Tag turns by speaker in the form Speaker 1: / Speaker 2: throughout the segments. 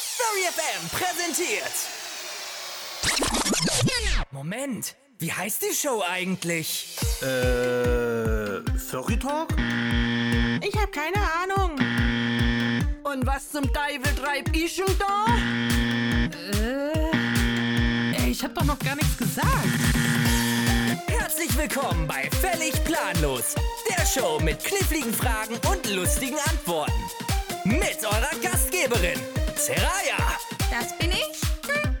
Speaker 1: Story FM präsentiert. Moment, wie heißt die Show eigentlich?
Speaker 2: Äh, Furry Talk?
Speaker 3: Ich hab keine Ahnung.
Speaker 4: Und was zum Teufel treib ich schon da?
Speaker 3: Äh, ey, ich hab doch noch gar nichts gesagt.
Speaker 1: Herzlich willkommen bei Völlig Planlos, der Show mit kniffligen Fragen und lustigen Antworten. Mit eurer Gastgeberin, Seraya.
Speaker 5: Das bin ich. Hm.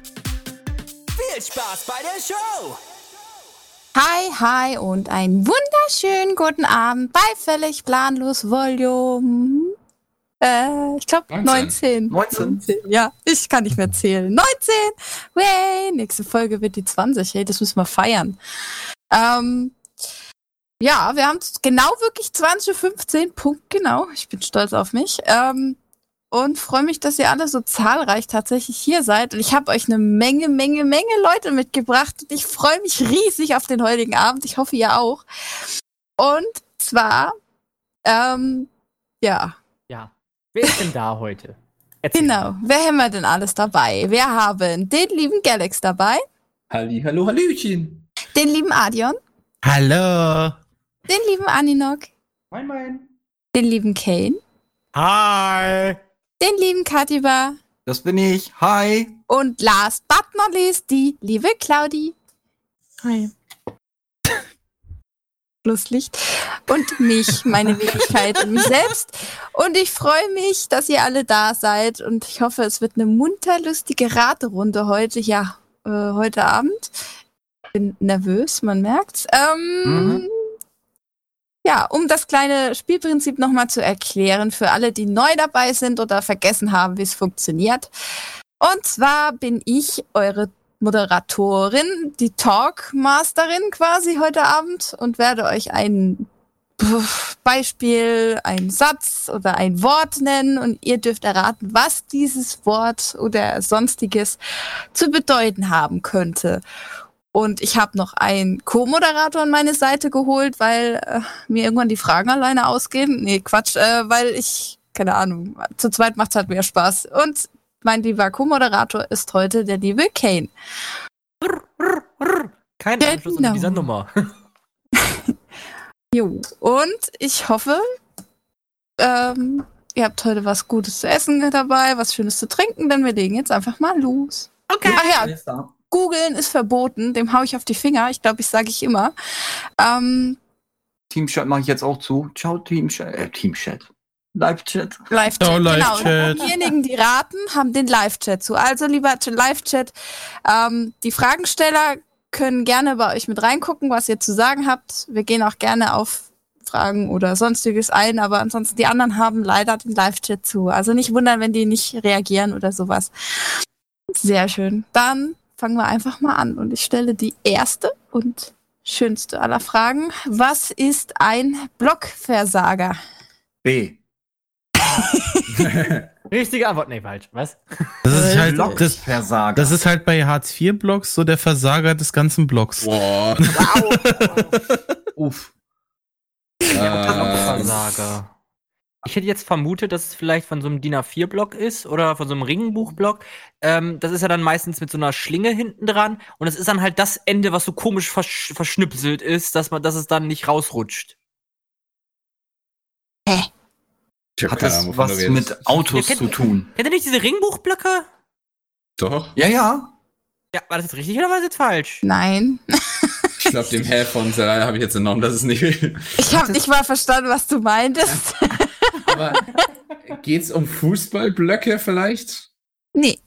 Speaker 1: Viel Spaß bei der Show.
Speaker 5: Hi, hi und einen wunderschönen guten Abend bei Völlig Planlos Volume. Äh, ich glaube 19.
Speaker 6: 19. 19.
Speaker 5: Ja, ich kann nicht mehr zählen. 19! Way! Nächste Folge wird die 20. Hey, das müssen wir feiern. Ähm, ja, wir haben genau wirklich 2015, Punkt genau. Ich bin stolz auf mich. Ähm, und freue mich, dass ihr alle so zahlreich tatsächlich hier seid. Und ich habe euch eine Menge, Menge, Menge Leute mitgebracht. Und ich freue mich riesig auf den heutigen Abend. Ich hoffe, ihr auch. Und zwar, ähm, ja.
Speaker 7: Ja. Wer ist denn da heute?
Speaker 5: Erzähl genau. Mal. Wer haben wir denn alles dabei? Wir haben den lieben Galax dabei.
Speaker 6: Halli, hallo, hallöchen.
Speaker 5: Den lieben Adion.
Speaker 8: Hallo.
Speaker 5: Den lieben Aninok.
Speaker 9: Moin, moin.
Speaker 5: Den lieben Kane.
Speaker 10: Hi.
Speaker 5: Den lieben Katiba.
Speaker 11: Das bin ich. Hi.
Speaker 5: Und last but not least die liebe Claudi.
Speaker 12: Hi.
Speaker 5: Schlusslicht. Und mich, meine Wenigkeit und mich selbst. Und ich freue mich, dass ihr alle da seid. Und ich hoffe, es wird eine munter lustige Raterunde heute, ja, äh, heute Abend. Ich bin nervös, man merkt's. Ähm, mhm. Ja, um das kleine Spielprinzip nochmal zu erklären für alle, die neu dabei sind oder vergessen haben, wie es funktioniert. Und zwar bin ich eure Moderatorin, die Talkmasterin quasi heute Abend und werde euch ein Beispiel, einen Satz oder ein Wort nennen und ihr dürft erraten, was dieses Wort oder sonstiges zu bedeuten haben könnte. Und ich habe noch einen Co-Moderator an meine Seite geholt, weil äh, mir irgendwann die Fragen alleine ausgehen. Nee, Quatsch, äh, weil ich, keine Ahnung, zu zweit macht's halt mehr Spaß. Und mein lieber Co-Moderator ist heute der liebe Kane.
Speaker 7: Kein genau. Anschluss an dieser Nummer.
Speaker 5: jo, und ich hoffe, ähm, ihr habt heute was Gutes zu essen dabei, was Schönes zu trinken, denn wir legen jetzt einfach mal los.
Speaker 3: Okay.
Speaker 5: Ach ja, googeln ist verboten, dem hau ich auf die Finger. Ich glaube, ich sage ich immer. Ähm,
Speaker 11: Teamchat mache ich jetzt auch zu. Ciao, Teamchat. Äh, Teamchat. Live-Chat.
Speaker 5: Live-Chat,
Speaker 8: oh, Live
Speaker 5: genau. Diejenigen, die raten, haben den Live-Chat zu. Also, lieber Live-Chat, ähm, die Fragensteller können gerne bei euch mit reingucken, was ihr zu sagen habt. Wir gehen auch gerne auf Fragen oder sonstiges ein, aber ansonsten die anderen haben leider den Live-Chat zu. Also nicht wundern, wenn die nicht reagieren oder sowas. Sehr schön. Dann fangen wir einfach mal an. Und ich stelle die erste und schönste aller Fragen. Was ist ein Blockversager?
Speaker 11: B.
Speaker 7: Richtige Antwort. Nee, falsch. Was?
Speaker 8: Das ist halt Blockversager. Das, das ist halt bei Hartz IV Blocks so der Versager des ganzen Blocks.
Speaker 11: Wow.
Speaker 7: wow. Uff.
Speaker 6: Äh,
Speaker 7: Blockversager. Ich hätte jetzt vermutet, dass es vielleicht von so einem DIN A4-Block ist oder von so einem Ringbuchblock. Ähm, das ist ja dann meistens mit so einer Schlinge hinten dran und es ist dann halt das Ende, was so komisch versch verschnipselt ist, dass man, dass es dann nicht rausrutscht.
Speaker 5: Hä?
Speaker 11: Hat das Ahnung, was mit Autos
Speaker 7: Ja,
Speaker 11: zu
Speaker 7: kennt-
Speaker 11: tun?
Speaker 7: Kennt ihr nicht diese Ringbuchblöcke?
Speaker 6: Doch.
Speaker 11: Ja, ja.
Speaker 7: Ja, war das jetzt richtig oder war das jetzt falsch?
Speaker 5: Nein.
Speaker 6: Ich glaube, dem Herr von Sarah habe ich jetzt entnommen, dass es nicht.
Speaker 5: Ich habe nicht mal verstanden, was du meintest.
Speaker 6: Aber geht's um Fußballblöcke vielleicht?
Speaker 5: nee,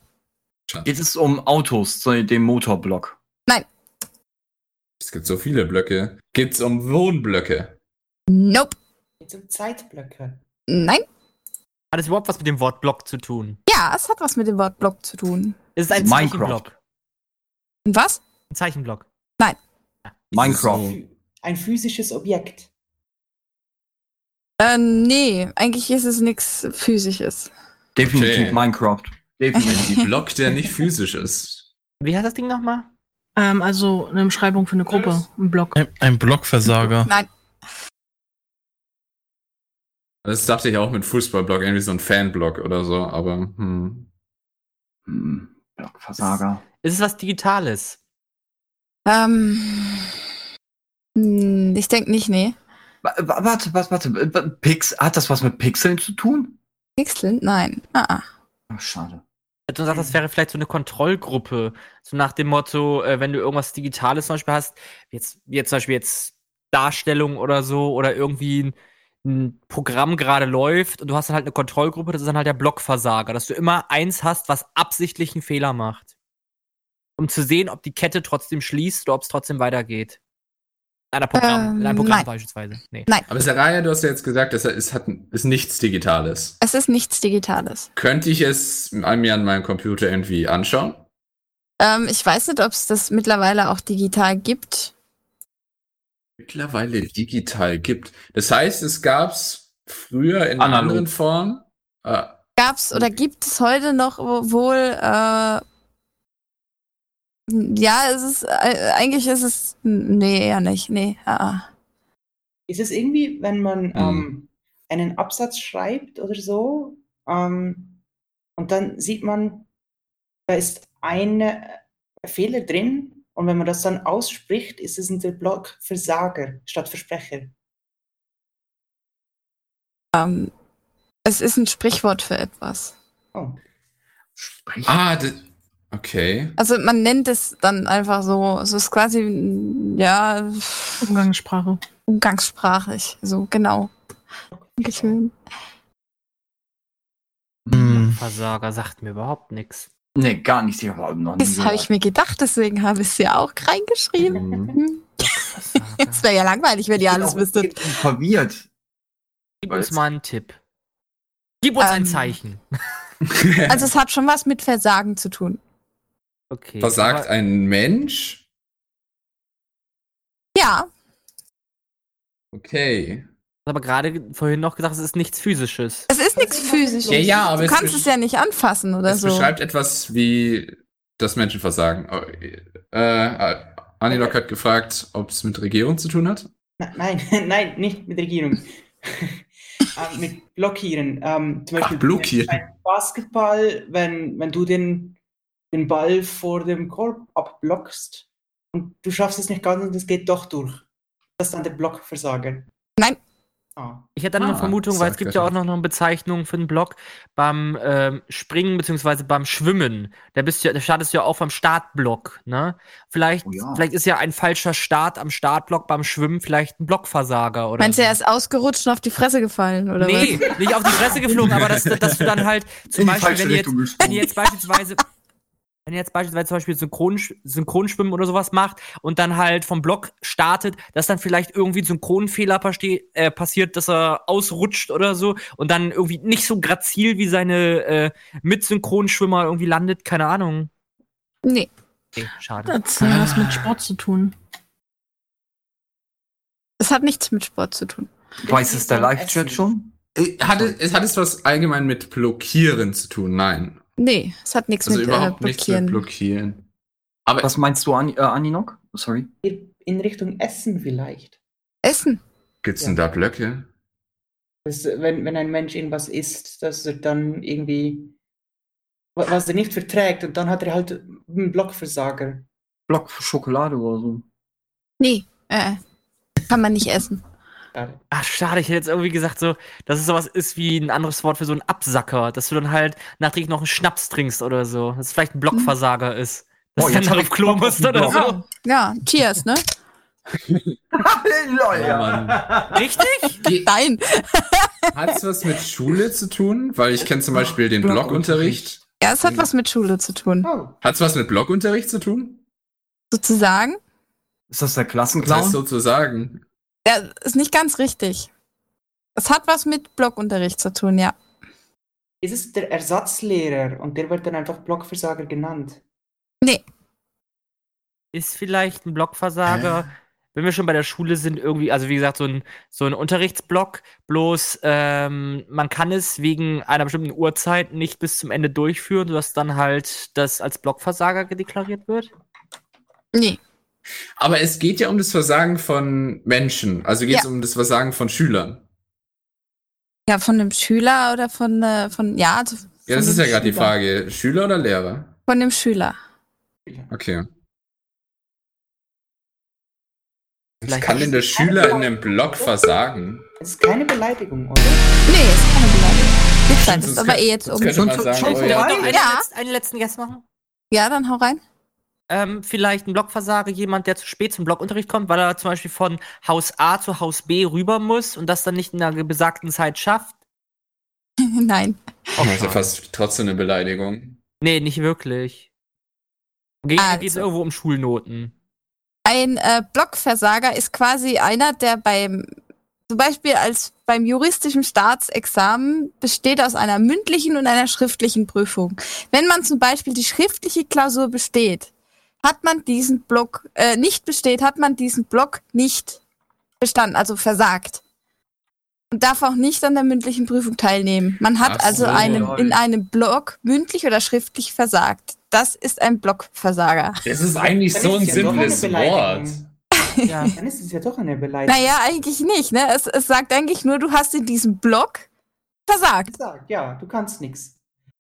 Speaker 11: Geht es um Autos, so den Motorblock?
Speaker 5: nein.
Speaker 6: Es gibt so viele Blöcke. Geht's um Wohnblöcke?
Speaker 5: Nope.
Speaker 9: Jetzt um Zeitblöcke.
Speaker 5: Nein.
Speaker 7: Hat es überhaupt was mit dem Wort Block zu tun?
Speaker 5: Ja, es hat was mit dem Wort Block zu tun.
Speaker 7: Es ist ein
Speaker 11: Minecraft.
Speaker 7: Zeichenblock.
Speaker 5: Und was?
Speaker 7: Ein Zeichenblock.
Speaker 11: Minecraft.
Speaker 9: Ein physisches Objekt.
Speaker 5: Äh, nee, eigentlich ist es nichts Physisches.
Speaker 11: Definitiv
Speaker 6: Okay.
Speaker 11: Minecraft. Definitiv.
Speaker 6: Ein Block, der nicht physisch ist.
Speaker 7: Wie heißt das Ding nochmal?
Speaker 12: Ähm, also eine Beschreibung für eine Gruppe, ein Blog.
Speaker 8: Ein, ein Blockversager.
Speaker 5: Nein,
Speaker 6: Das dachte ich auch mit Fußballblock, irgendwie so ein Fanblock oder so, aber hm.
Speaker 11: Blockversager.
Speaker 7: Es ist was Digitales.
Speaker 5: Ähm, hm, ich denke nicht, nee.
Speaker 11: Wa- wa- Warte, warte, warte. Äh, Pix, hat das was mit Pixeln zu tun?
Speaker 5: Pixeln? Nein. Ah, ah.
Speaker 11: Ach, schade.
Speaker 7: Also man sagt, das wäre vielleicht so eine Kontrollgruppe. So nach dem Motto, äh, wenn du irgendwas Digitales zum Beispiel hast, wie jetzt, wie jetzt zum Beispiel jetzt Darstellung oder so, oder irgendwie ein, ein Programm gerade läuft und du hast dann halt eine Kontrollgruppe, das ist dann halt der Blockversager, dass du immer eins hast, was absichtlich einen Fehler macht. Um zu sehen, ob die Kette trotzdem schließt oder ob es trotzdem weitergeht. In, einer Programm, in einem
Speaker 5: Ähm,
Speaker 7: Programm
Speaker 5: nein.
Speaker 7: beispielsweise. Nee.
Speaker 5: Nein.
Speaker 6: Aber Saraya, du hast ja jetzt gesagt, dass er, es hat, ist nichts Digitales.
Speaker 5: Es ist nichts Digitales.
Speaker 6: Könnte ich es an mir an meinem Computer irgendwie anschauen?
Speaker 5: Ähm, ich weiß nicht, ob es das mittlerweile auch digital gibt.
Speaker 6: Mittlerweile digital gibt. Das heißt, es gab es früher in einer
Speaker 11: Analog.
Speaker 6: anderen Form. Äh,
Speaker 5: Gab's oder gibt es heute noch wohl? Äh, ja, es ist äh, eigentlich ist es nee eher nicht, nee. Ah. ah.
Speaker 9: Ist es irgendwie, wenn man
Speaker 6: Mhm.
Speaker 9: ähm, einen Absatz schreibt oder so, ähm, und dann sieht man, da ist ein äh, Fehler drin, und wenn man das dann ausspricht, ist es in der Block Versager statt Versprecher.
Speaker 5: Ähm, es ist ein Sprichwort für etwas.
Speaker 9: Oh.
Speaker 6: ah, das, okay.
Speaker 5: Also man nennt es dann einfach so. Es ist quasi ja
Speaker 12: Umgangssprache.
Speaker 5: Umgangssprachig, so genau. Dankeschön.
Speaker 8: Hm.
Speaker 7: Versager sagt mir überhaupt nichts.
Speaker 11: Nee, gar nicht. Ich habe noch nie
Speaker 5: Das habe ich
Speaker 11: gehört.
Speaker 5: mir gedacht, deswegen habe ich es ja auch
Speaker 8: Mhm.
Speaker 5: reingeschrieben. Es wäre ja langweilig, wenn ihr alles wüsstet.
Speaker 11: Verwirrt.
Speaker 7: Gib uns mal einen Tipp. Gib uns ein Zeichen.
Speaker 5: Also es hat schon was mit Versagen zu tun.
Speaker 7: Okay.
Speaker 6: Versagt
Speaker 7: aber-
Speaker 6: ein Mensch?
Speaker 5: Ja,
Speaker 6: Okay.
Speaker 7: Aber gerade ge- vorhin noch gesagt, es ist nichts Physisches.
Speaker 5: es ist nichts physisches.
Speaker 6: Ja, ja, aber
Speaker 5: du
Speaker 6: es
Speaker 5: kannst
Speaker 6: besch-
Speaker 5: es ja nicht anfassen oder
Speaker 6: Das
Speaker 5: so.
Speaker 6: beschreibt etwas wie das Menschenversagen. Oh, Äh, äh, Anilok hat gefragt, ob es mit Regierung zu tun hat.
Speaker 9: Na, nein, nein, nicht mit Regierung. ähm, mit Blockieren. Ähm, zum Beispiel
Speaker 6: blockieren.
Speaker 9: beim Basketball, wenn, wenn du den, den Ball vor dem Korb abblockst und du schaffst es nicht ganz und es geht doch durch. Das ist dann der Blockversager.
Speaker 5: Nein.
Speaker 9: Ah.
Speaker 7: Ich hätte dann
Speaker 9: Ah,
Speaker 7: eine Vermutung, weil es
Speaker 6: sagt
Speaker 7: gibt
Speaker 6: er.
Speaker 7: ja auch noch eine Bezeichnung für einen Block beim ähm, Springen beziehungsweise beim Schwimmen. Da bist du, ja- da startest du ja auch vom Startblock. Ne? Vielleicht,
Speaker 11: Oh ja.
Speaker 7: vielleicht ist ja ein falscher Start am Startblock beim Schwimmen vielleicht ein Blockversager oder.
Speaker 5: Meinst du, er ist ausgerutscht und auf die Fresse gefallen oder
Speaker 7: nee,
Speaker 5: was?
Speaker 7: nicht auf die Fresse geflogen, aber dass, dass du dann halt zum
Speaker 11: In die
Speaker 7: Beispiel,
Speaker 11: falsche
Speaker 7: wenn ihr,
Speaker 11: Richtung
Speaker 7: jetzt, wenn ihr jetzt beispielsweise. Wenn ihr jetzt beispielsweise zum Beispiel Synchron, Synchronschwimmen oder sowas macht und dann halt vom Block startet, dass dann vielleicht irgendwie ein Synchronfehler paste- äh, passiert, dass er ausrutscht oder so und dann irgendwie nicht so grazil wie seine äh, Mitsynchronschwimmer irgendwie landet, keine Ahnung.
Speaker 5: Nee.
Speaker 7: Nee, schade.
Speaker 12: Hat äh, was mit Sport zu tun.
Speaker 5: Es hat nichts mit Sport zu tun.
Speaker 11: Weiß es der Live-Chat schon?
Speaker 6: Äh, Hat es, es- hat es was allgemein mit Blockieren zu tun? Nein.
Speaker 5: Nee, es hat nichts
Speaker 6: Also
Speaker 5: mit äh,
Speaker 6: überhaupt nichts mit
Speaker 5: Blockieren.
Speaker 6: Blockieren.
Speaker 11: Was meinst du, Ani, äh, Aninok? Sorry.
Speaker 9: In Richtung Essen vielleicht.
Speaker 5: Essen.
Speaker 6: Gibt's denn da Blöcke?
Speaker 9: Das, wenn, wenn ein Mensch irgendwas isst, dass er dann irgendwie wa- was er nicht verträgt und dann hat er halt einen Blockversager.
Speaker 11: Block für Schokolade oder so.
Speaker 5: Nee, äh, kann man nicht essen.
Speaker 9: Ah.
Speaker 7: Ach, schade, ich hätte jetzt irgendwie gesagt, so, dass es sowas ist wie ein anderes Wort für so einen Absacker, dass du dann halt nachträglich noch einen Schnaps trinkst oder so. Dass es vielleicht ein Blockversager ist. Dass
Speaker 11: Oh,
Speaker 7: du
Speaker 11: jetzt
Speaker 7: dann
Speaker 11: hab
Speaker 7: noch
Speaker 11: ich
Speaker 7: auf Klo
Speaker 11: Bock auf
Speaker 7: musst
Speaker 11: den
Speaker 7: oder
Speaker 11: Block.
Speaker 7: so.
Speaker 5: Oh, ja, cheers, ne?
Speaker 11: Lol, ja.
Speaker 7: Richtig?
Speaker 5: Nein.
Speaker 6: Hat's was mit Schule zu tun? Weil ich kenne zum Beispiel den Blockunterricht.
Speaker 5: Ja, es
Speaker 6: Hm.
Speaker 5: hat was mit Schule zu tun.
Speaker 6: Hat's was mit Blockunterricht zu tun? Um
Speaker 5: Sozusagen.
Speaker 11: Ist das der
Speaker 6: Das heißt
Speaker 11: Klassenclown?
Speaker 6: sozusagen.
Speaker 5: Ja, ist nicht ganz richtig. Es hat was mit Blockunterricht zu tun, ja.
Speaker 9: Ist es der Ersatzlehrer und der wird dann einfach Blockversager genannt?
Speaker 7: Ist vielleicht ein Blockversager, wenn wir schon bei der Schule sind, irgendwie, also wie gesagt, so ein, so ein Unterrichtsblock, bloß ähm, man kann es wegen einer bestimmten Uhrzeit nicht bis zum Ende durchführen, sodass dann halt das als Blockversager deklariert wird.
Speaker 5: Nee.
Speaker 6: Aber es geht ja um das Versagen von Menschen. Also geht's
Speaker 5: Ja.
Speaker 6: um das Versagen von Schülern.
Speaker 5: Ja, von einem Schüler oder von, äh, von ja, also
Speaker 6: Ja, das
Speaker 5: Von
Speaker 6: ist
Speaker 5: dem
Speaker 6: ja gerade die
Speaker 5: Schüler.
Speaker 6: Frage. Schüler oder Lehrer?
Speaker 5: Von dem Schüler.
Speaker 6: Okay. Was kann denn der Schüler in einem Blog versagen?
Speaker 9: Das ist keine Beleidigung, oder?
Speaker 5: Nee, ist keine Beleidigung. Wie gesagt,
Speaker 6: Sonst
Speaker 5: ist aber
Speaker 6: kann-
Speaker 5: eh jetzt
Speaker 6: sonst
Speaker 5: um.
Speaker 6: könnte man sagen, oh ja.
Speaker 7: Noch einen,
Speaker 5: Ja.
Speaker 7: letzten, einen letzten Guess machen?
Speaker 5: ja, dann hau rein.
Speaker 7: Ähm, vielleicht ein Blockversage, jemand, der zu spät zum Blockunterricht kommt, weil er zum Beispiel von Haus A zu Haus B rüber muss und das dann nicht in der besagten Zeit schafft.
Speaker 5: Nein.
Speaker 6: Das ist ja fast trotzdem eine Beleidigung.
Speaker 7: Nee, nicht wirklich. Geht es
Speaker 5: Also.
Speaker 7: irgendwo um Schulnoten.
Speaker 5: Ein äh, Blockversager ist quasi einer, der beim, zum Beispiel als beim juristischen Staatsexamen besteht aus einer mündlichen und einer schriftlichen Prüfung. Wenn man zum Beispiel die schriftliche Klausur besteht, hat man diesen Block äh, nicht besteht, hat man diesen Block nicht bestanden, also versagt. Und darf auch nicht an der mündlichen Prüfung teilnehmen. Man hat
Speaker 6: Ach
Speaker 5: also
Speaker 6: so.
Speaker 5: einen, in einem Block mündlich oder schriftlich versagt. Das ist ein Blockversager.
Speaker 6: Das ist eigentlich
Speaker 9: Dann
Speaker 6: so
Speaker 9: ist
Speaker 6: ein
Speaker 9: es ja doch eine
Speaker 6: simples Wort.
Speaker 9: Beleidigung. Ja, dann ist es ja doch eine Beleidigung.
Speaker 5: Naja, eigentlich nicht. Ne? Es, es sagt eigentlich nur, du hast in diesem Block versagt.
Speaker 9: Sag, ja, du kannst nichts.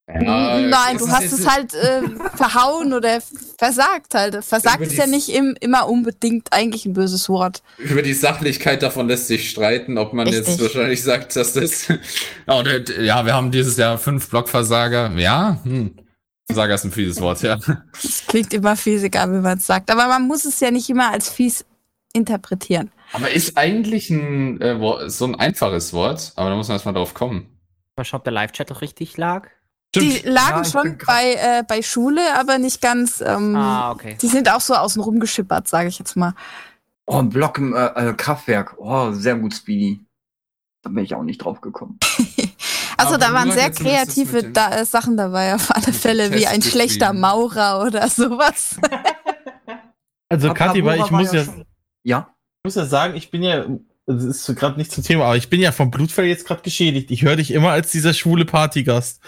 Speaker 11: Ah,
Speaker 5: Nein, du hast es halt äh, verhauen oder f- versagt halt. Versagt
Speaker 6: Über
Speaker 5: ist ja
Speaker 6: dies-
Speaker 5: nicht im, immer unbedingt eigentlich ein böses Wort.
Speaker 6: Über die Sachlichkeit davon lässt sich streiten, ob man jetzt
Speaker 5: Richtig.
Speaker 6: wahrscheinlich sagt, dass das. Ja, und, äh, ja, wir haben dieses Jahr fünf Blockversager. Ja, hm. Versager ist ein fieses Wort, ja.
Speaker 5: Es klingt immer fies, egal wie man es sagt. Aber man muss es ja nicht immer als fies interpretieren.
Speaker 6: Aber ist eigentlich ein, äh, Wo- so ein einfaches Wort, aber da muss man erstmal drauf kommen.
Speaker 7: Mal schauen, ob der Live-Chat doch richtig lag.
Speaker 5: Die lagen schon bei, äh, bei Schule, aber nicht ganz. Ähm,
Speaker 7: Ah, okay.
Speaker 5: Die sind auch so außen rumgeschippert, sage ich jetzt mal.
Speaker 11: Oh, ein Block im äh, äh, Kraftwerk. Oh, sehr gut, Speedy. Da bin ich auch nicht drauf gekommen.
Speaker 5: Also
Speaker 11: Aber
Speaker 5: da waren
Speaker 11: nur
Speaker 5: sehr
Speaker 11: jetzt letztens mit
Speaker 5: kreative da äh, Sachen dabei, auf alle Fälle, wie ein
Speaker 11: Test
Speaker 5: schlechter
Speaker 11: geschrieben.
Speaker 5: Maurer oder sowas.
Speaker 8: Also Kathi, weil ich muss ja,
Speaker 11: ja.
Speaker 8: Ich muss ja sagen, ich bin ja, das ist gerade nicht zum Thema, aber ich bin ja vom Blutfall jetzt gerade geschädigt. Ich höre dich immer als dieser schwule Partygast.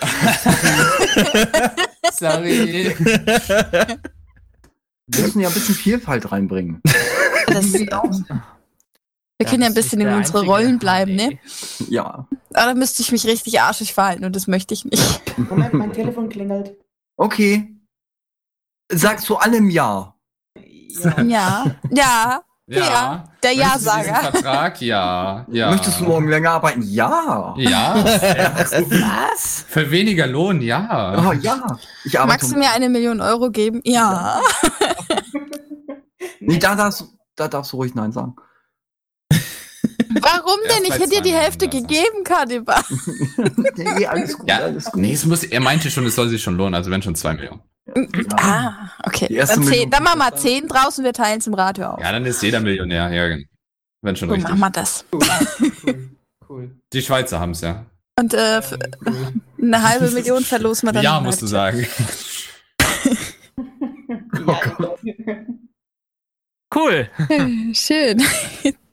Speaker 6: Sorry.
Speaker 11: Wir müssen ja ein bisschen Vielfalt reinbringen.
Speaker 6: Hm.
Speaker 5: Das, wir können ja ein bisschen in unsere Rollen bleiben, ne?
Speaker 11: Ja.
Speaker 5: Aber da müsste ich mich richtig arschig verhalten und das möchte ich nicht.
Speaker 9: Moment, mein Telefon klingelt.
Speaker 11: Okay. Sag zu allem Ja.
Speaker 5: Ja, ja,
Speaker 6: Ja.
Speaker 5: ja. Der
Speaker 6: Möchtest du diesen
Speaker 5: Ja-Sager.
Speaker 6: Vertrag? Ja, ja.
Speaker 11: Möchtest du morgen länger arbeiten? Ja.
Speaker 6: Ja.
Speaker 11: Was?
Speaker 6: Für weniger Lohn, ja.
Speaker 11: Oh, ja. Ich arbeite. um-
Speaker 5: Magst du mir eine Million Euro geben? Ja.
Speaker 11: nee, da darfst, da darfst du ruhig Nein sagen.
Speaker 5: Warum
Speaker 6: Erst
Speaker 5: denn? Ich
Speaker 6: bei
Speaker 5: hätte dir die
Speaker 6: zwei
Speaker 5: Hälfte gegeben, Kadiba.
Speaker 11: Nee, alles gut,
Speaker 6: Ja,
Speaker 11: alles gut.
Speaker 6: nee, es muss, er meinte schon, es soll sich schon lohnen, also wenn schon zwei Millionen.
Speaker 5: Ah, okay.
Speaker 6: Die erste
Speaker 5: Dann,
Speaker 6: Million
Speaker 5: zehn, dann machen wir zehn draußen, wir teilen es im Radio auf.
Speaker 6: Ja, dann ist jeder Millionär, ja, genau. wenn schon
Speaker 5: so
Speaker 6: richtig.
Speaker 5: machen wir das.
Speaker 6: Die Schweizer haben es ja.
Speaker 5: Und äh, f-
Speaker 11: Oh
Speaker 5: eine halbe Million verlosen wir dann.
Speaker 6: Ja,
Speaker 5: im
Speaker 6: musst du
Speaker 5: Live-Chat.
Speaker 6: sagen.
Speaker 8: Oh
Speaker 7: Cool.
Speaker 5: Schön.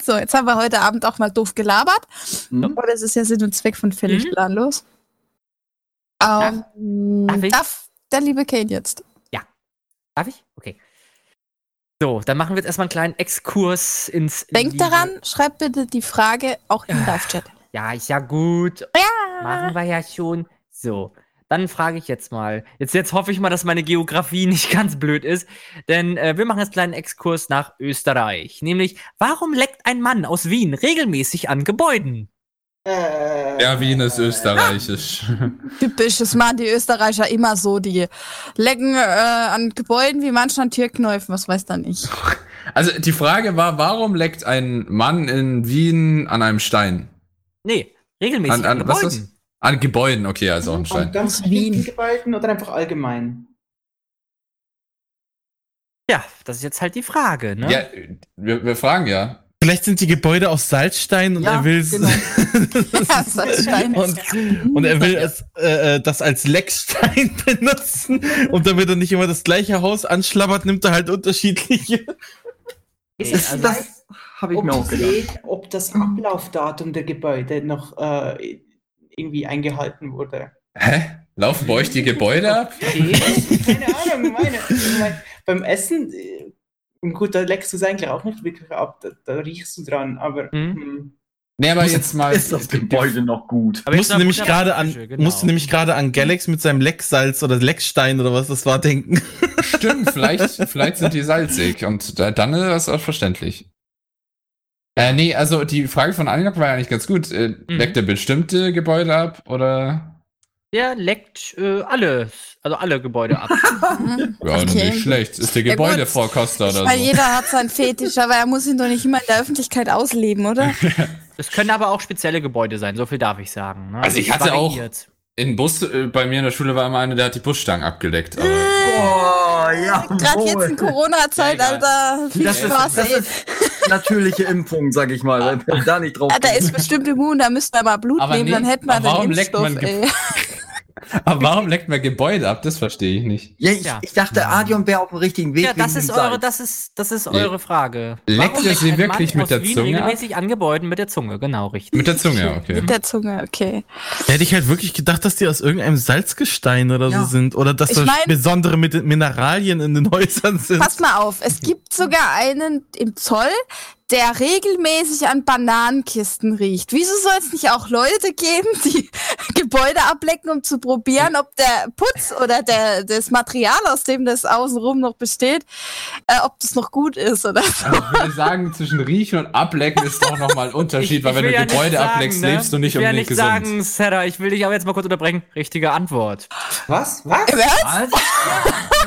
Speaker 5: So, jetzt haben wir heute Abend auch mal doof gelabert.
Speaker 11: Mhm.
Speaker 5: Aber das ist ja Sinn und Zweck von
Speaker 6: Mhm.
Speaker 5: völlig planlos. Ähm,
Speaker 7: Darf
Speaker 5: darf,
Speaker 7: ich?
Speaker 5: der liebe Kane jetzt?
Speaker 7: Darf ich? Okay. So, dann machen wir jetzt erstmal einen kleinen Exkurs ins.
Speaker 5: Denkt
Speaker 7: Liebe-
Speaker 5: daran, schreibt bitte die Frage auch
Speaker 6: Ah.
Speaker 5: im Live-Chat.
Speaker 7: Ja, ist ja gut. Machen wir ja schon. So, dann frage ich jetzt mal. Jetzt, jetzt hoffe ich mal, dass meine Geografie nicht ganz blöd ist, denn äh, wir machen jetzt einen kleinen Exkurs nach Österreich. Nämlich, warum leckt ein Mann aus Wien regelmäßig an Gebäuden?
Speaker 6: Ja, Wien ist österreichisch.
Speaker 5: Typisch, das machen die Österreicher immer so. Die lecken äh, an Gebäuden wie manchmal an Türknäufen, was weiß da nicht.
Speaker 6: Also die Frage war, warum leckt ein Mann in Wien an einem Stein?
Speaker 7: Nee, regelmäßig
Speaker 6: An,
Speaker 7: an,
Speaker 6: an, was
Speaker 7: Gebäuden.
Speaker 6: ist? An Gebäuden, okay, also auch ein
Speaker 9: An
Speaker 6: Stein.
Speaker 9: ganz bestimmten Gewalten oder einfach allgemein?
Speaker 7: Ja, das ist jetzt halt die Frage, ne?
Speaker 6: Ja, wir, wir fragen ja.
Speaker 8: Vielleicht sind die Gebäude aus Salzstein und er will
Speaker 5: Ja, Salzstein.
Speaker 8: und, und er will es, äh, äh, das als Leckstein benutzen und damit er nicht immer das gleiche Haus anschlabbert, nimmt er halt unterschiedliche.
Speaker 9: Ist
Speaker 11: es das-
Speaker 9: Habe
Speaker 11: ich mir auch gedacht.
Speaker 9: Ob das Ablaufdatum der Gebäude noch äh, irgendwie eingehalten wurde.
Speaker 6: Laufen bei euch die Gebäude ab?
Speaker 9: Keine Ahnung, meine. ich mein, beim Essen, äh, gut, da leckst du es eigentlich auch nicht wirklich ab, da, da riechst du dran, aber. hm.
Speaker 6: Nee, aber jetzt mal
Speaker 11: ist das Gebäude noch gut.
Speaker 8: Aber musste nämlich gerade an,
Speaker 7: Genau.
Speaker 8: musste nämlich gerade an Galax mit seinem Lecksalz oder Leckstein oder was das war denken.
Speaker 6: Stimmt, vielleicht, vielleicht sind die salzig und da, dann ist das auch verständlich. Äh, nee, also die Frage von Anilok war ja eigentlich ganz gut. Äh,
Speaker 5: Mhm.
Speaker 6: Leckt er bestimmte Gebäude ab oder?
Speaker 7: Der leckt äh, alles, also alle Gebäude ab.
Speaker 6: Ja, nicht schlecht. Ist der
Speaker 5: Ja, gut.
Speaker 6: Gebäudevorkoster oder
Speaker 5: Weil
Speaker 6: so.
Speaker 5: jeder hat seinen Fetisch, aber er muss ihn doch nicht immer in der Öffentlichkeit ausleben, oder?
Speaker 7: Es können aber auch spezielle Gebäude sein, so viel darf ich sagen. Ne?
Speaker 6: Also ich
Speaker 7: es
Speaker 6: hatte auch
Speaker 7: variiert.
Speaker 6: in Bus, äh, bei mir in der Schule war immer einer, der hat die Busstangen abgeleckt. Aber
Speaker 11: Boah, ja.
Speaker 5: Gerade jetzt in Corona-Zeitalter, viel
Speaker 11: Das ist,
Speaker 5: Spaß,
Speaker 11: das
Speaker 5: ey.
Speaker 11: ist natürliche Impfung, sag ich mal. Wenn wir da nicht drauf
Speaker 5: Ah, da ist bestimmt immun, da müssten wir mal Blut
Speaker 6: Aber
Speaker 5: nehmen,
Speaker 6: nee,
Speaker 5: dann hätten wir
Speaker 6: aber warum
Speaker 5: den
Speaker 6: leckt
Speaker 5: Impfstoff,
Speaker 6: man
Speaker 5: ey.
Speaker 6: Aber warum leckt man Gebäude ab? Das verstehe ich nicht.
Speaker 11: Ja, ich, ich dachte, Adion wäre auf dem richtigen Weg.
Speaker 7: Ja, das
Speaker 11: wegen
Speaker 7: ist
Speaker 11: dem Salz.
Speaker 7: eure, das ist, das ist
Speaker 6: Nee.
Speaker 7: eure Frage.
Speaker 6: Leckt er sie
Speaker 7: ein
Speaker 6: wirklich
Speaker 7: Mann
Speaker 6: mit
Speaker 7: aus
Speaker 6: der
Speaker 7: Wien
Speaker 6: Zunge ab?
Speaker 7: Regelmäßig an Gebäuden mit der Zunge, genau, richtig.
Speaker 6: Mit der Zunge, okay.
Speaker 8: Mhm.
Speaker 5: Mit der Zunge, okay.
Speaker 8: Da hätte ich halt wirklich gedacht, dass die aus irgendeinem Salzgestein oder
Speaker 5: Ja.
Speaker 8: so sind. Oder dass
Speaker 5: Ich
Speaker 8: da
Speaker 5: mein-
Speaker 8: besondere Mit- Mineralien in den Häusern sind.
Speaker 5: Pass mal auf, es
Speaker 8: Mhm.
Speaker 5: gibt sogar einen im Zoll, der regelmäßig an Bananenkisten riecht. Wieso soll es nicht auch Leute geben, die Gebäude ablecken, um zu probieren, ob der Putz oder der, das Material, aus dem das außenrum noch besteht, äh, ob das noch gut ist oder so.
Speaker 6: Also ich würde sagen, zwischen Riechen und Ablecken ist doch nochmal ein Unterschied, weil wenn
Speaker 7: will
Speaker 6: du
Speaker 7: ja nicht
Speaker 6: Gebäude
Speaker 7: sagen,
Speaker 6: ableckst,
Speaker 7: ne?
Speaker 6: lebst du nicht
Speaker 7: ich will ja
Speaker 6: unbedingt
Speaker 7: nicht
Speaker 6: gesund.
Speaker 7: sagen, Sarah, ich will dich aber jetzt mal kurz unterbrechen. Richtige Antwort.
Speaker 9: Was? Was?
Speaker 7: Äh,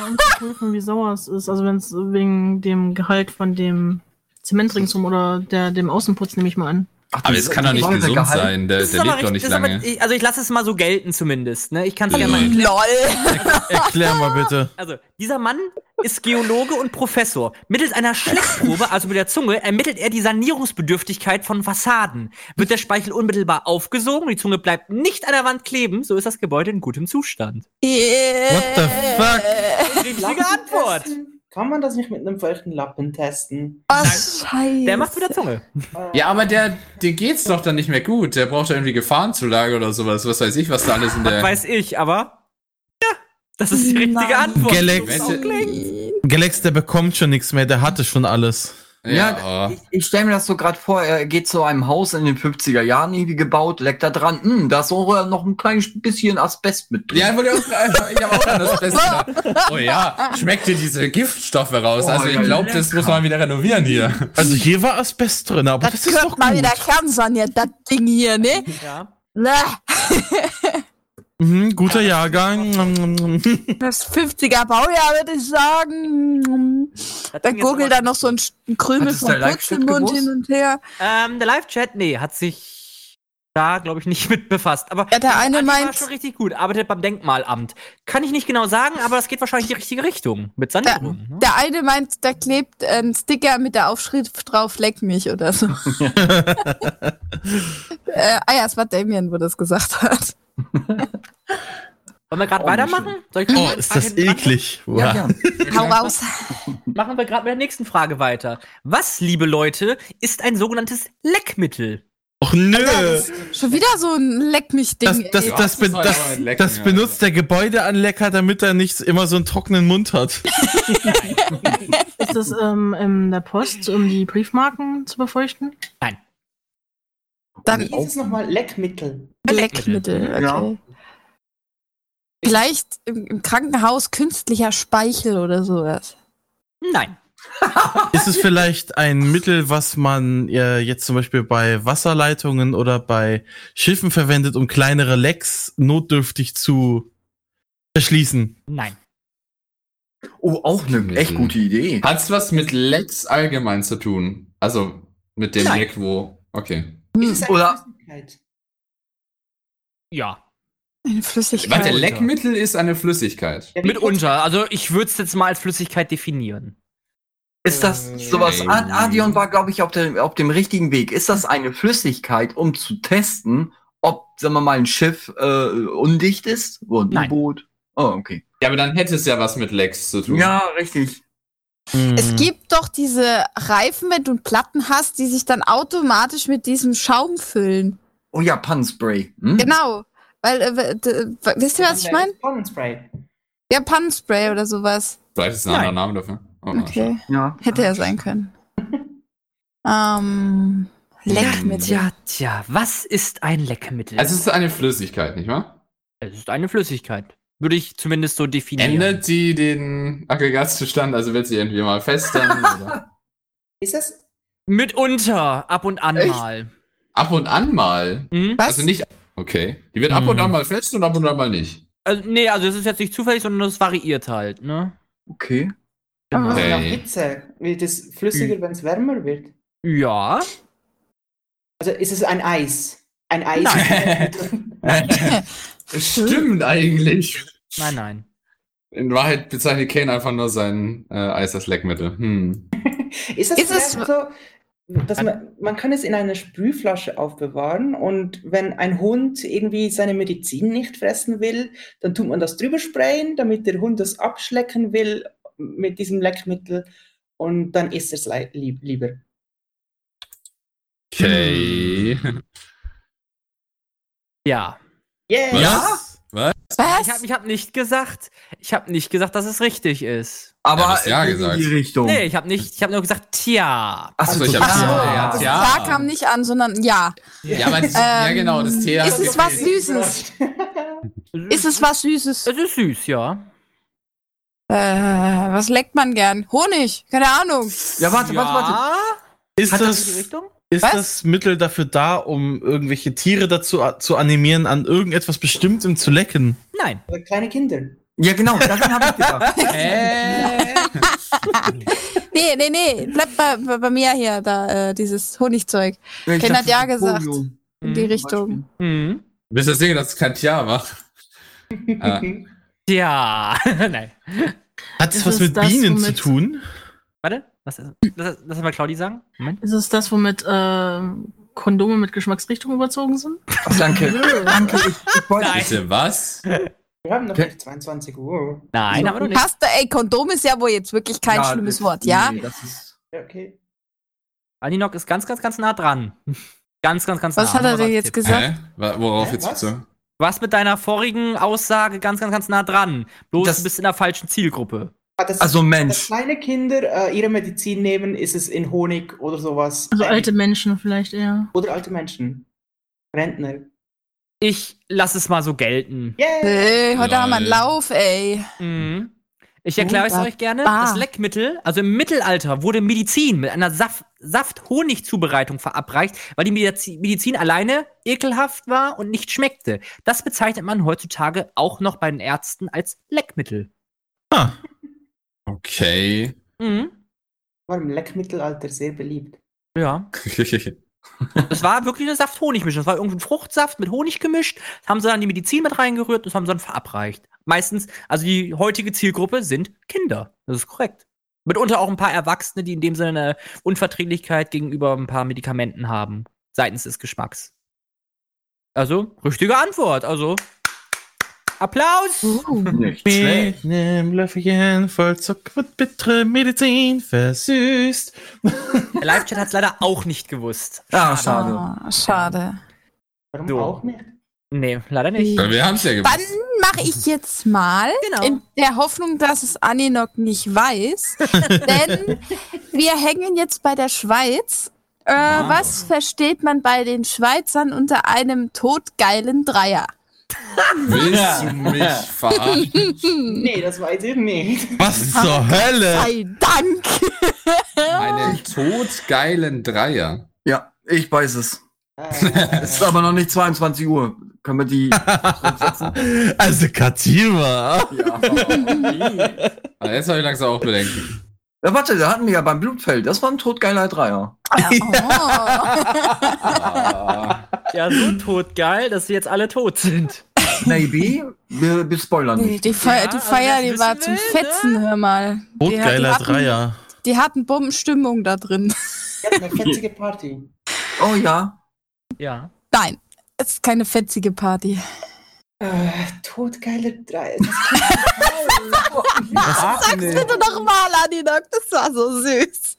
Speaker 12: um zu prüfen, wie sauer es ist. Also wenn es wegen dem Gehalt von dem Zement ringsum oder der, dem Außenputz nehme ich mal an.
Speaker 6: aber es kann doch nicht
Speaker 11: Säure
Speaker 6: gesund
Speaker 11: gehalten.
Speaker 6: sein, der,
Speaker 7: Das ist
Speaker 6: der
Speaker 7: aber
Speaker 6: lebt doch
Speaker 7: richtig-
Speaker 6: nicht
Speaker 7: das ist aber-
Speaker 6: lange. Mhm.
Speaker 7: ich- also ich lasse es mal so gelten zumindest. Ne? Ich kann es ja
Speaker 8: Genau.
Speaker 7: mal
Speaker 6: Lol.
Speaker 8: Erklär mal bitte.
Speaker 7: Also, dieser Mann ist Geologe und Professor. Mittels einer Schleckprobe, also mit der Zunge, ermittelt er die Sanierungsbedürftigkeit von Fassaden. Wird der Speichel unmittelbar aufgesogen, die Zunge bleibt nicht an der Wand kleben, so ist das Gebäude in gutem Zustand.
Speaker 5: What
Speaker 8: the fuck?
Speaker 7: Richtige Antwort!
Speaker 9: Kann man das nicht mit einem feuchten Lappen testen?
Speaker 5: Scheiße.
Speaker 7: Der macht's mit der Zunge.
Speaker 6: Ja, aber der, der geht's doch dann nicht mehr gut. Der braucht ja irgendwie Gefahrenzulage oder sowas. Was weiß ich, was da alles in der.
Speaker 7: Was weiß ich, aber. Ja, das ist die richtige Antwort.
Speaker 8: Galax.
Speaker 7: So klingt's.
Speaker 8: Galax, der bekommt schon nichts mehr, der hatte schon alles.
Speaker 11: Ja, ich, ich stelle mir das so gerade vor, er geht zu einem Haus in den 50er Jahren irgendwie gebaut, leckt da dran, hm, da ist auch äh, noch ein kleines bisschen Asbest mit drin.
Speaker 6: Ja, wollte ich auch, ich hab auch an das Beste gedacht. Oh ja, schmeckt dir diese Giftstoffe raus.
Speaker 11: Oh,
Speaker 6: also ich
Speaker 11: ja,
Speaker 6: glaube, das muss man wieder renovieren hier.
Speaker 8: Also hier war Asbest drin, aber das,
Speaker 5: Das
Speaker 8: ist doch
Speaker 5: gehört mal
Speaker 8: gut.
Speaker 5: wieder kernsaniert, das Ding hier, ne?
Speaker 7: Ja.
Speaker 5: Na,
Speaker 8: Mhm, guter Jahrgang.
Speaker 5: Das 50er Baujahr würde ich sagen. Da
Speaker 7: ging jetzt
Speaker 5: gurgelt
Speaker 7: aber-
Speaker 5: dann noch so ein, Sch- ein Krümel
Speaker 11: Hat es
Speaker 5: vom
Speaker 11: der
Speaker 5: Putz im
Speaker 11: Live-Chat
Speaker 5: Mund
Speaker 11: gewusst?
Speaker 5: hin und her.
Speaker 7: Ähm, der Live-Chat, nee, hat sich da, glaube ich, nicht mit befasst. Aber
Speaker 5: Ja, der eine
Speaker 7: Andi war
Speaker 5: meint,
Speaker 7: schon richtig gut, arbeitet beim Denkmalamt. Kann ich nicht genau sagen, aber das geht wahrscheinlich in die richtige Richtung. Mit Sanierung. ne?
Speaker 5: der eine meint, da klebt ein Sticker mit der Aufschrift drauf, leck mich oder so. äh, ah ja, es war Damien, wo das gesagt hat.
Speaker 7: Wollen wir gerade
Speaker 11: Oh,
Speaker 7: weitermachen? Soll ich
Speaker 8: Oh, ist das eklig.
Speaker 11: Ja,
Speaker 8: Wow.
Speaker 11: gern.
Speaker 5: Hau raus.
Speaker 7: Machen wir gerade mit der nächsten Frage weiter. Was, liebe Leute, ist ein sogenanntes Leckmittel?
Speaker 8: Och nö.
Speaker 11: Äh.
Speaker 5: Das ist schon wieder so ein Leck
Speaker 8: Das,
Speaker 5: mich-Ding.
Speaker 8: das,
Speaker 5: ey.
Speaker 8: das, be
Speaker 6: soll
Speaker 8: das,
Speaker 6: aber lecken,
Speaker 8: das
Speaker 6: ja.
Speaker 8: benutzt der Gebäudeanlecker, damit er nicht immer so einen trockenen Mund hat.
Speaker 12: Ist das ähm, in der Post, um die Briefmarken zu befeuchten?
Speaker 5: Dann
Speaker 9: Wie hieß es nochmal? Leckmittel.
Speaker 5: Leckmittel, okay.
Speaker 11: Ja.
Speaker 5: Vielleicht im, im Krankenhaus künstlicher Speichel oder sowas.
Speaker 7: Nein.
Speaker 8: Ist es vielleicht ein Mittel, was man äh, jetzt zum Beispiel bei Wasserleitungen oder bei Schiffen verwendet, um kleinere Lecks notdürftig zu verschließen?
Speaker 7: Nein.
Speaker 11: Oh, auch eine echt gute Idee.
Speaker 6: Hat's was mit Lecks allgemein zu tun? Also mit dem
Speaker 7: Nein.
Speaker 6: Leck, wo. Okay.
Speaker 7: Hm.
Speaker 9: Ist es eine
Speaker 11: Oder-
Speaker 9: Flüssigkeit?
Speaker 7: Ja.
Speaker 5: Eine
Speaker 6: Warte,
Speaker 5: Flüssigkeit.
Speaker 6: Leckmittel ist eine Flüssigkeit.
Speaker 9: Ja, wie
Speaker 7: Mitunter. Also ich würde es jetzt mal als Flüssigkeit definieren.
Speaker 11: Ist das sowas? Ad- Adion war, glaube ich, auf, der, auf dem richtigen Weg. Ist das eine Flüssigkeit, um zu testen, ob, sagen wir mal, ein Schiff äh, undicht ist? Oder ein
Speaker 7: Nein.
Speaker 11: U-Boot? Oh, okay.
Speaker 6: Ja, aber dann hätte es ja was mit Lecks zu tun.
Speaker 11: Ja, richtig.
Speaker 5: Es
Speaker 7: Mhm.
Speaker 8: Hm.
Speaker 5: gibt doch diese Reifen, wenn du einen Platten hast, die sich dann automatisch mit diesem Schaum füllen.
Speaker 11: Oh ja, Pannenspray.
Speaker 7: Mhm.
Speaker 11: Hm?
Speaker 5: Genau. Weil, äh, d- w- wisst ihr, was ich meine?
Speaker 9: Pannenspray.
Speaker 5: Ja, Pannenspray oder sowas.
Speaker 6: Vielleicht ist es ein
Speaker 7: Nein.
Speaker 6: anderer Name dafür. Oh,
Speaker 5: Okay.
Speaker 11: Ja.
Speaker 5: Hätte er sein können. ähm, Leckmittel.
Speaker 7: Ja, tja, was ist ein Leckmittel?
Speaker 6: Also es ist eine Flüssigkeit, nicht wahr?
Speaker 7: Es ist eine Flüssigkeit. Würde ich zumindest so definieren.
Speaker 6: Ändert die den Aggregatzustand, also wird sie irgendwie mal fester oder?
Speaker 9: Ist das?
Speaker 7: Mitunter, ab und an mal.
Speaker 6: Ab und an mal.
Speaker 7: Was?
Speaker 6: Also nicht. Okay. Die wird ab und an mal fest und ab und an mal nicht.
Speaker 7: Also, nee, also es ist jetzt nicht zufällig, sondern es variiert halt, ne?
Speaker 6: Okay.
Speaker 9: Das ist nach
Speaker 6: Okay.
Speaker 9: Hitze. Wird es flüssiger, wenn es wärmer wird?
Speaker 7: Ja.
Speaker 9: Also ist es ein Eis? Ein Eis?
Speaker 6: Stimmt eigentlich.
Speaker 7: Nein, nein.
Speaker 6: In Wahrheit bezeichnet Kane einfach nur sein äh, Eis als Leckmittel. Hm.
Speaker 9: Ist das
Speaker 5: Ist es-
Speaker 9: vielleicht so, dass man, man kann es in einer Sprühflasche aufbewahren und wenn ein Hund irgendwie seine Medizin nicht fressen will, dann tut man das drüber sprayen, damit der Hund das abschlecken will mit diesem Leckmittel und dann isst er es lei- lieb, lieber.
Speaker 6: Okay.
Speaker 7: Ja.
Speaker 9: Yeah.
Speaker 7: Ja?
Speaker 6: Was?
Speaker 7: Ich habe ich hab nicht gesagt, ich habe nicht gesagt, dass es richtig ist.
Speaker 11: Aber
Speaker 6: Ja, du hast ja
Speaker 11: in
Speaker 6: gesagt.
Speaker 11: die Richtung.
Speaker 7: Nee, ich habe nicht, ich habe nur gesagt, tja.
Speaker 6: Achso, ich
Speaker 5: Ach Also so.
Speaker 6: habe
Speaker 5: Das Ja kam nicht an, sondern ja.
Speaker 6: Ja, aber das- ja, genau, das Tee hat
Speaker 5: Ist es was Süßes? ist es was Süßes?
Speaker 7: Es ist süß, ja.
Speaker 5: Äh, was leckt man gern? Honig? Keine Ahnung.
Speaker 11: Ja, warte,
Speaker 7: Ja.
Speaker 11: warte, warte.
Speaker 8: Ist
Speaker 7: Hat das
Speaker 8: das-
Speaker 7: die Richtung?
Speaker 8: Ist
Speaker 5: Was?
Speaker 8: das Mittel dafür da, um irgendwelche Tiere dazu a- zu animieren, an irgendetwas Bestimmtem zu lecken?
Speaker 7: Nein.
Speaker 9: Oder kleine Kinder.
Speaker 11: Ja, genau, daran habe ich gedacht.
Speaker 5: Nee, nee, nee. Bleib bei, bei, bei mir hier, da, äh, dieses Honigzeug.
Speaker 11: Ich
Speaker 5: Ken hat
Speaker 11: dachte,
Speaker 5: ja gesagt.
Speaker 11: Polio.
Speaker 5: In die
Speaker 7: Mhm,
Speaker 5: Richtung.
Speaker 7: Mhm.
Speaker 6: Bis das Ding, dass es kein Tja macht. Ah.
Speaker 7: Tja. Nein.
Speaker 8: Hat es
Speaker 12: Ist
Speaker 8: was
Speaker 12: es
Speaker 8: mit
Speaker 12: das,
Speaker 8: Bienen zu
Speaker 12: womit-
Speaker 8: tun?
Speaker 7: Warte, lass, lass, lass mal Claudi sagen. Moment.
Speaker 12: Ist es das, womit ähm, Kondome mit Geschmacksrichtung überzogen sind?
Speaker 11: Danke. Danke. Ich, ich wollte
Speaker 6: Bitte was?
Speaker 9: Wir haben noch
Speaker 11: Okay.
Speaker 9: nicht 22 Uhr.
Speaker 7: Nein, aber du nicht.
Speaker 5: Passt, ey, Kondom ist ja wohl jetzt wirklich kein
Speaker 11: Ja,
Speaker 5: schlimmes
Speaker 11: das-
Speaker 5: Wort, ja?
Speaker 11: nee, das ist-
Speaker 9: Ja, okay.
Speaker 7: Aninok ist ganz, ganz, ganz nah dran. Ganz, ganz, ganz nah.
Speaker 5: Was hat er denn
Speaker 7: Nur als
Speaker 5: jetzt
Speaker 7: Tipp.
Speaker 5: gesagt?
Speaker 6: Hä? Wa- Worauf
Speaker 9: Hä,
Speaker 6: jetzt
Speaker 9: was?
Speaker 6: so?
Speaker 7: Was mit deiner vorigen Aussage ganz, ganz, ganz nah dran. Bloß
Speaker 11: Das-
Speaker 7: du bist in der falschen Zielgruppe.
Speaker 9: Ah, das-
Speaker 11: Also
Speaker 9: Dass
Speaker 11: Mensch.
Speaker 9: kleine Kinder äh, ihre Medizin nehmen, ist es in Honig oder sowas.
Speaker 12: Also alte Menschen vielleicht eher.
Speaker 9: Oder alte Menschen. Rentner.
Speaker 7: Ich lass es mal so gelten.
Speaker 9: Yay!
Speaker 5: Hey, heute
Speaker 6: Lol.
Speaker 5: haben wir einen Lauf, ey.
Speaker 7: Mhm. Ich erkläre es euch gerne.
Speaker 5: Wunderbar.
Speaker 7: Das Leckmittel, also im Mittelalter, wurde Medizin mit einer Saf Saft-Honig-Zubereitung verabreicht, weil die Mediz Medizin alleine ekelhaft war und nicht schmeckte. Das bezeichnet man heutzutage auch noch bei den Ärzten als Leckmittel.
Speaker 6: Okay.
Speaker 7: Mhm.
Speaker 9: War im Leckmittelalter sehr beliebt.
Speaker 7: Ja. Das war wirklich eine Saft-Honig-Mischung. Das war irgendein Fruchtsaft mit Honig gemischt. Das haben sie dann die Medizin mit reingerührt und das haben sie dann verabreicht. Meistens, also die heutige Zielgruppe sind Kinder. Das ist korrekt. Mitunter auch ein paar Erwachsene, die in dem Sinne eine Unverträglichkeit gegenüber ein paar Medikamenten haben. Seitens des Geschmacks. Also, richtige Antwort. Also, Applaus.
Speaker 11: Nicht
Speaker 8: Mit einem Löffelchen voll Zucker wird bittere Medizin versüßt.
Speaker 7: Der Live-Chat hat es leider auch nicht gewusst.
Speaker 11: Ah, schade.
Speaker 5: Ah, schade.
Speaker 9: Warum
Speaker 7: So.
Speaker 9: auch nicht?
Speaker 7: Nee, leider nicht.
Speaker 6: Weil wir haben es ja
Speaker 5: Dann
Speaker 6: gewusst.
Speaker 5: mache ich jetzt mal,
Speaker 7: Genau.
Speaker 5: in der Hoffnung, dass es Aninok nicht weiß, denn wir hängen jetzt bei der Schweiz. Äh, Was versteht man bei den Schweizern unter einem todgeilen Dreier?
Speaker 6: Willst du mich verarschen?
Speaker 9: Nee, das weiß ich nicht.
Speaker 8: Was
Speaker 5: Ah,
Speaker 8: zur Hölle?
Speaker 5: Sei Dank!
Speaker 6: Einen todgeilen Dreier.
Speaker 11: Ja, ich weiß es.
Speaker 9: Äh,
Speaker 11: Es ist aber noch nicht 22 Uhr. Können wir die.
Speaker 8: Also Katima.
Speaker 11: ja.
Speaker 6: Ah, jetzt habe ich langsam auch Bedenken.
Speaker 11: ja, warte, da hatten wir ja beim Blutfeld. Das war ein totgeiler Dreier.
Speaker 5: Oh.
Speaker 6: Ah.
Speaker 7: Ja, so totgeil, dass sie jetzt alle tot sind.
Speaker 11: Maybe. Wir, wir spoilern
Speaker 5: Die,
Speaker 11: nicht.
Speaker 5: die Feier,
Speaker 7: Ja,
Speaker 5: die,
Speaker 7: also
Speaker 5: Feier
Speaker 7: wer
Speaker 5: die
Speaker 7: es
Speaker 5: war
Speaker 7: wissen
Speaker 5: zum
Speaker 7: will,
Speaker 5: Fetzen, hör mal. Die, hat- die,
Speaker 8: Totgeiler
Speaker 5: hatten,
Speaker 8: Dreier.
Speaker 5: die hatten Bombenstimmung da drin.
Speaker 9: ich hatte eine fetzige Party.
Speaker 11: Oh ja.
Speaker 7: Ja.
Speaker 5: Nein, es ist keine fetzige Party.
Speaker 9: Äh, totgeile drei.
Speaker 5: Sag's bitte nochmal, Aninok, das war so süß.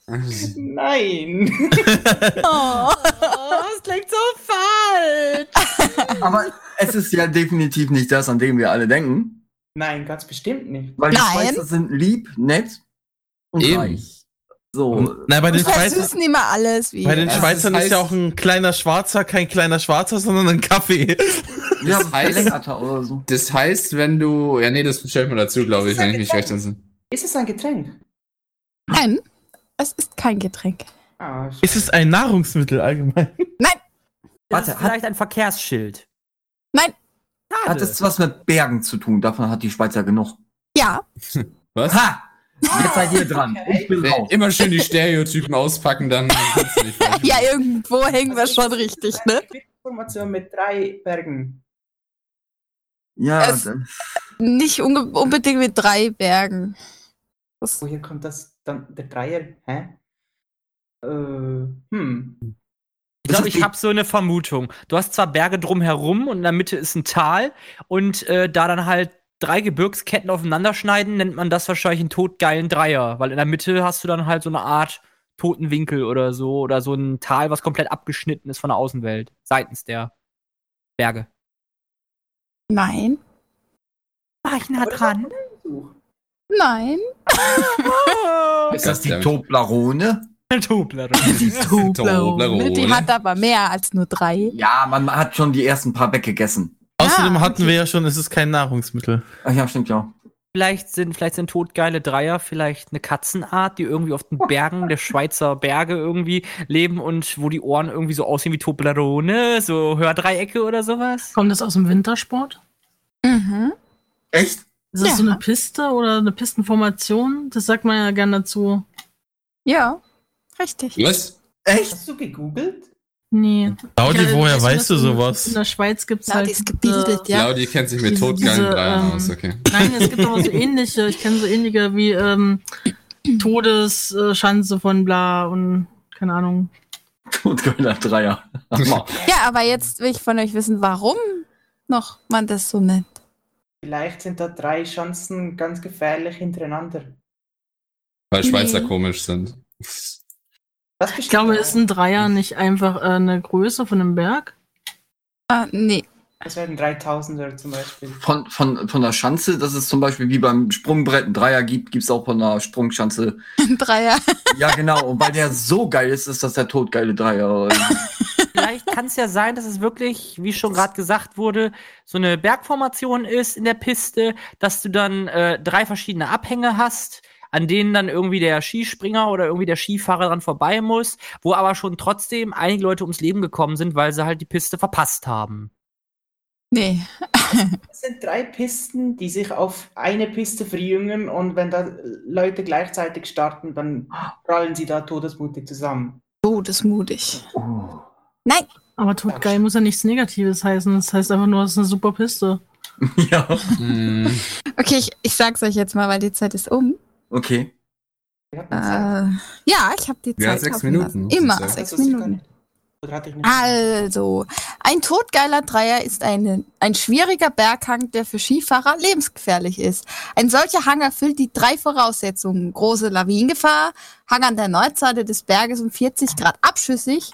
Speaker 9: Nein.
Speaker 5: Oh.
Speaker 7: das klingt so falsch.
Speaker 11: Aber es ist ja definitiv nicht das, an dem wir alle denken.
Speaker 9: Nein, ganz bestimmt nicht.
Speaker 11: Weil die
Speaker 5: Nein.
Speaker 11: Schweizer sind lieb, nett und
Speaker 6: Eben.
Speaker 11: reich. So.
Speaker 8: Nein, bei den
Speaker 5: Wir
Speaker 8: Schweizern,
Speaker 5: versüßen immer alles. Wie
Speaker 8: bei den
Speaker 5: Ja.
Speaker 8: Schweizern
Speaker 5: Das
Speaker 8: ist ja
Speaker 5: heißt-
Speaker 8: auch ein kleiner Schwarzer kein kleiner Schwarzer, sondern ein Kaffee.
Speaker 11: Ja,
Speaker 6: Das heißt, das heißt, wenn du. Ja, nee, das stellt man dazu, glaube ich, wenn ich mich recht entsinne.
Speaker 9: Ist es ein Getränk?
Speaker 5: Nein, es ist kein Getränk.
Speaker 9: Ah,
Speaker 8: Ist es ein Nahrungsmittel allgemein?
Speaker 7: Warte, ist vielleicht ein Verkehrsschild.
Speaker 5: Nein,
Speaker 11: Hat es was mit Bergen zu tun? Davon hat die Schweizer genug.
Speaker 5: ja.
Speaker 6: Was?
Speaker 11: Ha! Jetzt seid ihr dran. Ich bin raus.
Speaker 6: Immer schön die Stereotypen auspacken, dann. kannst du nicht falsch
Speaker 5: Ja, irgendwo hängen wir schon richtig, ne?
Speaker 9: Information mit drei Bergen.
Speaker 11: Ja,
Speaker 5: Es- Nicht unge- unbedingt mit drei Bergen.
Speaker 9: Woher kommt das dann, der Dreier? Hä? Äh, hm.
Speaker 7: Ich glaube, ich habe so eine Vermutung. Du hast zwar Berge drumherum und in der Mitte ist ein Tal und äh, da dann halt drei Gebirgsketten aufeinander schneiden, nennt man das wahrscheinlich einen totgeilen Dreier, weil in der Mitte hast du dann halt so eine Art toten Winkel oder so oder so ein Tal, was komplett abgeschnitten ist von der Außenwelt seitens der Berge.
Speaker 5: Nein.
Speaker 7: War ich nah dran?
Speaker 5: Nein.
Speaker 11: Ist das die Toblerone?
Speaker 7: Toblerone.
Speaker 11: Die
Speaker 5: Ne, Die hat aber mehr als nur drei.
Speaker 11: Ja, man hat schon die ersten paar weggegessen.
Speaker 5: Ah,
Speaker 8: Außerdem hatten wir ja schon, es ist kein Nahrungsmittel.
Speaker 11: Ach ja, stimmt ja.
Speaker 7: Vielleicht sind, vielleicht sind totgeile Dreier vielleicht eine Katzenart, die irgendwie auf den Bergen der Schweizer Berge irgendwie leben und wo die Ohren irgendwie so aussehen wie Toblerone, so Hördreiecke oder sowas.
Speaker 12: Kommt das aus dem Wintersport?
Speaker 5: Mhm.
Speaker 11: Echt?
Speaker 12: Ist das
Speaker 5: Ja.
Speaker 12: so eine Piste oder eine Pistenformation? Das sagt man ja gerne dazu.
Speaker 5: Ja, richtig.
Speaker 6: Was?
Speaker 11: Echt?
Speaker 9: Hast du gegoogelt?
Speaker 12: Nee.
Speaker 8: Claudi,
Speaker 12: Ja,
Speaker 8: woher
Speaker 12: das-
Speaker 8: weißt du
Speaker 12: das- In
Speaker 8: sowas?
Speaker 12: der Schweiz gibt's
Speaker 5: Claudi
Speaker 12: halt.
Speaker 5: ist gebildet,
Speaker 12: äh,
Speaker 5: ja.
Speaker 6: Claudi kennt sich mit
Speaker 12: Diese-
Speaker 6: totgeilen
Speaker 12: diese,
Speaker 6: Dreien
Speaker 12: ähm,
Speaker 6: aus, okay.
Speaker 12: Nein, es gibt aber so ähnliche. Ich kenne so ähnliche wie ähm, Todesschanze von bla und keine Ahnung.
Speaker 11: Totgeiler Dreier.
Speaker 5: Ja, aber jetzt will ich von euch wissen, warum noch man das so nennt.
Speaker 9: Vielleicht sind da drei Chancen ganz gefährlich hintereinander.
Speaker 6: Weil Schweizer
Speaker 5: Nee.
Speaker 6: komisch sind.
Speaker 9: Das
Speaker 12: Ich glaube, ist ein Dreier nicht einfach äh, eine Größe von einem Berg?
Speaker 5: Ah, nee.
Speaker 9: Das werden 3000er zum Beispiel.
Speaker 11: Von, von, von der Schanze, dass es zum Beispiel wie beim Sprungbrett einen Dreier gibt, gibt es auch von der Sprungschanze.
Speaker 5: Ein Dreier.
Speaker 11: Ja, genau. Und weil der so geil ist, ist das der totgeile Dreier.
Speaker 7: Vielleicht kann es ja sein, dass es wirklich, wie schon gerade gesagt wurde, so eine Bergformation ist in der Piste, dass du dann äh, drei verschiedene Abhänge hast, an denen dann irgendwie der Skispringer oder irgendwie der Skifahrer dran vorbei muss, wo aber schon trotzdem einige Leute ums Leben gekommen sind, weil sie halt die Piste verpasst haben.
Speaker 5: Nee.
Speaker 9: Es sind drei Pisten, die sich auf eine Piste verjüngen und wenn da Leute gleichzeitig starten, dann rollen sie da todesmutig zusammen.
Speaker 5: Oh, Todesmutig. Nein.
Speaker 12: Aber totgeil muss ja nichts Negatives heißen. Das heißt einfach nur, es ist eine super Piste.
Speaker 11: ja.
Speaker 6: Hm,
Speaker 5: Okay, ich, ich sag's euch jetzt mal, weil die Zeit ist um.
Speaker 11: Okay.
Speaker 5: Äh, ja, ich habe die Zeit.
Speaker 6: Ja, sechs
Speaker 5: laufen
Speaker 6: Minuten, muss
Speaker 5: Lassen.
Speaker 6: ich
Speaker 5: Immer
Speaker 6: sagen.
Speaker 5: sechs
Speaker 9: Das ist
Speaker 5: Minuten.
Speaker 9: Also Oder hatte ich nicht?
Speaker 5: Also, ein totgeiler Dreier ist eine, ein schwieriger Berghang, der für Skifahrer lebensgefährlich ist. Ein solcher Hang erfüllt die drei Voraussetzungen. Große Lawinengefahr, Hang an der Nordseite des Berges um 40 Grad abschüssig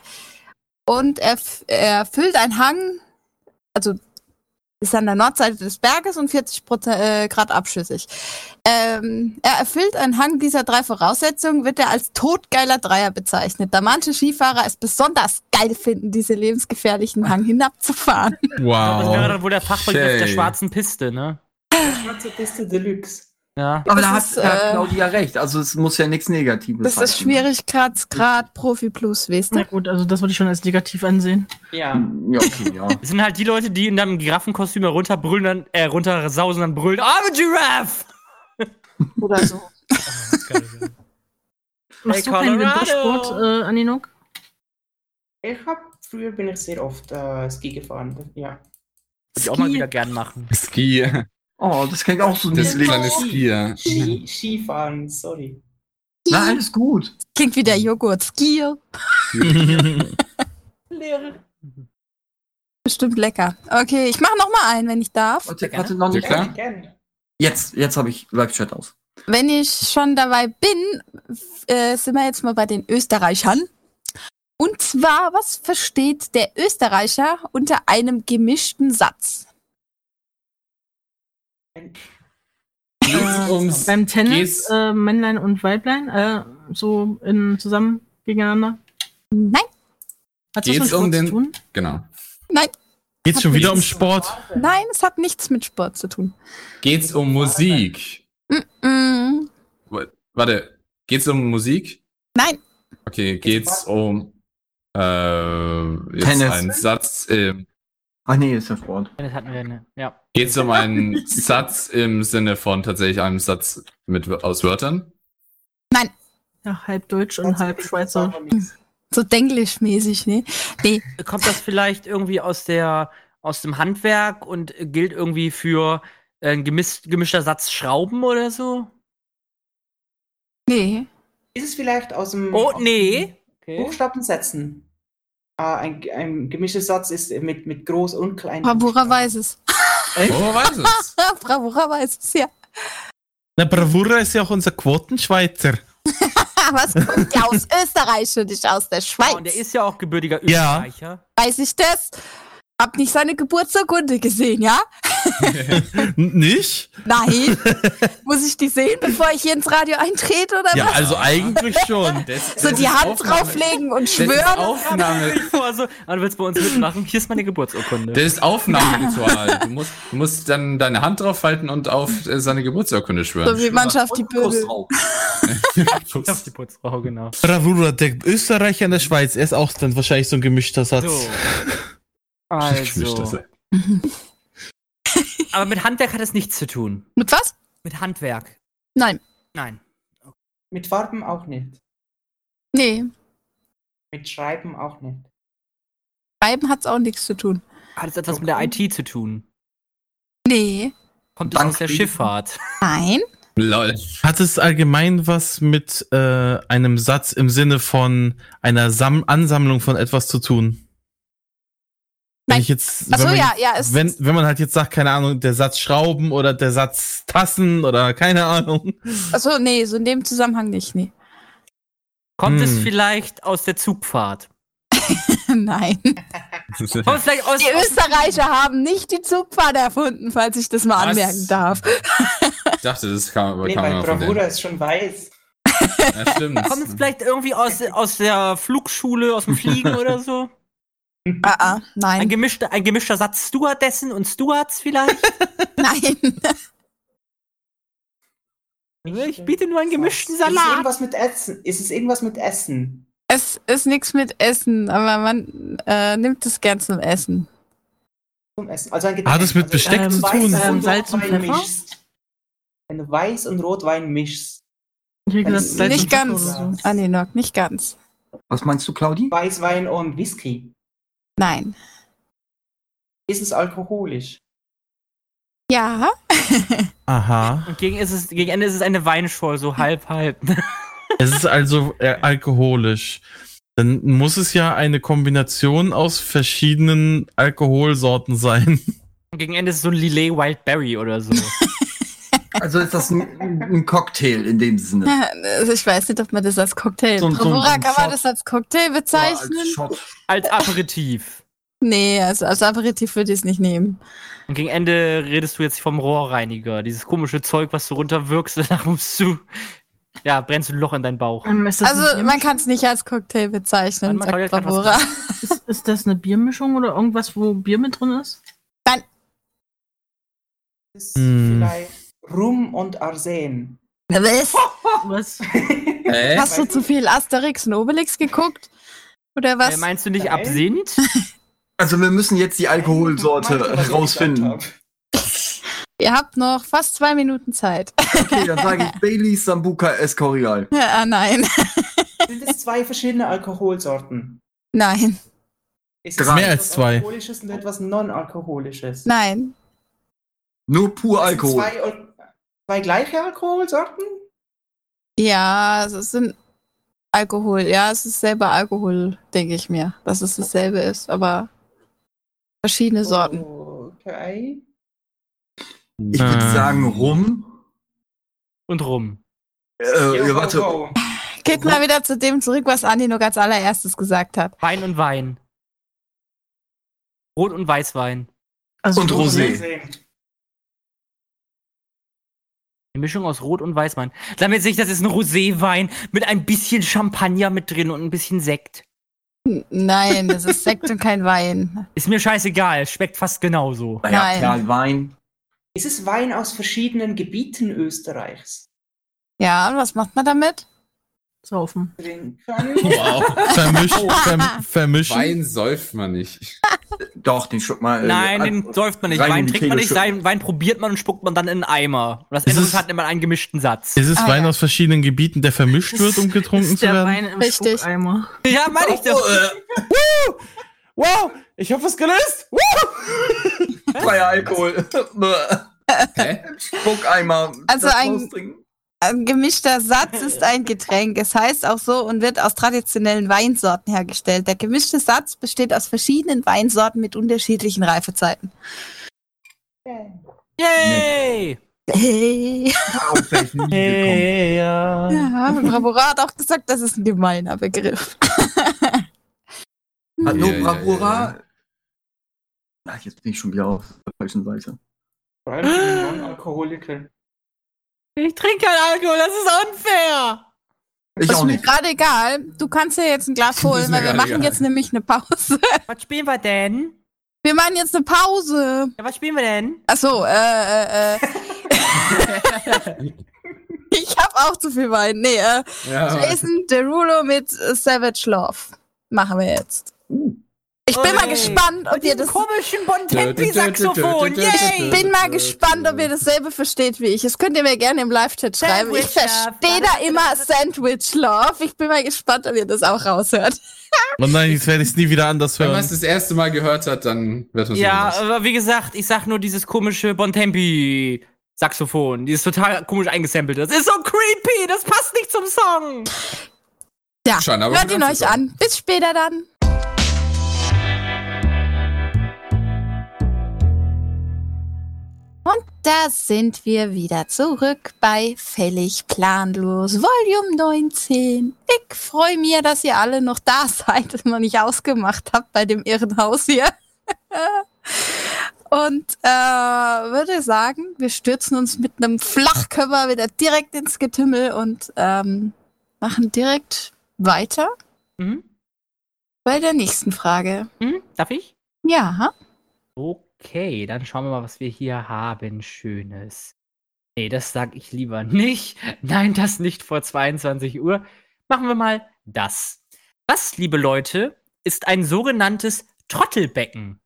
Speaker 5: und er, f- er erfüllt ein Hang, also ist an der Nordseite des Berges und 40 Prozent, äh, Grad abschüssig. Ähm, er erfüllt einen Hang dieser drei Voraussetzungen, wird er als totgeiler Dreier bezeichnet, da manche Skifahrer es besonders geil finden, diese lebensgefährlichen Hang hinabzufahren.
Speaker 7: Das
Speaker 6: Oh,
Speaker 7: wäre
Speaker 8: Wow.
Speaker 7: dann wohl Also der Fachbegriff
Speaker 6: Shay.
Speaker 7: der schwarzen Piste, ne?
Speaker 9: Schwarze Piste Deluxe.
Speaker 7: Ja.
Speaker 5: Das
Speaker 11: Aber da hat,
Speaker 5: ist,
Speaker 11: da hat
Speaker 5: äh,
Speaker 11: Claudia recht. Also es muss ja nichts Negatives
Speaker 5: Das ist Schwierigkeitsgrad Profi Plus, weißt
Speaker 12: Na
Speaker 5: du?
Speaker 12: gut, also das würde ich schon als negativ ansehen.
Speaker 9: Ja.
Speaker 11: Ja, okay, ja.
Speaker 7: Es sind halt die Leute, die in deinem Giraffenkostüm herunterbrüllen, dann, äh, runtersausen, dann brüllen, I'm a Giraffe!
Speaker 5: Oder so.
Speaker 12: Machst
Speaker 7: Hey,
Speaker 12: du keinen
Speaker 7: Colorado!
Speaker 12: Wintersport, äh, Aninok?
Speaker 9: Ich hab, früher bin ich sehr oft äh, Ski gefahren. Ja.
Speaker 7: Würde ich auch mal
Speaker 12: Ski.
Speaker 7: wieder gern machen.
Speaker 6: Ski.
Speaker 11: Oh, das klingt auch so
Speaker 6: Das
Speaker 11: nicht
Speaker 6: kleine Skier.
Speaker 5: Genau.
Speaker 9: Ski, Skifahren, sorry.
Speaker 11: Na, alles gut.
Speaker 5: Klingt wie der Joghurt. Skier. Bestimmt lecker. Okay, ich mache nochmal einen, wenn ich darf.
Speaker 11: Warte, warte noch nicht.
Speaker 6: Ja, klar.
Speaker 9: Gerne.
Speaker 11: Jetzt, jetzt habe ich Live-Chat aus.
Speaker 5: Wenn ich schon dabei bin, f- äh, sind wir jetzt mal bei den Österreichern. Und zwar, was versteht der Österreicher unter einem gemischten Satz?
Speaker 6: Geht's ums,
Speaker 12: Beim Tennis, äh, Männlein und Weiblein, äh, so in, zusammen gegeneinander?
Speaker 5: Nein.
Speaker 12: Hat das
Speaker 6: geht's
Speaker 12: mit
Speaker 6: um
Speaker 12: Sport
Speaker 6: den.
Speaker 12: zu tun?
Speaker 6: Genau.
Speaker 5: Nein.
Speaker 8: Geht's
Speaker 5: Hat
Speaker 8: schon wieder um
Speaker 5: nichts-
Speaker 8: Sport?
Speaker 5: Nein, es hat nichts mit Sport zu tun.
Speaker 6: Geht's um Musik?
Speaker 5: Mm,
Speaker 6: Wa- Warte, geht's um Musik?
Speaker 5: Nein.
Speaker 6: Okay, geht's um äh, jetzt
Speaker 11: Tennis.
Speaker 6: einen Satz im,
Speaker 11: Ach nee, ist ja Sport.
Speaker 7: Das hatten wir, ne? Ja.
Speaker 6: geht's um einen Satz im Sinne von tatsächlich einem Satz mit aus Wörtern?
Speaker 12: Ja, halb Deutsch und halb Schweizer.
Speaker 5: So denglisch-mäßig, ne? Nee.
Speaker 7: Kommt das vielleicht irgendwie aus der aus dem Handwerk und äh, gilt irgendwie für äh, ein gemis gemischter Satz Schrauben oder so?
Speaker 5: Nee.
Speaker 9: Ist es vielleicht aus dem
Speaker 7: Oh, nee.
Speaker 9: Buchstaben setzen? Ah, ein, ein gemischtes Satz ist mit, mit groß und klein.
Speaker 5: Bravura weiß es.
Speaker 6: Wo Oh, weiß es?
Speaker 5: Bravura weiß es, ja.
Speaker 8: Na, Bravura ist ja auch unser Quotenschweizer.
Speaker 5: Was kommt ja aus Österreich und nicht aus der Schweiz?
Speaker 7: Und der ist ja auch gebürtiger
Speaker 8: Ja.
Speaker 7: Österreicher.
Speaker 5: Weiß ich das? Hab nicht seine Geburtsurkunde gesehen, ja?
Speaker 8: N nicht?
Speaker 5: Nein. Muss ich die sehen, bevor ich hier ins Radio eintrete oder
Speaker 8: Ja,
Speaker 5: was?
Speaker 8: also
Speaker 6: Ah.
Speaker 8: eigentlich schon.
Speaker 5: So die Hand drauflegen und schwören.
Speaker 6: Aufnahme,
Speaker 7: Also, ah, du willst bei uns mitmachen? Hier ist meine Geburtsurkunde.
Speaker 6: das ist Aufnahmeritual. Du musst, du musst dann deine Hand draufhalten und auf äh, seine Geburtsurkunde
Speaker 5: So
Speaker 6: schwören.
Speaker 5: wie Also, Mannschaft die Böbel.
Speaker 7: Ich hab die Putzfrau, genau.
Speaker 8: Bravura, der Österreicher in der Schweiz, er ist auch dann wahrscheinlich so ein gemischter Satz.
Speaker 7: So.
Speaker 6: Gemischter
Speaker 7: Also.
Speaker 6: Satz.
Speaker 7: Aber mit Handwerk hat es nichts zu tun.
Speaker 5: Mit was?
Speaker 7: Mit Handwerk.
Speaker 5: Nein.
Speaker 7: Nein.
Speaker 9: Mit Farben auch nicht.
Speaker 5: Nee.
Speaker 9: Mit Schreiben auch nicht.
Speaker 5: Schreiben hat's auch nichts zu tun.
Speaker 7: Hat es etwas mit der IT zu tun?
Speaker 5: Nee.
Speaker 7: Kommt es aus der Schifffahrt?
Speaker 5: Nein.
Speaker 6: Lol.
Speaker 8: Hat es allgemein was mit äh, einem Satz im Sinne von einer Sam Ansammlung von etwas zu tun? Wenn
Speaker 5: Nein.
Speaker 8: ich jetzt,
Speaker 5: Ach so,
Speaker 8: wenn, man,
Speaker 5: ja, ja, es-
Speaker 8: wenn, wenn man halt jetzt sagt, keine Ahnung, der Satz Schrauben oder der Satz Tassen oder keine Ahnung.
Speaker 5: Achso, nee, so in dem Zusammenhang nicht, nee.
Speaker 7: Kommt es
Speaker 8: Hm.
Speaker 7: vielleicht aus der Zugfahrt?
Speaker 5: Nein.
Speaker 7: Kommt es vielleicht aus,
Speaker 5: Die
Speaker 7: aus
Speaker 5: Österreicher haben nicht die Zugfahrt erfunden, falls ich das mal
Speaker 6: Was?
Speaker 5: anmerken darf.
Speaker 6: Ich dachte, das kam,
Speaker 9: Nee,
Speaker 6: kam
Speaker 9: weil
Speaker 6: immer von
Speaker 9: Bravura
Speaker 6: denen.
Speaker 9: ist schon weiß.
Speaker 6: Ja, stimmt.
Speaker 7: kommt es vielleicht irgendwie aus, aus der Flugschule, aus dem Fliegen oder so?
Speaker 5: Ah, ah,
Speaker 7: Ein
Speaker 5: nein.
Speaker 7: gemischter, ein gemischter Satz Stewardessen und Stewards vielleicht?
Speaker 5: Nein.
Speaker 7: Ich biete nur einen gemischten
Speaker 9: Ist es
Speaker 7: Salat.
Speaker 9: irgendwas mit Essen? Ist es irgendwas mit Essen?
Speaker 5: Es ist nichts mit Essen, aber man äh, nimmt es gern zum Essen.
Speaker 9: Zum Essen. Also ein Getränk.
Speaker 8: Hat es mit
Speaker 9: also
Speaker 8: Besteck
Speaker 12: ähm,
Speaker 8: zu
Speaker 9: Weiß
Speaker 8: tun?
Speaker 12: Ähm,
Speaker 9: und
Speaker 12: Salz und
Speaker 9: Rotwein
Speaker 12: Pfeffer?
Speaker 9: mischst. Wenn du Weiß und Rotwein mischst.
Speaker 12: Ich hätte gesagt,
Speaker 9: Nicht
Speaker 12: Salz und
Speaker 5: nicht
Speaker 12: Pfeffer
Speaker 5: ganz.
Speaker 12: oder so.
Speaker 5: Ah, nee, Nock, nicht ganz.
Speaker 11: Was meinst du, Claudi?
Speaker 9: Weißwein und Whisky.
Speaker 5: Nein.
Speaker 9: Ist es alkoholisch?
Speaker 5: Ja,
Speaker 8: Aha.
Speaker 7: Und gegen, ist es, gegen Ende ist es eine Weinschorle, so halb, halb.
Speaker 8: Es ist also äh, alkoholisch. Dann muss es ja eine Kombination aus verschiedenen Alkoholsorten sein.
Speaker 7: Und gegen Ende ist es so ein Lillet Wildberry oder so.
Speaker 11: Also ist das ein, ein Cocktail in dem Sinne.
Speaker 5: also ich weiß nicht, ob man das als Cocktail.
Speaker 11: So ein- so ein-
Speaker 5: Bravura
Speaker 11: so ein
Speaker 5: kann man
Speaker 11: Shot.
Speaker 5: das als Cocktail
Speaker 11: Oder als
Speaker 5: bezeichnen?
Speaker 11: Shot.
Speaker 7: Als Aperitif.
Speaker 5: nee, also als Aperitif würde ich es nicht nehmen.
Speaker 7: Und gegen Ende redest du jetzt vom Rohrreiniger. Dieses komische Zeug, was du runterwirkst, danach musst du. Ja, brennst du ein Loch in deinen Bauch.
Speaker 12: Ähm, ist, das
Speaker 5: Also
Speaker 12: eine
Speaker 5: man kann es nicht als Cocktail bezeichnen,
Speaker 7: Warte mal,
Speaker 5: sagt
Speaker 7: Claudia hat grad was
Speaker 5: Bravura.
Speaker 12: Bier- ist, ist das eine Biermischung oder irgendwas, wo Bier mit drin ist?
Speaker 9: Ist
Speaker 8: Hm.
Speaker 9: vielleicht Rum und Arsen.
Speaker 5: Was?
Speaker 12: Was?
Speaker 6: Hä?
Speaker 5: Hast du zu viel Asterix und Obelix geguckt? Oder was?
Speaker 7: Äh, meinst du nicht
Speaker 9: Nein.
Speaker 7: Absinth?
Speaker 11: Also wir müssen jetzt die Alkoholsorte rausfinden.
Speaker 5: Ihr habt noch fast zwei Minuten Zeit.
Speaker 11: Okay, dann sage ich Baileys, Sambuca, Escorial.
Speaker 5: ah, nein.
Speaker 9: Sind es zwei verschiedene Alkoholsorten?
Speaker 5: Nein.
Speaker 9: Ist
Speaker 11: Drei.
Speaker 8: Mehr als
Speaker 9: etwas
Speaker 8: zwei.
Speaker 9: Alkoholisches und etwas Non-Alkoholisches?
Speaker 5: Nein.
Speaker 11: Nur pur
Speaker 9: Sind
Speaker 11: Alkohol.
Speaker 9: Zwei, zwei gleiche Alkoholsorten?
Speaker 5: Ja, es ist ein Alkohol. Ja, es ist selber Alkohol, denke ich mir, dass es dasselbe ist, aber
Speaker 9: Oh.
Speaker 5: verschiedene Sorten.
Speaker 9: Okay.
Speaker 11: Ich würde sagen Rum.
Speaker 7: Und rum.
Speaker 11: Äh, ja, warte.
Speaker 9: Wow, wow.
Speaker 5: Geht mal wieder zu dem zurück, was Andi noch als allererstes gesagt hat.
Speaker 7: Wein und Wein. Rot und Weißwein.
Speaker 12: Also
Speaker 11: Und Rosé.
Speaker 9: Sehen.
Speaker 7: Eine Mischung aus Rot und Weißwein. Damit sehe ich, das ist ein Roséwein mit ein bisschen Champagner mit drin und ein bisschen Sekt.
Speaker 5: Nein, das ist Sekt und kein Wein.
Speaker 7: Ist mir scheißegal, schmeckt fast genauso.
Speaker 5: Ja, Nein. klar,
Speaker 11: Wein.
Speaker 9: Es ist Wein aus verschiedenen Gebieten Österreichs.
Speaker 5: Ja, und was macht man damit?
Speaker 12: Saufen.
Speaker 6: Wow.
Speaker 8: Vermischt, verm vermischen.
Speaker 6: Wein säuft man nicht.
Speaker 11: Doch, den schluckt man. äh,
Speaker 7: Nein,
Speaker 11: an-
Speaker 7: den säuft man nicht.
Speaker 11: rein in
Speaker 7: Wein
Speaker 11: die
Speaker 7: trinkt man
Speaker 11: Kehle
Speaker 7: nicht,
Speaker 11: schlucken.
Speaker 7: Wein, Wein probiert man und spuckt man dann in einen Eimer. Und das
Speaker 8: Ist
Speaker 7: Ende
Speaker 8: es-
Speaker 7: hat immer einen gemischten Satz.
Speaker 8: Es ist
Speaker 7: Ah,
Speaker 8: Wein aus verschiedenen Gebieten, der vermischt wird, um getrunken
Speaker 12: Ist
Speaker 8: zu
Speaker 12: der
Speaker 8: werden.
Speaker 12: Wein im Richtig. Spuckeimer.
Speaker 7: Ja, meine ich das.
Speaker 8: Äh,
Speaker 10: Wow, ich habe was gelöst.
Speaker 11: Freier Alkohol. Hä? Spuckeimer.
Speaker 5: Also
Speaker 11: das
Speaker 5: ein-
Speaker 11: raustrinken.
Speaker 5: Ein gemischter Satz ist ein Getränk. Es heißt auch so und wird aus traditionellen Weinsorten hergestellt. Der gemischte Satz besteht aus verschiedenen Weinsorten mit unterschiedlichen Reifezeiten.
Speaker 7: Yay!
Speaker 5: Hey.
Speaker 11: Ah,
Speaker 10: Hey, ja.
Speaker 5: Ja, Bravura hat auch gesagt, das ist ein gemeiner Begriff.
Speaker 11: Hat nur
Speaker 6: Ja, ja,
Speaker 11: Bravura.
Speaker 6: ja,
Speaker 11: Ach, jetzt bin ich schon wieder auf der falschen Seite.
Speaker 9: Vor allem für Non-Alkoholiker.
Speaker 3: Ich trinke keinen Alkohol, das ist unfair.
Speaker 11: Ich
Speaker 5: Ist
Speaker 11: auch
Speaker 5: mir
Speaker 11: nicht.
Speaker 5: gerade egal. Du kannst dir jetzt ein Glas holen,
Speaker 6: Ist mir
Speaker 5: weil wir
Speaker 6: gerade
Speaker 5: machen
Speaker 6: egal.
Speaker 5: jetzt nämlich eine Pause.
Speaker 7: Was spielen wir denn?
Speaker 5: Wir machen jetzt eine Pause.
Speaker 7: Ja, was spielen wir denn?
Speaker 5: Achso, äh, äh, äh. ich hab auch zu viel Wein. Nee, äh,
Speaker 6: Ja.
Speaker 5: Jason Derulo mit äh, Savage Love. Machen wir jetzt. Ich bin mal
Speaker 7: Ey.
Speaker 5: gespannt, ob ihr das.
Speaker 7: Komischen Bontempi-Saxophon.
Speaker 5: Ich
Speaker 7: Yay!
Speaker 5: bin mal gespannt, ob ihr dasselbe versteht wie ich. Das könnt ihr mir gerne im Live-Chat schreiben. Ich
Speaker 7: Sandwich Love.
Speaker 5: verstehe da immer Sandwich Love. Ich bin mal gespannt, ob ihr das auch raushört.
Speaker 8: Oh nein, jetzt werde ich es nie wieder anders
Speaker 6: Wenn man es
Speaker 8: hören.
Speaker 6: das erste Mal gehört hat, dann wird man
Speaker 7: Ja, äh, aber wie gesagt, ich sag nur dieses komische Bontempi. Saxophon, dieses total komisch eingesampelt. Das ist so creepy, das passt nicht zum Song.
Speaker 5: Ja,
Speaker 6: Schon, aber
Speaker 5: hört
Speaker 6: gut
Speaker 5: ihn euch
Speaker 6: anzukommen.
Speaker 5: an. Bis später dann. Und da sind wir wieder zurück bei Fällig Planlos, Volume 19. Ich freue mich, dass ihr alle noch da seid und noch nicht ausgemacht habt bei dem Irrenhaus hier. Und äh, würde sagen, wir stürzen uns mit einem Flachkörper wieder direkt ins Getümmel und ähm, machen direkt weiter
Speaker 7: Mhm.
Speaker 5: bei der nächsten Frage.
Speaker 7: Mhm. Darf ich?
Speaker 5: Ja,
Speaker 7: Okay, dann schauen wir mal, was wir hier haben. Schönes. Nee, das sag ich lieber nicht. Nein, das nicht vor 22 Uhr. Machen wir mal das. Das, liebe Leute, ist ein sogenanntes Trottelbecken.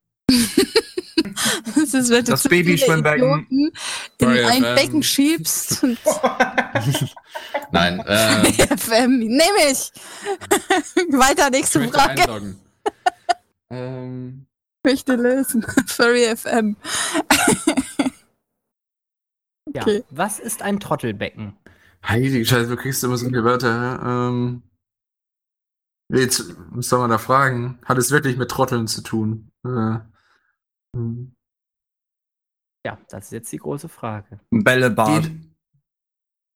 Speaker 5: das ist, wenn du
Speaker 11: Das
Speaker 5: zu viele
Speaker 11: Babyschwimmbecken.
Speaker 5: Idioten in
Speaker 6: Sorry,
Speaker 5: ein
Speaker 6: FM.
Speaker 5: Becken schiebst. Und
Speaker 6: Nein, äh,
Speaker 5: FM, nehme ich. weiter,
Speaker 6: ich
Speaker 5: nächste
Speaker 6: möchte
Speaker 5: Frage.
Speaker 6: einloggen. ähm,
Speaker 5: möchte lösen. Sorry, FM.
Speaker 7: Ja.
Speaker 5: Okay.
Speaker 7: Was ist ein Trottelbecken?
Speaker 6: heilige Scheiße, du kriegst immer so viele Wörter. Ähm, jetzt, was soll man da fragen? Hat es wirklich mit Trotteln zu tun? Äh, hm.
Speaker 7: Ja, das ist jetzt die große Frage.
Speaker 11: Ein Bällebad.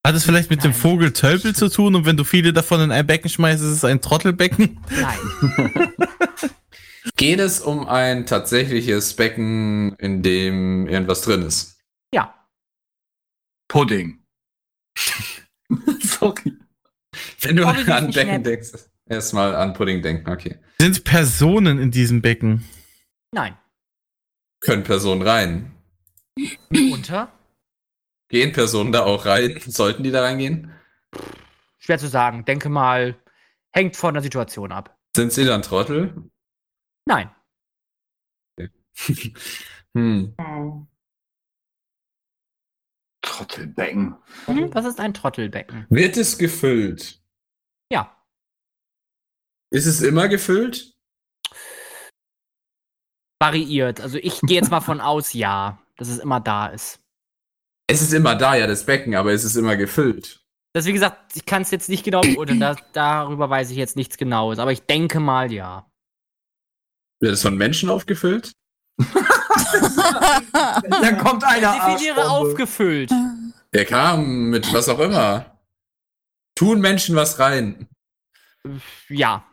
Speaker 8: Hat es vielleicht mit dem Vogel Tölpel zu tun und wenn du viele davon in ein Becken schmeißt, ist es ein Trottelbecken?
Speaker 7: Nein.
Speaker 6: Geht es um ein tatsächliches Becken, in dem irgendwas drin ist?
Speaker 7: ja.
Speaker 11: Pudding. Sorry.
Speaker 6: Wenn du
Speaker 7: Oh, wie
Speaker 6: an
Speaker 7: süß,
Speaker 6: Becken
Speaker 7: Schnapp.
Speaker 6: denkst, erstmal an Pudding denken, okay.
Speaker 8: Sind Personen in diesem Becken?
Speaker 7: Nein.
Speaker 6: Können Personen rein?
Speaker 7: Mitunter?
Speaker 6: Gehen Personen da auch rein? Sollten die da reingehen?
Speaker 7: Schwer zu sagen. Denke mal, hängt von der Situation ab.
Speaker 6: Sind sie dann Trottel?
Speaker 7: Nein.
Speaker 6: Hm.
Speaker 11: Trottelbecken.
Speaker 7: Mhm. Was ist ein Trottelbecken?
Speaker 6: Wird es gefüllt?
Speaker 7: Ja.
Speaker 6: Ist es immer gefüllt?
Speaker 7: Variiert. Also ich gehe jetzt mal von aus, ja, dass es immer da ist.
Speaker 6: Es ist immer da, ja, das Becken, aber es ist immer gefüllt.
Speaker 7: Das, wie gesagt, ich kann es jetzt nicht genau beurteilen. Da, darüber weiß ich jetzt nichts Genaues. Aber ich denke mal, ja.
Speaker 6: Wird es von Menschen aufgefüllt?
Speaker 11: Dann kommt einer.
Speaker 7: Definiere
Speaker 11: Arschbombe.
Speaker 7: aufgefüllt.
Speaker 6: Der kam mit was auch immer. Tun Menschen was rein?
Speaker 7: Ja.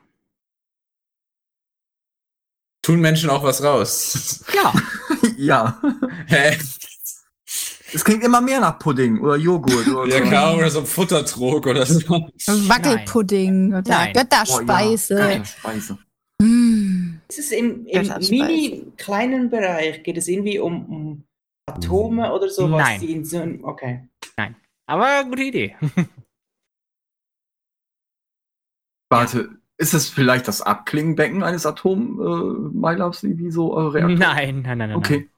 Speaker 6: Tun Menschen auch was raus?
Speaker 7: Ja.
Speaker 11: Ja.
Speaker 6: Hä?
Speaker 11: Es klingt immer mehr nach Pudding oder Joghurt oder
Speaker 6: Ja,
Speaker 11: so.
Speaker 6: klar, oder so ein Futtertrog oder so.
Speaker 5: Wackelpudding oder
Speaker 11: Nein.
Speaker 5: Götterspeise.
Speaker 11: Oh ja, Götterspeise.
Speaker 5: Hm.
Speaker 9: Ist es im, im
Speaker 5: Götterspeise.
Speaker 9: mini kleinen Bereich? Geht es irgendwie um, um Atome oder sowas?
Speaker 7: Nein.
Speaker 9: Die in so einem- okay.
Speaker 7: Nein. Aber gute Idee.
Speaker 11: Warte, ist es vielleicht das Abklingenbecken eines Atom-Mylabs, wie so eure
Speaker 9: Mhm.
Speaker 11: Reaktion?
Speaker 7: Nein, nein, nein, nein.
Speaker 11: Okay.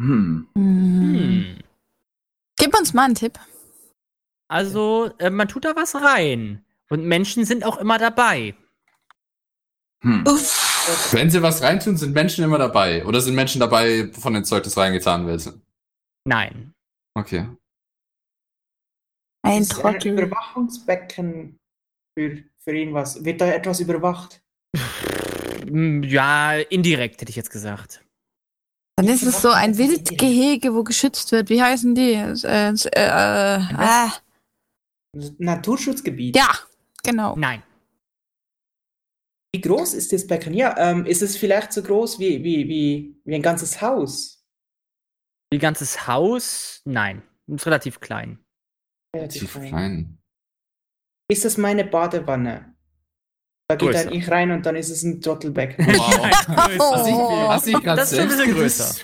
Speaker 11: Hm.
Speaker 7: Hm.
Speaker 5: Gib uns mal einen Tipp.
Speaker 7: Also, äh, man tut da was rein. Und Menschen sind auch immer dabei.
Speaker 6: Wenn sie was reintun, sind Menschen immer dabei. Oder sind Menschen dabei, von dem Zeug, das reingetan wird?
Speaker 7: Nein.
Speaker 6: Okay.
Speaker 5: Ein
Speaker 9: ist ein Überwachungsbecken für, für irgendwas. Wird da etwas überwacht?
Speaker 7: Hm, Ja, indirekt hätte ich jetzt gesagt.
Speaker 5: Dann ist es so ein Wildgehege, wo geschützt wird. Wie heißen die? Äh, äh, äh, ah.
Speaker 9: Naturschutzgebiet.
Speaker 5: Ja, genau.
Speaker 7: Nein.
Speaker 9: Wie groß ist das Becken? Ja, ähm, ist es vielleicht so groß wie, wie, wie, wie ein ganzes Haus?
Speaker 7: Ihr ganzes Haus? Nein. Ist relativ klein.
Speaker 9: Relativ klein.
Speaker 6: Nein.
Speaker 9: Ist das meine Badewanne? Da geht
Speaker 7: Größer.
Speaker 9: dann ich rein und dann ist es ein Trottelbecken.
Speaker 5: Oh.
Speaker 6: Hast du dich gerade
Speaker 5: Das ist ein
Speaker 6: selbst
Speaker 5: bisschen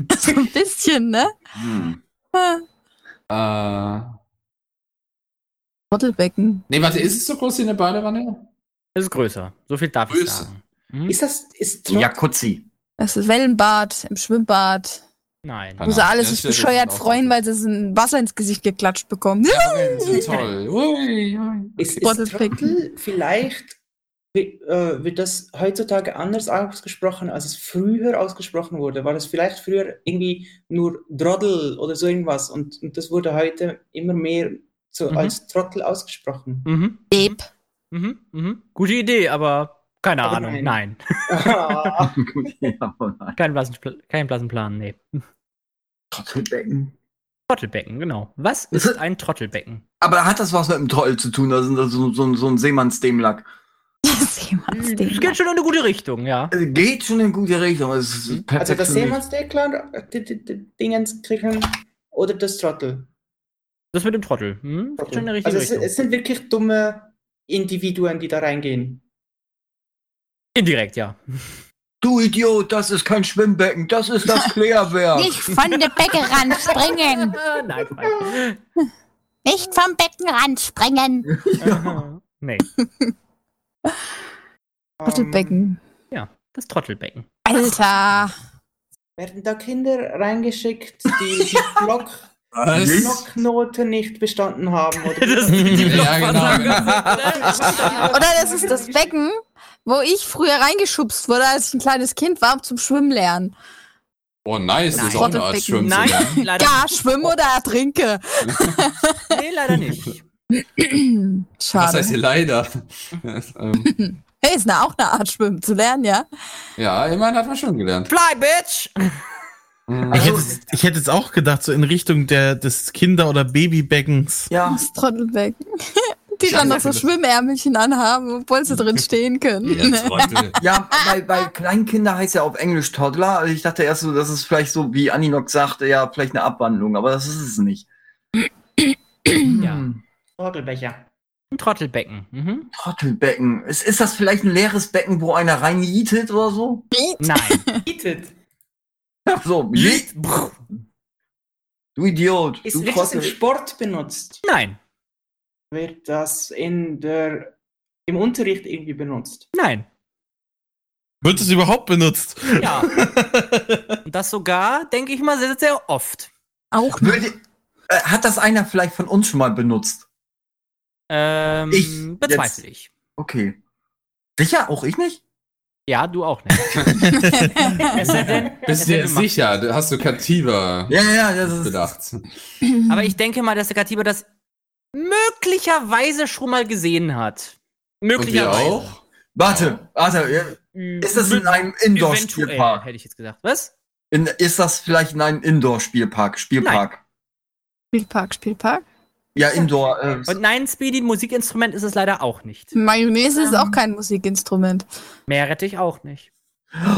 Speaker 6: gedisst?
Speaker 5: So ein bisschen, ne?
Speaker 6: Hm.
Speaker 5: Ah.
Speaker 6: Äh,
Speaker 5: Trottelbecken.
Speaker 6: nee, warte, ist es so groß wie eine Badewanne?
Speaker 7: Es ist größer. So viel darf ich sagen.
Speaker 9: Ist das. Ist
Speaker 11: Jacuzzi.
Speaker 5: Das ist Wellenbad im Schwimmbad.
Speaker 7: Nein.
Speaker 5: Wo sie alle sich bescheuert freuen, weil sie so ein Wasser ins Gesicht geklatscht bekommen.
Speaker 6: Mhm.
Speaker 9: Ist, ist
Speaker 5: Trottelbecken.
Speaker 9: Trottel vielleicht. wie- Äh, wird das heutzutage anders ausgesprochen, als es früher ausgesprochen wurde? War das vielleicht früher irgendwie nur Droddel oder so irgendwas und, und das wurde heute immer mehr so
Speaker 7: Mhm.
Speaker 9: als Trottel ausgesprochen?
Speaker 7: Mhm.
Speaker 5: Deep.
Speaker 7: Mhm. Mhm. Gute Idee, aber keine
Speaker 9: Aber
Speaker 7: Ahnung. Nein.
Speaker 9: nein.
Speaker 11: ja, oh nein.
Speaker 7: Kein blassen, Pl- kein blassen Plan, nee.
Speaker 11: Trottelbecken.
Speaker 7: Trottelbecken, genau. Was ist ein Trottelbecken?
Speaker 11: Aber hat das was mit dem Trottel zu tun? Das ist das so, so, so ein Seemannsdemlack.
Speaker 13: Hm.
Speaker 7: Es geht schon in eine gute Richtung, ja.
Speaker 11: Also geht schon in gute Richtung. Es ist
Speaker 9: Also das
Speaker 11: perfektioniert.
Speaker 9: Seemannsdeckeln-Dingens kriegen oder das Trottel.
Speaker 7: Das mit dem Trottel. Hm? Geht schon in eine richtige
Speaker 9: Also es,
Speaker 7: Richtung.
Speaker 9: es sind wirklich dumme Individuen, die da reingehen.
Speaker 7: Indirekt, ja.
Speaker 11: Du Idiot, das ist kein Schwimmbecken, das ist das Klärwerk.
Speaker 13: Nicht von der Beckenrand springen.
Speaker 7: Ah, Nein, nein.
Speaker 13: Nicht vom Beckenrand springen.
Speaker 7: Nee.
Speaker 9: Ähm,
Speaker 5: Trottelbecken.
Speaker 7: Ja, das Trottelbecken.
Speaker 5: Alter.
Speaker 9: Werden da Kinder reingeschickt, die die Block,
Speaker 7: Was?
Speaker 9: die Blocknote nicht bestanden haben? Oder
Speaker 8: genau.
Speaker 7: genau.
Speaker 5: Oder das ist das Becken, wo ich früher reingeschubst wurde, als ich ein kleines Kind war, zum Schwimmen lernen.
Speaker 6: Oh, nice, das ist auch eine Art Schwimmen.
Speaker 7: Nein, leider
Speaker 5: ja, schwimm oder ertrinke.
Speaker 7: nee, leider nicht.
Speaker 6: Was heißt
Speaker 5: Hm. Schade.
Speaker 6: hier leider? ähm,
Speaker 5: Hey, ist na auch eine Art Schwimmen zu lernen, ja?
Speaker 6: ja, immerhin hat man schon gelernt. Mhm.
Speaker 7: Fly, bitch!
Speaker 8: ich, hätte, es- ich hätte jetzt auch gedacht, so in Richtung der, des Kinder- oder Babybeckens.
Speaker 11: Ja.
Speaker 5: Das Trottelbecken. Die dann noch so Schwimmärmelchen anhaben, obwohl sie drin stehen können.
Speaker 11: Ja, bei, bei Kleinkinder heißt ja auf Englisch Toddler. Also ich dachte erst so, das ist vielleicht so, wie Aninok sagte, ja, vielleicht eine Abwandlung, aber das ist es nicht. Hm.
Speaker 7: Ja.
Speaker 9: Trottelbecher.
Speaker 7: Ein Trottelbecken. Mhm.
Speaker 11: Trottelbecken. Ist, ist das vielleicht ein leeres Becken, wo einer reinjietet oder so?
Speaker 7: Nein.
Speaker 9: Bietet.
Speaker 11: so, jiet. Du Idiot.
Speaker 9: Ist
Speaker 11: du
Speaker 9: wird das im
Speaker 11: Trottel.
Speaker 9: Sport benutzt?
Speaker 7: Nein.
Speaker 9: Wird das in der, im Unterricht irgendwie benutzt?
Speaker 7: Nein.
Speaker 8: Wird es überhaupt benutzt?
Speaker 7: Ja. Und das sogar, denke ich mal, sehr, sehr oft.
Speaker 5: Auch
Speaker 11: Würde, äh, hat das einer vielleicht von uns schon mal benutzt?
Speaker 7: Ähm,
Speaker 11: Ich
Speaker 7: bezweifle
Speaker 11: jetzt-
Speaker 7: ich.
Speaker 11: Okay. Sicher? Auch ich nicht?
Speaker 7: Ja, du auch nicht. Es sei denn- es sei
Speaker 6: Bist du dir
Speaker 7: denn, man-
Speaker 6: sicher? Da Hast du Kativa
Speaker 11: Ja, ja, das ist.
Speaker 6: bedacht?
Speaker 7: Aber ich denke mal, dass der Katiba das möglicherweise schon mal gesehen hat. Möglicherweise.
Speaker 6: Und wir auch?
Speaker 11: Warte, warte.
Speaker 7: Mm,
Speaker 11: Ist das in einem
Speaker 7: Eventuell,
Speaker 11: Indoor-Spielpark?
Speaker 7: hätte ich jetzt gesagt. Was?
Speaker 11: In, ist das vielleicht in einem Indoor-Spielpark? Spielpark.
Speaker 5: Spielpark, Spielpark.
Speaker 11: Ja, Indoor. Äh,
Speaker 7: Und nein, Speedy, Musikinstrument ist es leider auch nicht.
Speaker 5: Mayonnaise ist auch kein Musikinstrument.
Speaker 7: Mehr rette ich auch nicht.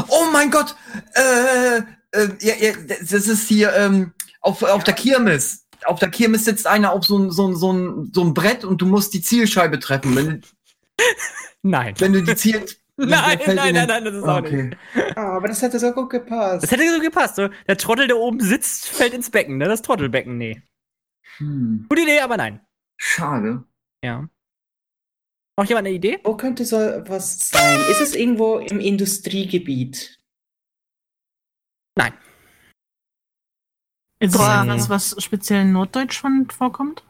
Speaker 11: oh mein Gott! Äh, äh, ja, ja, das ist hier ähm, Auf, auf der Kirmes. Auf der Kirmes sitzt einer auf so, ein- so, ein- so, ein- so ein Brett und du musst die Zielscheibe treffen. Wenn,
Speaker 7: nein.
Speaker 11: Wenn du die zielst.
Speaker 7: Nein,
Speaker 11: fällt
Speaker 7: nein,
Speaker 11: in den-
Speaker 7: nein, nein, das ist auch
Speaker 11: Okay.
Speaker 7: nicht.
Speaker 9: Ah, aber das hätte so gut gepasst.
Speaker 7: Das hätte so gepasst. So. Der Trottel, der oben sitzt, fällt ins Becken, ne? Das Trottelbecken, nee. Gute Idee, aber nein.
Speaker 11: Hm, Schade.
Speaker 7: Ja. Noch jemand eine Idee?
Speaker 9: Wo könnte so was sein? Ist es irgendwo im Industriegebiet?
Speaker 7: Nein.
Speaker 12: Ist
Speaker 7: Boah.
Speaker 12: da was, was speziell in Norddeutschland vorkommt?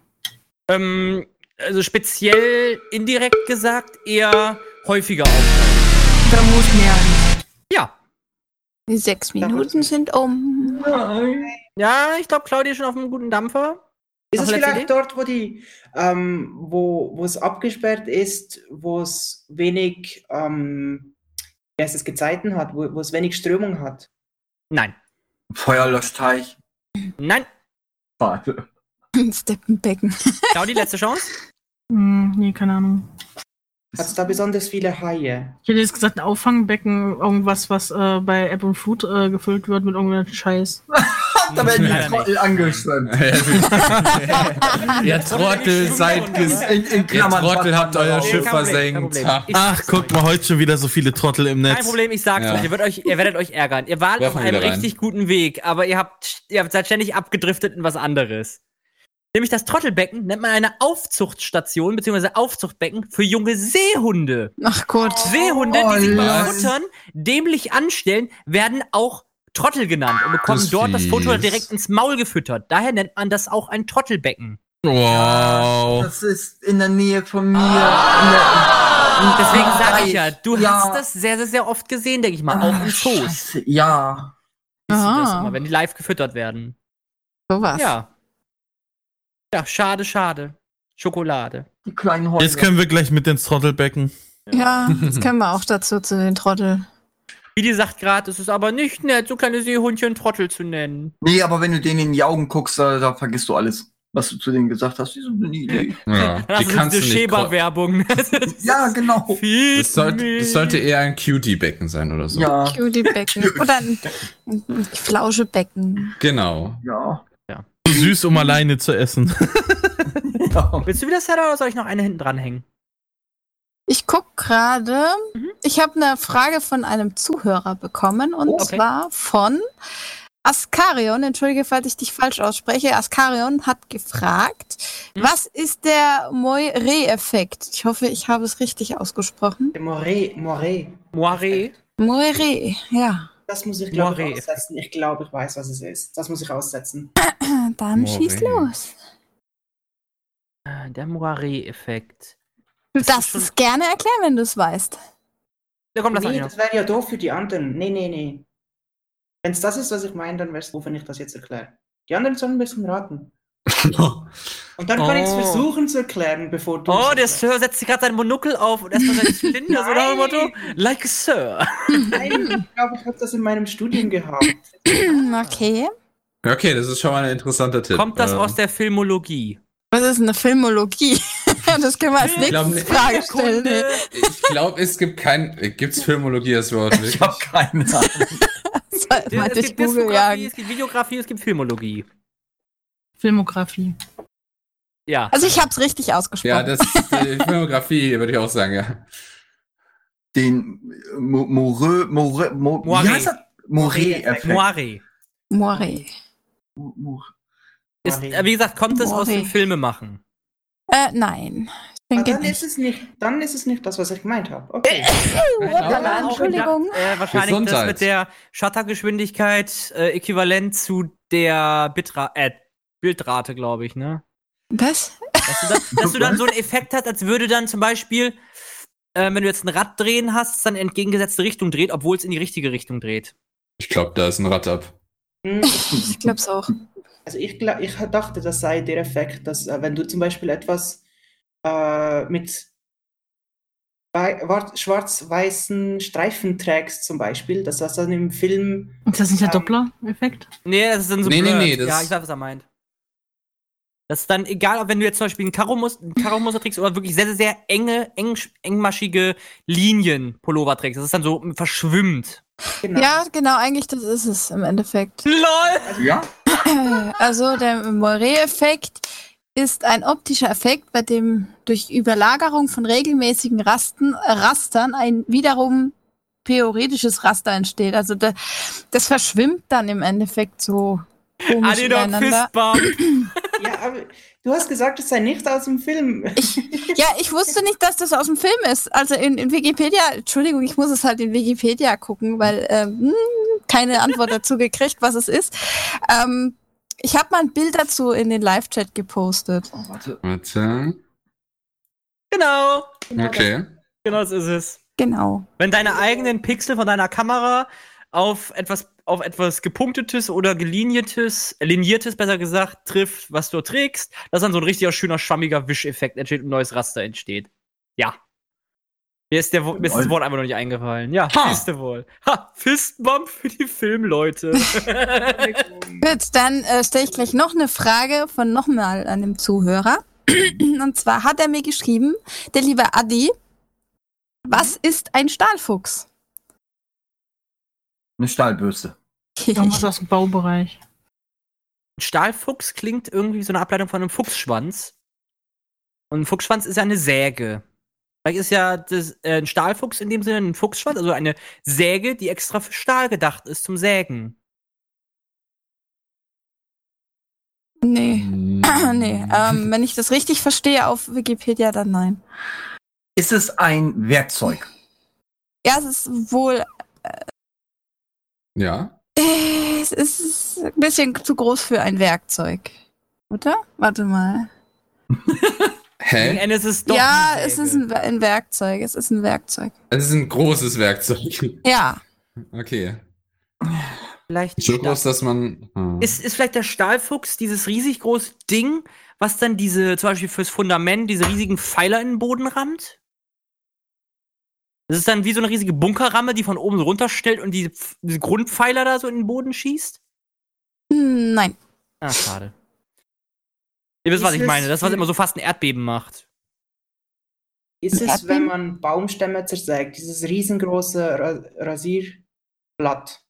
Speaker 7: Ähm, also speziell indirekt gesagt, eher häufiger auf.
Speaker 5: Da muss mehr.
Speaker 7: Ja.
Speaker 5: Die sechs Minuten sind um.
Speaker 7: Ja, ich glaube, Claudia ist schon auf einem guten Dampfer.
Speaker 9: Ist
Speaker 7: Noch
Speaker 9: es
Speaker 7: eine letzte
Speaker 9: vielleicht
Speaker 7: Idee?
Speaker 9: dort, wo die, ähm, wo, wo es abgesperrt ist, wo es wenig, ähm, wie heißt es, Gezeiten hat, wo, wo es wenig Strömung hat?
Speaker 7: Nein.
Speaker 11: Feuerlöschteich.
Speaker 7: Nein.
Speaker 11: Schade.
Speaker 5: Steppenbecken.
Speaker 7: Claudia, letzte Chance?
Speaker 12: Hm, nee, keine Ahnung.
Speaker 9: Hat es da besonders viele Haie?
Speaker 12: Ich hätte jetzt gesagt, ein Auffangbecken, irgendwas, was äh, bei App und Food äh, gefüllt wird mit irgendeinem Scheiß.
Speaker 11: Da werden die Trottel angeschwemmt.
Speaker 6: Ihr Trottel seid ges
Speaker 11: In- in
Speaker 6: Ihr
Speaker 11: Klammern
Speaker 6: Trottel habt euer
Speaker 11: Nee,
Speaker 6: Schiff
Speaker 7: kein Problem, kein
Speaker 6: versenkt.
Speaker 7: Problem.
Speaker 6: Ha.
Speaker 7: Ich-
Speaker 8: Ach, guck mal, heute schon wieder so viele Trottel im Netz.
Speaker 7: Kein Problem, ich sag's
Speaker 8: Ja.
Speaker 7: euch, ihr, werdet euch, ihr werdet euch ärgern. Ihr wart
Speaker 8: Werfen
Speaker 7: auf
Speaker 8: wir
Speaker 7: einem
Speaker 8: wieder rein.
Speaker 7: richtig guten Weg, aber ihr habt, ihr seid ständig abgedriftet in was anderes. Nämlich das Trottelbecken nennt man eine Aufzuchtstation bzw. Aufzuchtbecken für junge Seehunde.
Speaker 5: Ach Gott.
Speaker 7: Seehunde,
Speaker 5: Oh,
Speaker 7: die sich mit
Speaker 5: Mann.
Speaker 7: Futtern dämlich anstellen, werden auch Trottel genannt und bekommen
Speaker 6: Das ist
Speaker 7: dort das Futter
Speaker 6: fies.
Speaker 7: direkt ins Maul gefüttert. Daher nennt man das auch ein Trottelbecken.
Speaker 6: Wow.
Speaker 11: Das ist in der Nähe von mir.
Speaker 7: Ah! Deswegen sage ich
Speaker 11: ja.
Speaker 7: ja, du
Speaker 11: Ah, Ja.
Speaker 7: hast das sehr, sehr, sehr oft gesehen, denke ich mal, auch in Shows.
Speaker 11: Ja.
Speaker 7: Siehst du das
Speaker 5: Ah.
Speaker 7: immer, wenn die live gefüttert werden.
Speaker 5: So was.
Speaker 7: Ja. Ja, schade, schade. Schokolade.
Speaker 11: Die kleinen
Speaker 8: Jetzt können wir gleich mit ins Trottelbecken.
Speaker 5: Ja, das können wir auch dazu zu den Trottel.
Speaker 7: Wie sagt gerade, es ist aber nicht nett, so kleine Seehundchen Trottel zu nennen.
Speaker 11: Nee, aber wenn du denen in die Augen guckst, da, da vergisst du alles, was du zu denen gesagt hast. Die sind nie.
Speaker 6: Ja,
Speaker 7: Das
Speaker 6: die
Speaker 7: ist
Speaker 6: kannst du
Speaker 7: eine
Speaker 6: nicht. ko-
Speaker 7: Schäber-Werbung.
Speaker 11: ja, genau.
Speaker 6: Das sollte, das sollte eher ein Cutie-Becken sein oder so.
Speaker 11: Ja.
Speaker 5: Cutie-Becken. Oder ein, ein Flauschebecken.
Speaker 6: Genau.
Speaker 11: Ja.
Speaker 8: Zu süß, um alleine zu essen.
Speaker 7: Willst du wieder Sarah oder soll ich noch eine hinten dranhängen?
Speaker 5: Ich guck gerade.
Speaker 7: Mhm.
Speaker 5: Ich habe eine Frage von einem Zuhörer bekommen und
Speaker 7: Oh, okay.
Speaker 5: zwar von Askarion. Entschuldige, falls ich dich falsch ausspreche. Askarion hat gefragt,
Speaker 7: Mhm.
Speaker 5: was ist der Moiré-Effekt? Ich hoffe, ich habe es richtig ausgesprochen.
Speaker 9: Moiré, Moiré.
Speaker 7: Moiré?
Speaker 5: Moiré, ja.
Speaker 9: Das muss ich, glaube
Speaker 7: Moiré.
Speaker 9: ich, aussetzen. Ich glaube, ich weiß, was es ist. Das muss ich aussetzen.
Speaker 5: Dann
Speaker 7: Moiré.
Speaker 5: schieß los.
Speaker 7: Äh, Der Moiré-Effekt.
Speaker 5: Du darfst es gerne erklären, wenn du es weißt.
Speaker 7: Ja, komm, lass
Speaker 9: nee,
Speaker 7: Anja.
Speaker 9: das wäre ja doof für die anderen. Nee, nee, nee. Wenn es das ist, was ich meine, dann wär's doof, wenn ich das jetzt erkläre. Die anderen sollen ein bisschen raten. Und dann kann ich es
Speaker 7: Oh.
Speaker 9: versuchen zu erklären, bevor du.
Speaker 7: Oh, der Sir setzt sich gerade sein Monokel auf und erstmal sein Zylinder, so nach dem Motto, like a Sir.
Speaker 9: Nein, ich glaube, ich habe das in meinem Studium gehabt.
Speaker 5: okay.
Speaker 6: Okay, das ist schon mal ein interessanter Tipp.
Speaker 7: Kommt das
Speaker 6: Ähm,
Speaker 7: aus der Filmologie?
Speaker 5: Was ist eine Filmologie? das können wir als
Speaker 6: Ich
Speaker 5: nächstes
Speaker 6: glaub nicht.
Speaker 5: Frage stellen.
Speaker 6: Ich glaube, es gibt kein. äh, Gibt's Filmologie als Wort? Ich habe
Speaker 11: keine Ahnung.
Speaker 5: Soll mal
Speaker 7: es
Speaker 5: durch
Speaker 7: gibt
Speaker 5: Google
Speaker 7: Diskografie,
Speaker 5: jagen.
Speaker 7: es gibt Videografie, es gibt Filmologie.
Speaker 12: Filmografie.
Speaker 7: Ja.
Speaker 5: Also ich hab's richtig ausgesprochen.
Speaker 6: Ja, das die Filmografie würde ich auch sagen, ja.
Speaker 11: Den Mo- Morö, Morö, Mo,
Speaker 7: Moiré.
Speaker 11: Wie heißt das? Moré-Effekt.
Speaker 7: Moiré.
Speaker 5: Moiré.
Speaker 7: Ist, äh, wie gesagt, kommt das aus
Speaker 5: Moiré.
Speaker 7: dem Filmemachen?
Speaker 5: Äh, nein. Ich
Speaker 9: Aber
Speaker 5: denke
Speaker 9: dann
Speaker 5: Also nicht.
Speaker 9: ist es nicht. Dann ist es nicht das, was ich gemeint habe. Okay.
Speaker 5: Hoppala, Entschuldigung.
Speaker 7: Äh, wahrscheinlich das
Speaker 6: Gesundheit.
Speaker 7: mit der Shuttergeschwindigkeit äh, äquivalent zu der Bitra äh, Bildrate, glaube ich, ne?
Speaker 5: Was?
Speaker 7: Dass du, dann, dass du dann so einen Effekt hast, als würde dann zum Beispiel, äh, wenn du jetzt ein Rad drehen hast, es dann entgegengesetzte Richtung dreht, obwohl es in die richtige Richtung dreht.
Speaker 6: Ich glaube, da ist ein Rad ab.
Speaker 7: Äh.
Speaker 5: Ich glaub's auch.
Speaker 9: Hm, Also ich, gla- ich dachte, das sei der Effekt, dass äh, wenn du zum Beispiel etwas äh, mit wei- wart- schwarz-weißen Streifen trägst, zum Beispiel, dass das dann im Film
Speaker 14: Ähm,
Speaker 12: Ist das nicht der Doppler-Effekt?
Speaker 7: Nee, das ist dann so
Speaker 6: Nee, nee,
Speaker 7: blurred.
Speaker 6: nee, das-
Speaker 7: Ja, ich weiß, was er meint.
Speaker 14: Das ist dann egal, ob wenn du jetzt zum Beispiel ein Karomus- ein Karo-Muster trägst oder wirklich sehr, sehr, sehr enge, eng, engmaschige Linien-Pullover trägst. Das ist dann so verschwimmt.
Speaker 5: Ja, genau, eigentlich das ist es im Endeffekt.
Speaker 14: LOL!
Speaker 11: Ja?
Speaker 5: Also der Moiré-Effekt ist ein optischer Effekt, bei dem durch Überlagerung von regelmäßigen Rasten, äh, Rastern ein wiederum theoretisches Raster entsteht. Also da, das verschwimmt dann im Endeffekt so komisch
Speaker 14: Adidok
Speaker 5: ineinander.
Speaker 14: Fistbump.
Speaker 9: ja, aber du hast gesagt, es sei nicht aus dem Film.
Speaker 5: Ja, ich wusste nicht, dass das aus dem Film ist. Also in, in Wikipedia, Entschuldigung, ich muss es halt in Wikipedia gucken, weil ähm, hm, keine Antwort dazu gekriegt, was es ist. Ähm, ich habe mal ein Bild dazu in den Live-Chat gepostet.
Speaker 11: Oh,
Speaker 6: Warte.
Speaker 14: Genau.
Speaker 6: Okay.
Speaker 14: Genau das ist es.
Speaker 5: Genau.
Speaker 14: Wenn deine eigenen Pixel von deiner Kamera auf etwas, auf etwas gepunktetes oder gelinietes, äh, liniertes besser gesagt, trifft, was du trägst, dass dann so ein richtiger schöner, schwammiger Wischeffekt entsteht und ein neues Raster entsteht. Ja. Mir ist, der, Wo- mir ist das
Speaker 11: Lol.
Speaker 14: Wort einfach noch nicht eingefallen. Ja,
Speaker 11: Ha.
Speaker 14: siehst du wohl. Ha, Fistbump für die Filmleute.
Speaker 5: Gut, dann äh, stelle ich gleich noch eine Frage von nochmal an dem Zuhörer. Und zwar hat er mir geschrieben, der liebe Adi, was ist ein Stahlfuchs?
Speaker 11: Eine Stahlbürste.
Speaker 12: Damals aus dem Baubereich.
Speaker 14: Stahlfuchs klingt irgendwie so eine Ableitung von einem Fuchsschwanz. Und ein Fuchsschwanz ist ja eine Säge. Vielleicht ist ja das, äh, ein Stahlfuchs in dem Sinne ein Fuchsschwanz, also eine Säge, die extra für Stahl gedacht ist zum Sägen.
Speaker 5: Nee. nee. Ähm, wenn ich das richtig verstehe auf Wikipedia, dann nein.
Speaker 11: Ist es ein Werkzeug?
Speaker 5: Ja, es ist wohl,
Speaker 6: Ja.
Speaker 5: äh, es ist ein bisschen zu groß für ein Werkzeug. Oder? Warte mal.
Speaker 6: Hä?
Speaker 14: Nein, es ist doch
Speaker 5: ja,
Speaker 14: eine
Speaker 5: es
Speaker 14: Säge.
Speaker 5: ist ein, ein Werkzeug. Es ist ein Werkzeug.
Speaker 6: Es ist ein großes Werkzeug.
Speaker 5: Ja.
Speaker 6: Okay.
Speaker 14: Vielleicht
Speaker 6: So groß, dass man. Hm.
Speaker 14: Ist, ist vielleicht der Stahlfuchs dieses riesig große Ding, was dann diese, zum Beispiel fürs Fundament, diese riesigen Pfeiler in den Boden rammt? Das ist dann wie so eine riesige Bunkerramme, die von oben so runterstellt und diese, Pf- diese Grundpfeiler da so in den Boden schießt?
Speaker 5: Hm, Nein.
Speaker 14: Ah, schade. Ihr wisst, was
Speaker 9: Ist
Speaker 14: ich
Speaker 9: es-
Speaker 14: meine. Das, was immer so fast ein Erdbeben macht.
Speaker 9: Ist es,
Speaker 5: Erdbeeren?
Speaker 9: wenn man Baumstämme zersägt, dieses riesengroße Ra Rasierblatt?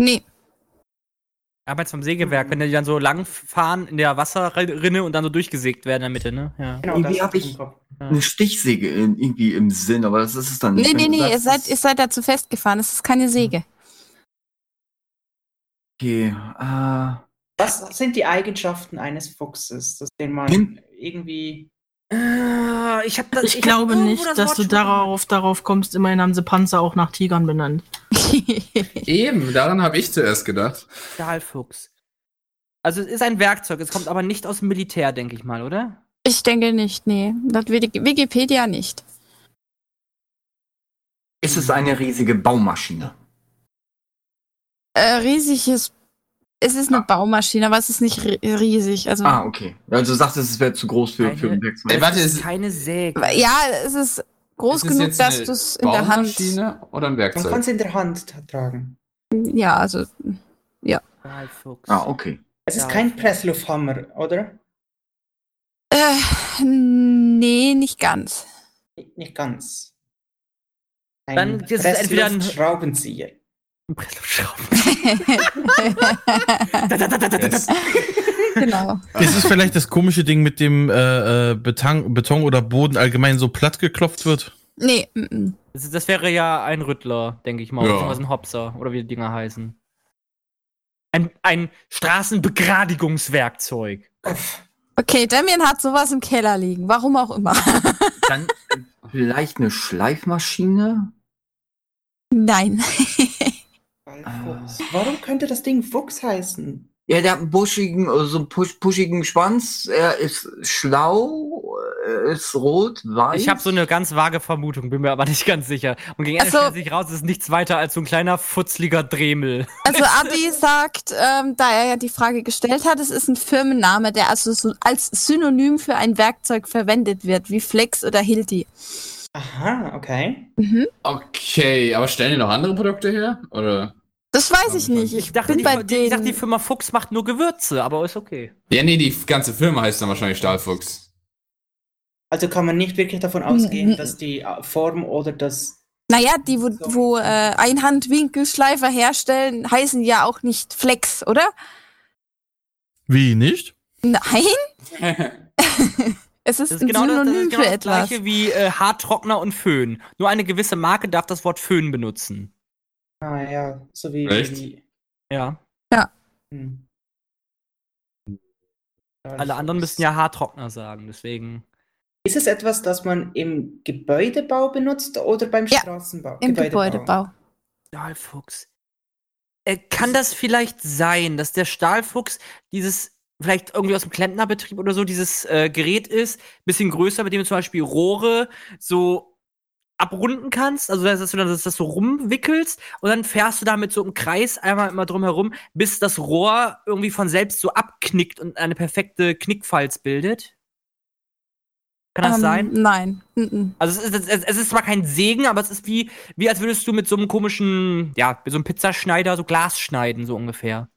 Speaker 5: Nee.
Speaker 14: Arbeits vom Sägewerk, wenn die dann so lang fahren in der Wasserrinne und dann so durchgesägt werden in der Mitte, ne? Ja.
Speaker 9: Genau,
Speaker 11: Irgendwie
Speaker 9: das
Speaker 11: hab
Speaker 9: ist
Speaker 11: ich-
Speaker 9: im Kopf.
Speaker 11: Eine Stichsäge in, irgendwie im Sinn, aber das ist es dann
Speaker 5: Nee, nee,
Speaker 11: Wenn du
Speaker 5: nee, ihr
Speaker 11: sagst,
Speaker 5: seid, ihr seid dazu festgefahren. Es ist keine Säge.
Speaker 11: Okay, äh,
Speaker 9: Was sind die Eigenschaften eines Fuchses, das den man
Speaker 11: Hin-
Speaker 9: irgendwie.
Speaker 14: Äh, ich hab das,
Speaker 12: Ich,
Speaker 14: hab
Speaker 12: glaube
Speaker 14: irgendwo
Speaker 12: nicht,
Speaker 14: das
Speaker 12: dass
Speaker 14: Wort
Speaker 12: du
Speaker 14: schon-
Speaker 12: darauf, darauf kommst. Immerhin haben sie Panzer auch nach Tigern benannt.
Speaker 6: Eben, daran habe ich zuerst gedacht.
Speaker 14: Stahlfuchs. Also es ist ein Werkzeug, es kommt aber nicht aus dem Militär, denke ich mal, oder?
Speaker 5: Ich denke nicht, nee. Das Wiki- Wikipedia nicht.
Speaker 11: ist es eine riesige Baumaschine?
Speaker 5: Äh, riesig ist. Es ist
Speaker 6: Ah.
Speaker 5: eine Baumaschine, aber es ist nicht ri- riesig. Also,
Speaker 11: Ah, okay. Also du sagtest, es wäre zu groß für, für ein Werkzeug.
Speaker 6: Ey, warte, ist,
Speaker 14: Keine Säge.
Speaker 5: ja, es ist groß
Speaker 6: ist es
Speaker 5: genug,
Speaker 6: jetzt
Speaker 5: dass
Speaker 6: eine
Speaker 5: du es in der Hand.
Speaker 6: Baumaschine oder ein
Speaker 9: Man kann
Speaker 6: Werkzeug?
Speaker 9: es in der Hand tra- tragen.
Speaker 5: Ja, also. Ja.
Speaker 14: Stahlfuchs.
Speaker 11: Ah, okay.
Speaker 9: Es ist
Speaker 14: Ja.
Speaker 9: kein Presslufthammer, oder?
Speaker 5: Äh, nee, nicht ganz.
Speaker 9: Nicht ganz.
Speaker 14: Dann ist es entweder ein-
Speaker 9: Schraubenzieher.
Speaker 14: Ein Pressluftschrauben. Da, da, da, da, da, da, da.
Speaker 5: Genau.
Speaker 8: Ist es vielleicht das komische Ding, mit dem äh, äh, Beton, Beton oder Boden allgemein so platt geklopft wird?
Speaker 5: Nee, mm, mm.
Speaker 14: Das, Also, das wäre ja ein Rüttler, denke ich mal.
Speaker 8: Ja.
Speaker 14: Oder ein Hopser, oder wie die Dinger heißen. Ein, ein Straßenbegradigungswerkzeug.
Speaker 5: Okay, Damien hat sowas im Keller liegen. Warum auch immer.
Speaker 14: Dann
Speaker 11: Vielleicht eine Schleifmaschine?
Speaker 5: Nein.
Speaker 14: Ah.
Speaker 9: Fuchs. Warum könnte das Ding Fuchs heißen?
Speaker 11: Ja, der hat einen buschigen, äh, so einen pusch, puschigen Schwanz. Er ist schlau, äh, ist rot, weiß.
Speaker 14: Ich habe so eine ganz vage Vermutung, bin mir aber nicht ganz sicher. Und gegen Ende
Speaker 5: Ach so.
Speaker 14: stellt sich raus, es ist nichts weiter als so ein kleiner, futzliger Dremel.
Speaker 5: Also Adi sagt, ähm, da er ja die Frage gestellt hat, es ist ein Firmenname, der also so als Synonym für ein Werkzeug verwendet wird, wie Flex oder Hilti.
Speaker 9: Aha, okay.
Speaker 5: Mhm.
Speaker 6: Okay, aber stellen die noch andere Produkte her? Oder?
Speaker 5: Das weiß ich nicht. Ich,
Speaker 7: dachte,
Speaker 5: bin
Speaker 7: die,
Speaker 5: bei
Speaker 7: die,
Speaker 5: denen.
Speaker 7: ich dachte, die Firma Fuchs macht nur Gewürze, aber ist okay.
Speaker 6: Ja, nee, die ganze Firma heißt dann wahrscheinlich Stahlfuchs.
Speaker 9: Also kann man nicht wirklich davon
Speaker 14: Hm,
Speaker 9: ausgehen, dass die äh, Form oder das.
Speaker 5: Naja, die, wo, wo äh, Einhandwinkelschleifer herstellen, heißen ja auch nicht Flex, oder?
Speaker 8: Wie nicht?
Speaker 5: Nein, es
Speaker 7: Das
Speaker 5: ist,
Speaker 7: ist
Speaker 5: ein
Speaker 7: genau das, das,
Speaker 5: Synonym
Speaker 7: ist genau
Speaker 5: für
Speaker 7: das
Speaker 5: etwas.
Speaker 7: gleiche wie äh, Haartrockner und Föhn. Nur eine gewisse Marke darf das Wort Föhn benutzen.
Speaker 9: Ah ja, so wie. hm.
Speaker 6: Echt?
Speaker 7: Ja.
Speaker 5: Ja.
Speaker 7: Alle anderen müssen ja Haartrockner sagen, deswegen.
Speaker 9: Ist es etwas, das man im Gebäudebau benutzt oder beim Straßenbau?
Speaker 7: im Stahlfuchs. Äh, kann das vielleicht sein, dass der Stahlfuchs dieses, vielleicht irgendwie aus dem Klempnerbetrieb oder so, dieses äh, Gerät ist, bisschen größer, mit dem du zum Beispiel Rohre so abrunden kannst, also dass du dann dass du das so rumwickelst und dann fährst du damit so im Kreis einmal immer drum herum, bis das Rohr irgendwie von selbst so abknickt und eine perfekte Knickfalz bildet. Kann das
Speaker 5: Ähm,
Speaker 7: sein?
Speaker 5: Nein. mhm.
Speaker 7: Also es ist, es, es ist zwar kein Segen, aber es ist wie, wie als würdest du mit so einem komischen, ja, mit so einem Pizzaschneider so Glas schneiden, so ungefähr.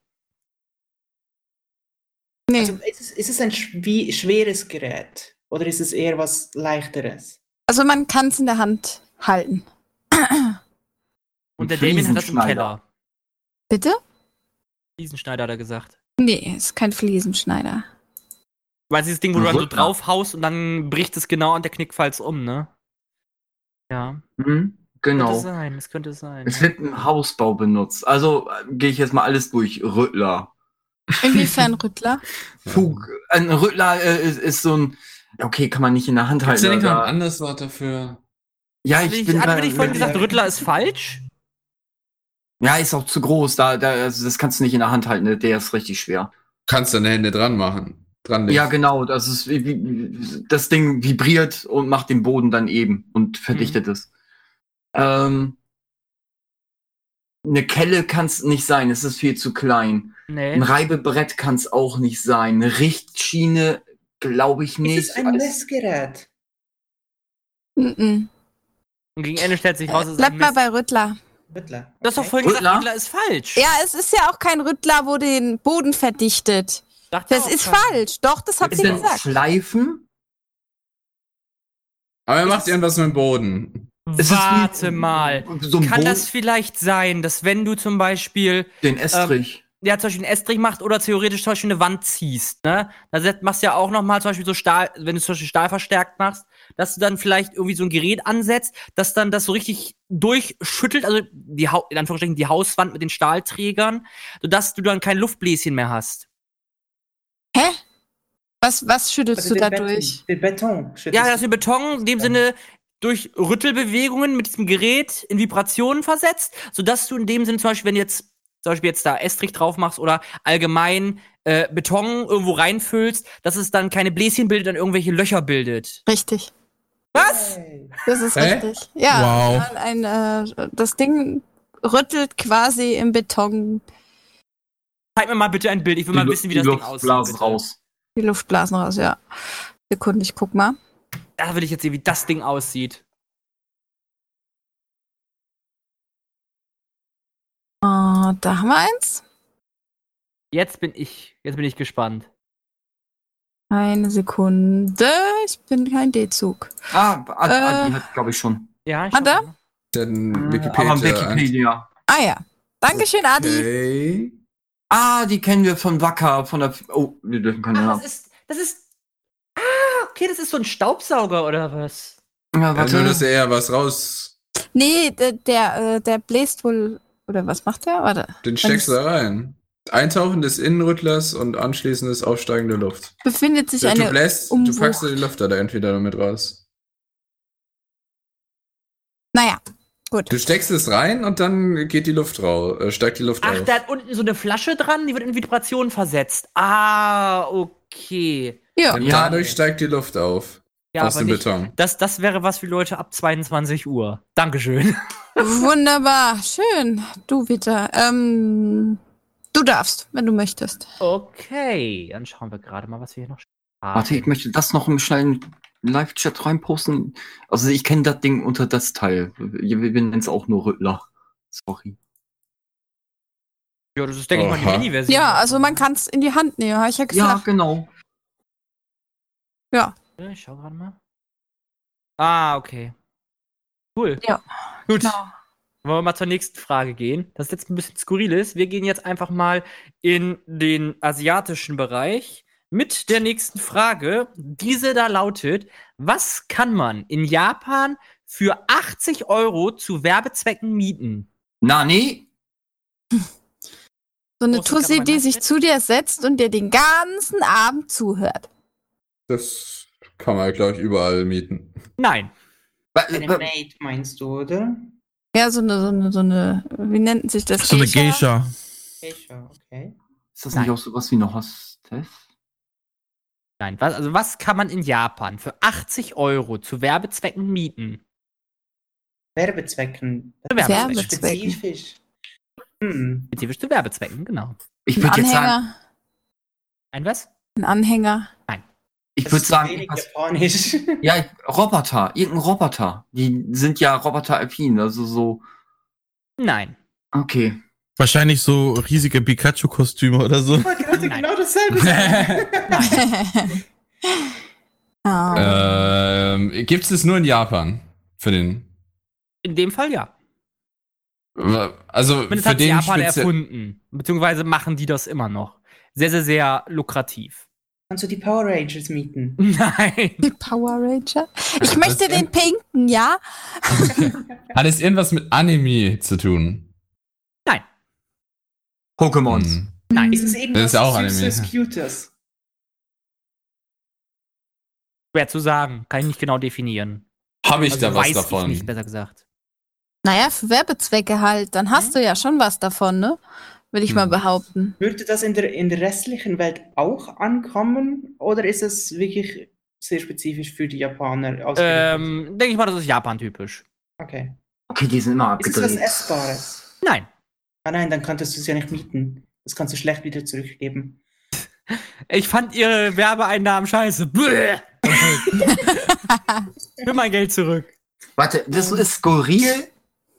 Speaker 9: Also ist, es, ist es ein schwi- schweres Gerät oder ist es eher was Leichteres?
Speaker 5: Also man kann es in der Hand halten.
Speaker 7: Und der Damien hat das im
Speaker 9: Fliesenschneider.
Speaker 7: Keller.
Speaker 5: Bitte?
Speaker 7: Fliesenschneider hat er gesagt.
Speaker 5: Nee, ist kein Fliesenschneider.
Speaker 7: Weil dieses Ding, wo du dann so
Speaker 5: Rücken.
Speaker 7: draufhaust und dann bricht es genau an der Knickfalls um, ne? Ja.
Speaker 11: Mhm, genau.
Speaker 7: Könnte sein, es könnte sein.
Speaker 11: Es wird im Hausbau benutzt. Also äh, gehe ich jetzt mal alles durch. Rüttler.
Speaker 5: Inwiefern Rüttler?
Speaker 11: Fug. Ein Rüttler äh, ist, ist so ein. Okay, kann man nicht in der Hand
Speaker 6: Gibt's
Speaker 11: halten.
Speaker 6: denn nicht noch
Speaker 11: aber-
Speaker 6: ein anderes Wort dafür?
Speaker 11: Ja,
Speaker 7: Hatte
Speaker 11: ich
Speaker 7: ich-
Speaker 11: bin.
Speaker 7: hatte
Speaker 11: bei-
Speaker 7: ich vorhin
Speaker 11: bei-
Speaker 7: gesagt, Rüttler ist falsch?
Speaker 11: Ja, ist auch zu groß. Da, da, also das kannst du nicht in der Hand halten. ne? Der ist richtig schwer.
Speaker 6: Kannst deine Hände dran machen. Dran
Speaker 11: Ja, genau. Das, ist, wie- wie- das Ding vibriert und macht den Boden dann eben und verdichtet
Speaker 7: Mhm.
Speaker 11: es. Ähm, eine Kelle kann es nicht sein. Es ist viel zu klein.
Speaker 7: Nee.
Speaker 11: Ein Reibebrett kann es auch nicht sein. Eine Richtschiene glaube ich nicht.
Speaker 9: Ist es ein Messgerät?
Speaker 5: Mhm.
Speaker 7: Und gegen Ende stellt sich raus, es ist
Speaker 5: Äh, Bleib
Speaker 7: ein
Speaker 5: mal
Speaker 7: Mist.
Speaker 5: bei Rüttler.
Speaker 9: Rüttler.
Speaker 7: Du hast doch vorhin gesagt,
Speaker 5: Rüttler?
Speaker 7: Rüttler ist falsch.
Speaker 5: Ja, es ist ja auch kein Rüttler, wo den Boden verdichtet.
Speaker 7: Dachte
Speaker 5: Das
Speaker 7: auch
Speaker 5: ist
Speaker 7: schon.
Speaker 5: falsch. Doch, das habt
Speaker 11: Ist
Speaker 5: ihr
Speaker 11: denn
Speaker 5: gesagt.
Speaker 11: Schleifen?
Speaker 6: Aber er macht irgendwas mit dem Boden.
Speaker 7: Warte mal.
Speaker 6: so ein
Speaker 7: Kann
Speaker 6: Boot?
Speaker 7: das vielleicht sein, dass wenn du zum Beispiel.
Speaker 11: Den Estrich.
Speaker 7: Ähm, ja, zum Beispiel einen Estrich machst oder theoretisch zum Beispiel eine Wand ziehst, ne? Da set- machst du ja auch nochmal zum Beispiel so Stahl, wenn du zum Beispiel Stahl verstärkt machst, dass du dann vielleicht irgendwie so ein Gerät ansetzt, dass dann das so richtig durchschüttelt, also die, Hau- in Anführungsstrichen die Hauswand mit den Stahlträgern, sodass du dann kein Luftbläschen mehr hast.
Speaker 5: Was, was schüttelst
Speaker 7: Also
Speaker 5: du
Speaker 7: den
Speaker 5: dadurch?
Speaker 9: Den Beton.
Speaker 7: Ja, das ist ein Beton, in dem Sinne durch Rüttelbewegungen mit diesem Gerät in Vibrationen versetzt, sodass du in dem Sinne zum Beispiel, wenn du jetzt zum Beispiel jetzt da Estrich drauf machst oder allgemein äh, Beton irgendwo reinfüllst, dass es dann keine Bläschen bildet, dann irgendwelche Löcher bildet.
Speaker 5: Richtig.
Speaker 7: Was?
Speaker 5: Das ist
Speaker 7: Hä?
Speaker 5: richtig. Ja,
Speaker 7: Wow.
Speaker 5: ein, äh, das Ding rüttelt quasi im Beton
Speaker 7: Zeig mir mal bitte ein Bild, ich will mal
Speaker 11: Lu-
Speaker 7: wissen, wie das Ding aussieht.
Speaker 11: Luftblasen raus.
Speaker 5: die Luftblasen raus, ja. Sekunde, ich guck mal.
Speaker 7: Da will ich jetzt sehen, wie das Ding aussieht.
Speaker 5: Oh, da haben wir eins.
Speaker 7: Jetzt bin ich, jetzt bin ich gespannt.
Speaker 5: Eine Sekunde. Ich bin kein D-Zug.
Speaker 11: Ah, Ad, Adi
Speaker 5: Äh.
Speaker 11: hat, glaube ich, schon.
Speaker 7: Ja,
Speaker 5: Ah, da?
Speaker 6: Denn
Speaker 11: Wikipedia. Ah, Aber Wikipedia.
Speaker 5: Ah ja. Dankeschön, Adi.
Speaker 6: Okay.
Speaker 11: Ah, die kennen wir von Wacker, von der. Oh, wir dürfen keine Namen.
Speaker 7: ist, das ist, ah, okay, das ist so ein Staubsauger oder was?
Speaker 11: Ja,
Speaker 6: warte. nur, dass er eher was raus.
Speaker 5: Nee, der, der, äh, der bläst wohl. Oder was macht der? Warte.
Speaker 6: Den steckst du
Speaker 5: Dann
Speaker 6: da rein. Eintauchen des Innenrüttlers und anschließendes Aufsteigen der Luft.
Speaker 5: Befindet sich
Speaker 6: du,
Speaker 5: eine.
Speaker 6: bläst, du
Speaker 5: Umbucht.
Speaker 6: packst dir die Luft da entweder damit raus.
Speaker 5: Naja, gut.
Speaker 6: Du steckst es rein und dann geht die Luft raus, äh, steigt die Luft
Speaker 7: Ach,
Speaker 6: auf.
Speaker 7: da hat unten so eine Flasche dran, die wird in Vibration versetzt. Ah, okay.
Speaker 6: Denn dadurch steigt die Luft auf.
Speaker 7: Ja,
Speaker 6: aus
Speaker 7: aber
Speaker 6: dem
Speaker 7: nicht-
Speaker 6: Beton.
Speaker 7: Das, das wäre was für Leute ab 22 Uhr. Dankeschön.
Speaker 5: Wunderbar. Schön. Du bitte. Ähm, du darfst, wenn du möchtest.
Speaker 7: Okay, dann schauen wir gerade mal, was wir hier noch haben.
Speaker 11: Warte, ich möchte das noch im schnellen Live-Chat reinposten. Also, ich kenne das Ding unter das Teil. Wir, wir nennen es auch nur Rüttler. Sorry.
Speaker 7: Ja, das ist, denke ich mal, die
Speaker 6: Oha.
Speaker 7: Mini-Version.
Speaker 5: Ja, also man kann es in die Hand nehmen, habe ich ja gesagt.
Speaker 7: Ja,
Speaker 11: genau.
Speaker 5: Ja.
Speaker 7: Ich schau gerade mal. Ah, okay. Cool.
Speaker 5: Ja.
Speaker 7: Gut. Wollen wir mal zur nächsten Frage gehen, das jetzt ein bisschen skurril ist. Wir gehen jetzt einfach mal in den asiatischen Bereich mit der nächsten Frage. Diese da lautet, was kann man in Japan für 80 Euro zu Werbezwecken mieten?
Speaker 11: Nani?
Speaker 5: So eine Tussi, die sich zu dir setzt und dir den ganzen Abend zuhört.
Speaker 6: Das kann man, glaube ich, überall mieten.
Speaker 7: Nein.
Speaker 9: Eine Maid meinst du, oder?
Speaker 5: Ja, so eine, so eine, so eine, wie nennt sich das?
Speaker 9: Geisha, okay.
Speaker 11: Ist das
Speaker 7: Nein.
Speaker 11: nicht auch sowas wie eine Hostess?
Speaker 7: Nein, was, also was kann man in Japan für 80 Euro zu Werbezwecken mieten?
Speaker 9: Werbezwecken.
Speaker 7: Zu Werbezwecken.
Speaker 9: Spezifisch. Hm.
Speaker 7: Spezifisch zu Werbezwecken, genau.
Speaker 11: Ich
Speaker 5: Ein
Speaker 11: würde jetzt sagen,
Speaker 5: Anhänger.
Speaker 7: Ein was?
Speaker 5: Ein Anhänger.
Speaker 11: ich würde sagen, was,
Speaker 9: Japanisch.
Speaker 11: ja, ich- Roboter, irgendein Roboter. Die sind ja Roboter-affin, also so.
Speaker 7: Nein.
Speaker 11: Okay.
Speaker 8: Wahrscheinlich so riesige Pikachu-Kostüme oder so.
Speaker 9: Ich wollte genau dasselbe sagen.
Speaker 6: Ah. Ähm, Gibt es nur in Japan? Für den.
Speaker 7: In dem Fall ja.
Speaker 6: Also
Speaker 7: Zumindest
Speaker 6: für
Speaker 7: hat
Speaker 6: den
Speaker 7: Japan
Speaker 6: spezie-
Speaker 7: erfunden. Mm, Beziehungsweise machen die das immer noch. Sehr, sehr, sehr lukrativ.
Speaker 9: Kannst du die Power Rangers mieten?
Speaker 7: Nein.
Speaker 5: Die Power Ranger. Ich möchte den pinken, ja?
Speaker 6: Hat es irgendwas mit Anime zu tun?
Speaker 7: Nein.
Speaker 11: Pokémons.
Speaker 6: Hm.
Speaker 7: Nein.
Speaker 9: Ist es irgendwas
Speaker 6: Das ist auch
Speaker 9: Süßes,
Speaker 6: Anime.
Speaker 9: Cutes?
Speaker 7: Schwer zu sagen. Kann ich nicht genau definieren.
Speaker 6: Habe ich da
Speaker 7: Also
Speaker 6: was
Speaker 7: weiß
Speaker 6: davon?
Speaker 7: Ich nicht, besser gesagt.
Speaker 5: Naja, für Werbezwecke halt. Dann
Speaker 8: Mhm.
Speaker 5: hast du ja schon was davon, ne? Will ich mal behaupten.
Speaker 9: Würde das in der, in der restlichen Welt auch ankommen? Oder ist es wirklich sehr spezifisch für die Japaner? ausgerichtet?
Speaker 7: Ähm, denke ich mal, das ist Japan-typisch.
Speaker 9: okay.
Speaker 11: Okay, die sind immer
Speaker 9: Ist es was
Speaker 11: abgedreht.
Speaker 9: Essbares?
Speaker 7: Nein.
Speaker 9: Ah nein, dann könntest du es ja nicht mieten. Das kannst du schlecht wieder zurückgeben.
Speaker 7: Ich fand ihre Werbeeinnahmen scheiße. Bäh. Für mein Geld zurück.
Speaker 11: Warte, das ist skurril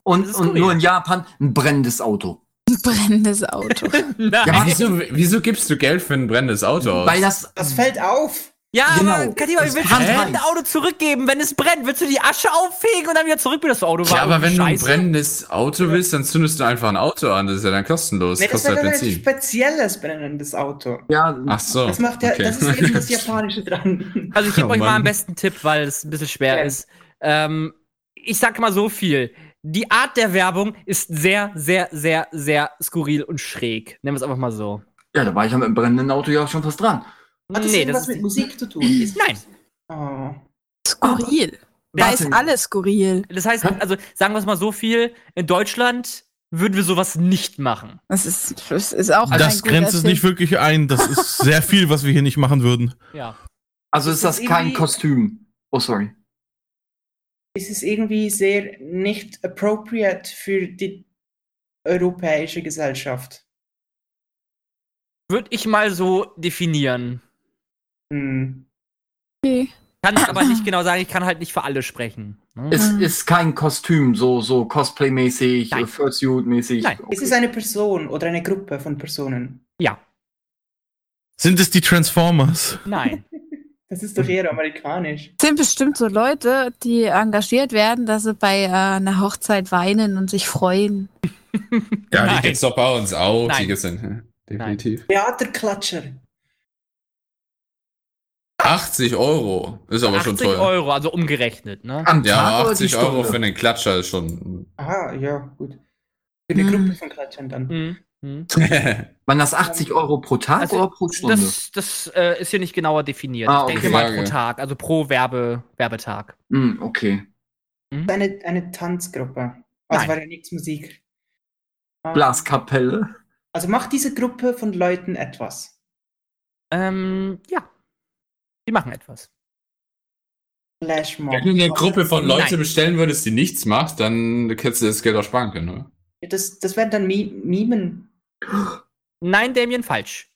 Speaker 11: und, und nur in Japan ein brennendes Auto.
Speaker 5: Ein brennendes Auto.
Speaker 6: Ja, wieso, wieso gibst du Geld für ein brennendes Auto aus?
Speaker 11: Weil das.
Speaker 6: Hm.
Speaker 9: Das fällt auf!
Speaker 7: Ja,
Speaker 6: Genau.
Speaker 7: aber Katima,
Speaker 6: Das
Speaker 7: willst du
Speaker 6: kann
Speaker 7: ein
Speaker 6: sein.
Speaker 7: Auto zurückgeben, wenn es brennt? Willst du die Asche auffegen und dann wieder zurück, wie das Auto war?
Speaker 6: Ja, aber wenn du ein
Speaker 7: Scheiße.
Speaker 6: brennendes Auto willst, dann zündest du einfach ein Auto an. Das ist ja dann kostenlos.
Speaker 9: Nee, das
Speaker 6: kostet
Speaker 9: wäre
Speaker 6: halt
Speaker 9: ein relativ
Speaker 6: Benzin.
Speaker 9: spezielles brennendes Auto.
Speaker 11: Ja.
Speaker 6: Ach so.
Speaker 9: Das macht ja,
Speaker 6: okay.
Speaker 9: das ist eben das Japanische dran.
Speaker 7: Also ich gebe
Speaker 6: Oh
Speaker 7: euch mal
Speaker 6: Mann.
Speaker 7: einen besten Tipp, weil es ein bisschen schwer ist. Ähm, ich sag mal so viel. Die Art der Werbung ist sehr, sehr, sehr, sehr skurril und schräg. Nennen wir es einfach mal so.
Speaker 11: Ja, da war ich ja mit dem brennenden Auto ja schon fast dran.
Speaker 9: Hat das
Speaker 7: nee,
Speaker 9: irgendwas
Speaker 7: das ist
Speaker 9: mit Musik zu tun? Ist-
Speaker 7: Nein.
Speaker 9: Oh.
Speaker 5: Skurril. Da
Speaker 7: Warte.
Speaker 5: ist alles skurril.
Speaker 7: Das heißt, also sagen wir es mal so viel, in Deutschland würden wir sowas nicht machen.
Speaker 5: Das ist, das ist auch
Speaker 8: das grenzt
Speaker 5: also
Speaker 8: es nicht wirklich ein. Das ist sehr viel, was wir hier nicht machen würden.
Speaker 7: Ja.
Speaker 11: Also
Speaker 9: Ist
Speaker 11: ist das
Speaker 9: das
Speaker 11: kein
Speaker 9: irgendwie-
Speaker 11: Kostüm. Oh, sorry.
Speaker 9: Es ist irgendwie sehr nicht appropriate für die europäische Gesellschaft.
Speaker 7: Würde ich mal so definieren.
Speaker 9: Hm.
Speaker 5: Okay.
Speaker 7: Kann ich aber nicht genau sagen, ich kann halt nicht für alle sprechen. ne?
Speaker 11: Es ist kein Kostüm, so, so Cosplay-mäßig, äh, Fursuit-mäßig.
Speaker 7: Nein.
Speaker 9: Es ist eine Person oder eine Gruppe von Personen.
Speaker 7: ja,
Speaker 8: Sind es die Transformers?
Speaker 7: nein.
Speaker 9: Das ist doch eher amerikanisch.
Speaker 5: Es sind bestimmt so Leute, die engagiert werden, dass sie bei äh, einer Hochzeit weinen und sich freuen.
Speaker 6: Ja,
Speaker 7: Nein.
Speaker 6: die gibt's doch bei uns auch.
Speaker 7: Nein.
Speaker 6: Die gibt's in, definitiv.
Speaker 9: Theaterklatscher.
Speaker 6: 80 Euro. Ist aber schon
Speaker 7: 80
Speaker 6: teuer.
Speaker 7: Euro, also umgerechnet, ne?
Speaker 11: Am Tag
Speaker 6: Ja,
Speaker 11: oder die
Speaker 6: 80 Euro
Speaker 11: Stunde?
Speaker 6: für einen Klatscher ist schon.
Speaker 9: Aha, ja, gut. Für
Speaker 7: Hm.
Speaker 9: eine Gruppe von Klatschern dann.
Speaker 7: Mhm. Mhm.
Speaker 11: Waren das 80 Euro pro Tag
Speaker 7: Also,
Speaker 11: oder pro Stunde?
Speaker 7: Das, das äh, ist hier nicht genauer definiert. Ich
Speaker 11: Ah, okay.
Speaker 7: denke mal pro
Speaker 6: Frage.
Speaker 7: Tag, also pro Werbe, Werbetag. Hm?
Speaker 11: Hm, okay.
Speaker 9: Also Eine, eine Tanzgruppe. Also
Speaker 7: Nein.
Speaker 9: war ja nichts Musik. Ah.
Speaker 11: Blaskapelle.
Speaker 9: Also macht diese Gruppe von Leuten etwas.
Speaker 7: Ähm, ja. Die machen etwas.
Speaker 9: Flashmob.
Speaker 6: Wenn du eine Gruppe von Leuten
Speaker 7: Nein.
Speaker 6: bestellen würdest, die nichts macht, dann hättest du das Geld auch sparen können, oder?
Speaker 9: Das, das wären dann Mi- Mimen.
Speaker 7: Nein, Damien, falsch.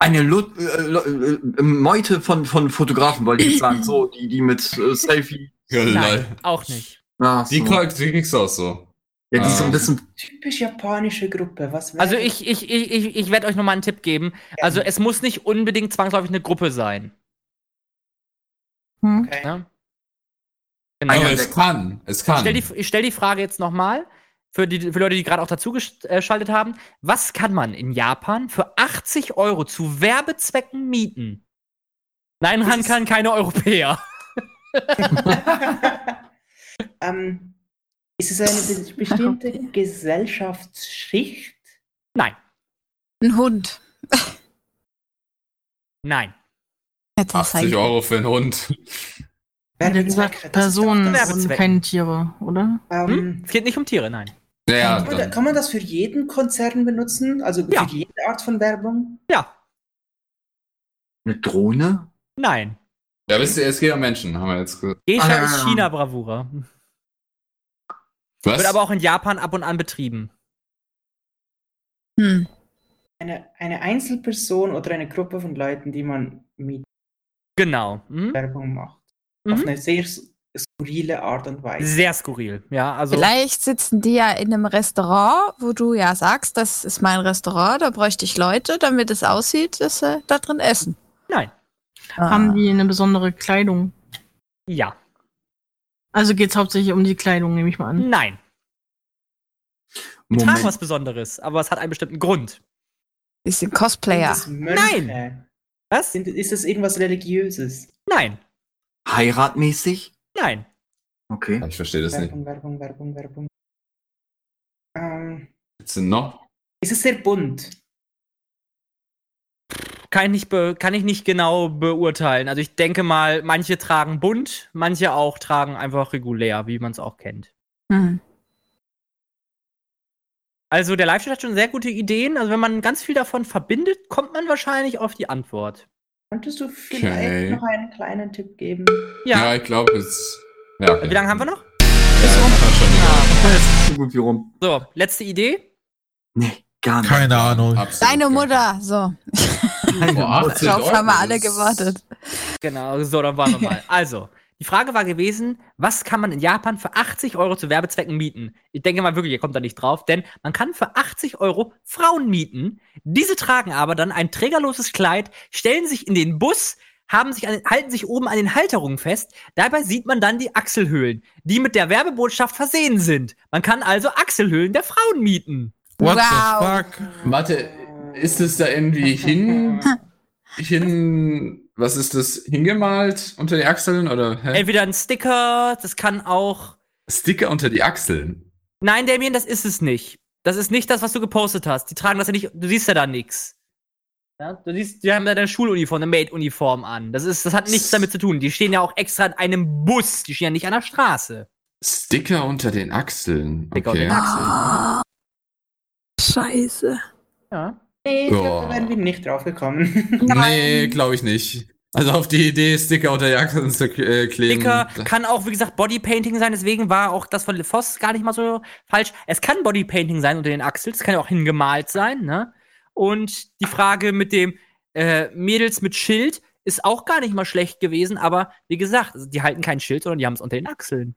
Speaker 11: Eine Lu äh, Lu- äh, Meute von, von Fotografen, wollte ich jetzt sagen. So, die, die mit äh, Selfie.
Speaker 6: Ja, lol.
Speaker 7: Auch nicht.
Speaker 11: Na,
Speaker 6: Die,
Speaker 11: so.
Speaker 6: krieg- die kriegst du auch so.
Speaker 11: Ja, die ist so ein bisschen.
Speaker 9: Typisch japanische Gruppe, was
Speaker 7: Also ich, ich, ich, ich, ich werde euch nochmal einen Tipp geben. Also es muss nicht unbedingt zwangsläufig eine Gruppe sein. Ja? Genau.
Speaker 6: Aber es kann, es kann.
Speaker 7: Ich stelle die, ich stell die Frage jetzt nochmal für die für Leute, die gerade auch dazugeschaltet haben. Was kann man in Japan für 80 Euro zu Werbezwecken mieten? Nein, ran kann keine Europäer.
Speaker 9: ähm, ist es eine be- bestimmte Gesellschaftsschicht?
Speaker 7: Nein.
Speaker 5: Ein Hund.
Speaker 7: Nein.
Speaker 6: 80 Euro für einen Hund.
Speaker 12: Wie gesagt, Personen und
Speaker 7: Werbezwecken.
Speaker 12: keine Tiere, oder?
Speaker 9: Ähm,
Speaker 7: Hm? Es geht nicht um Tiere, nein.
Speaker 6: Ja,
Speaker 9: Kann man, kann man das für jeden Konzern benutzen? Also für jede Art von Werbung?
Speaker 7: Ja.
Speaker 11: Eine Drohne?
Speaker 7: Nein.
Speaker 6: Ja, wisst ihr, es geht um Menschen, haben wir jetzt gesagt.
Speaker 7: Geisha ist China-Bravura.
Speaker 6: Was?
Speaker 7: Wird aber auch in Japan ab und an betrieben.
Speaker 5: Hm.
Speaker 9: Eine, eine Einzelperson oder eine Gruppe von Leuten, die man mit
Speaker 7: Genau. Mhm.
Speaker 9: Werbung macht. Auf eine sehr s- skurrile Art und Weise.
Speaker 7: Sehr skurril, ja. Also
Speaker 5: Vielleicht sitzen die ja in einem Restaurant, wo du ja sagst, das ist mein Restaurant, da bräuchte ich Leute, damit es aussieht, dass sie da drin essen. Ah,
Speaker 7: Nein.
Speaker 14: Ah.
Speaker 12: Haben die eine besondere Kleidung?
Speaker 7: Ja.
Speaker 12: Also geht's hauptsächlich um die Kleidung, nehme ich mal
Speaker 14: Hm.
Speaker 12: an.
Speaker 7: Nein.
Speaker 12: Moment.
Speaker 7: tragen was Besonderes, aber es hat einen bestimmten Grund.
Speaker 5: Die sind Cosplayer.
Speaker 9: Nein!
Speaker 7: Was?
Speaker 9: Ist das irgendwas Religiöses?
Speaker 7: Nein.
Speaker 11: Heiratmäßig?
Speaker 7: Nein.
Speaker 11: Okay.
Speaker 6: Ich verstehe das nicht.
Speaker 9: Werbung, Werbung, Werbung, Werbung. Ähm,
Speaker 6: Was denn noch?
Speaker 9: ist es sehr bunt?
Speaker 7: Kann ich, nicht be kann ich nicht genau beurteilen. Also ich denke mal, manche tragen bunt, manche auch tragen einfach regulär, wie man es auch kennt.
Speaker 5: Hm.
Speaker 7: Also der Live-Chat hat schon sehr gute Ideen. Also wenn man ganz viel davon verbindet, kommt man wahrscheinlich auf die Antwort.
Speaker 9: Könntest du vielleicht
Speaker 6: Okay.
Speaker 9: noch einen kleinen Tipp geben?
Speaker 6: Ja, ich glaube, es. Ja, okay.
Speaker 7: Wie lange haben wir noch? um- Ah.
Speaker 11: So gut wie rum.
Speaker 7: So, letzte Idee.
Speaker 11: Gar nicht.
Speaker 8: Keine Ahnung.
Speaker 5: Deine Mutter, so. Darauf haben wir alle gewartet.
Speaker 7: Genau, so, dann warten wir mal. Also, die Frage war gewesen, was kann man in Japan für 80 Euro zu Werbezwecken mieten? Ich denke mal wirklich, ihr kommt da nicht drauf, denn man kann für 80 Euro Frauen mieten. Diese tragen aber dann ein trägerloses Kleid, stellen sich in den Bus, haben sich an, den- halten sich oben an den Halterungen fest. Dabei sieht man dann die Achselhöhlen, die mit der Werbebotschaft versehen sind. Man kann also Achselhöhlen der Frauen mieten.
Speaker 6: What the fuck? Mathe, ist es da irgendwie hin. hin. Was ist das? Hingemalt unter die Achseln? Oder? Hä?
Speaker 7: Entweder ein Sticker, das kann auch
Speaker 6: Sticker unter die Achseln.
Speaker 7: Nein, Damien, das ist es nicht. Das ist nicht das, was du gepostet hast. Die tragen das ja nicht, du siehst ja da nichts. Ja, du siehst, die haben da deine Schuluniform, eine Maid-Uniform an. Das, ist, das hat nichts damit zu tun. Die stehen ja auch extra in einem Bus. Die stehen ja nicht an der Straße.
Speaker 6: Sticker unter den Achseln. Okay.
Speaker 7: unter den
Speaker 5: Scheiße.
Speaker 7: Ja.
Speaker 9: Nee, ich glaub, da
Speaker 6: Ja.
Speaker 9: wären wir nicht drauf gekommen.
Speaker 6: Nee, glaube ich nicht. Also auf die Idee, Sticker unter die Achseln zu äh, kleben.
Speaker 7: Dicker kann auch, wie gesagt, Bodypainting sein. Deswegen war auch das von Voss gar nicht mal so falsch. Es kann Bodypainting sein unter den Achseln. Es kann ja auch hingemalt sein. Ne? Und die Frage mit dem äh, Mädels mit Schild ist auch gar nicht mal schlecht gewesen. Aber wie gesagt, also die halten kein Schild, sondern die haben es unter den Achseln.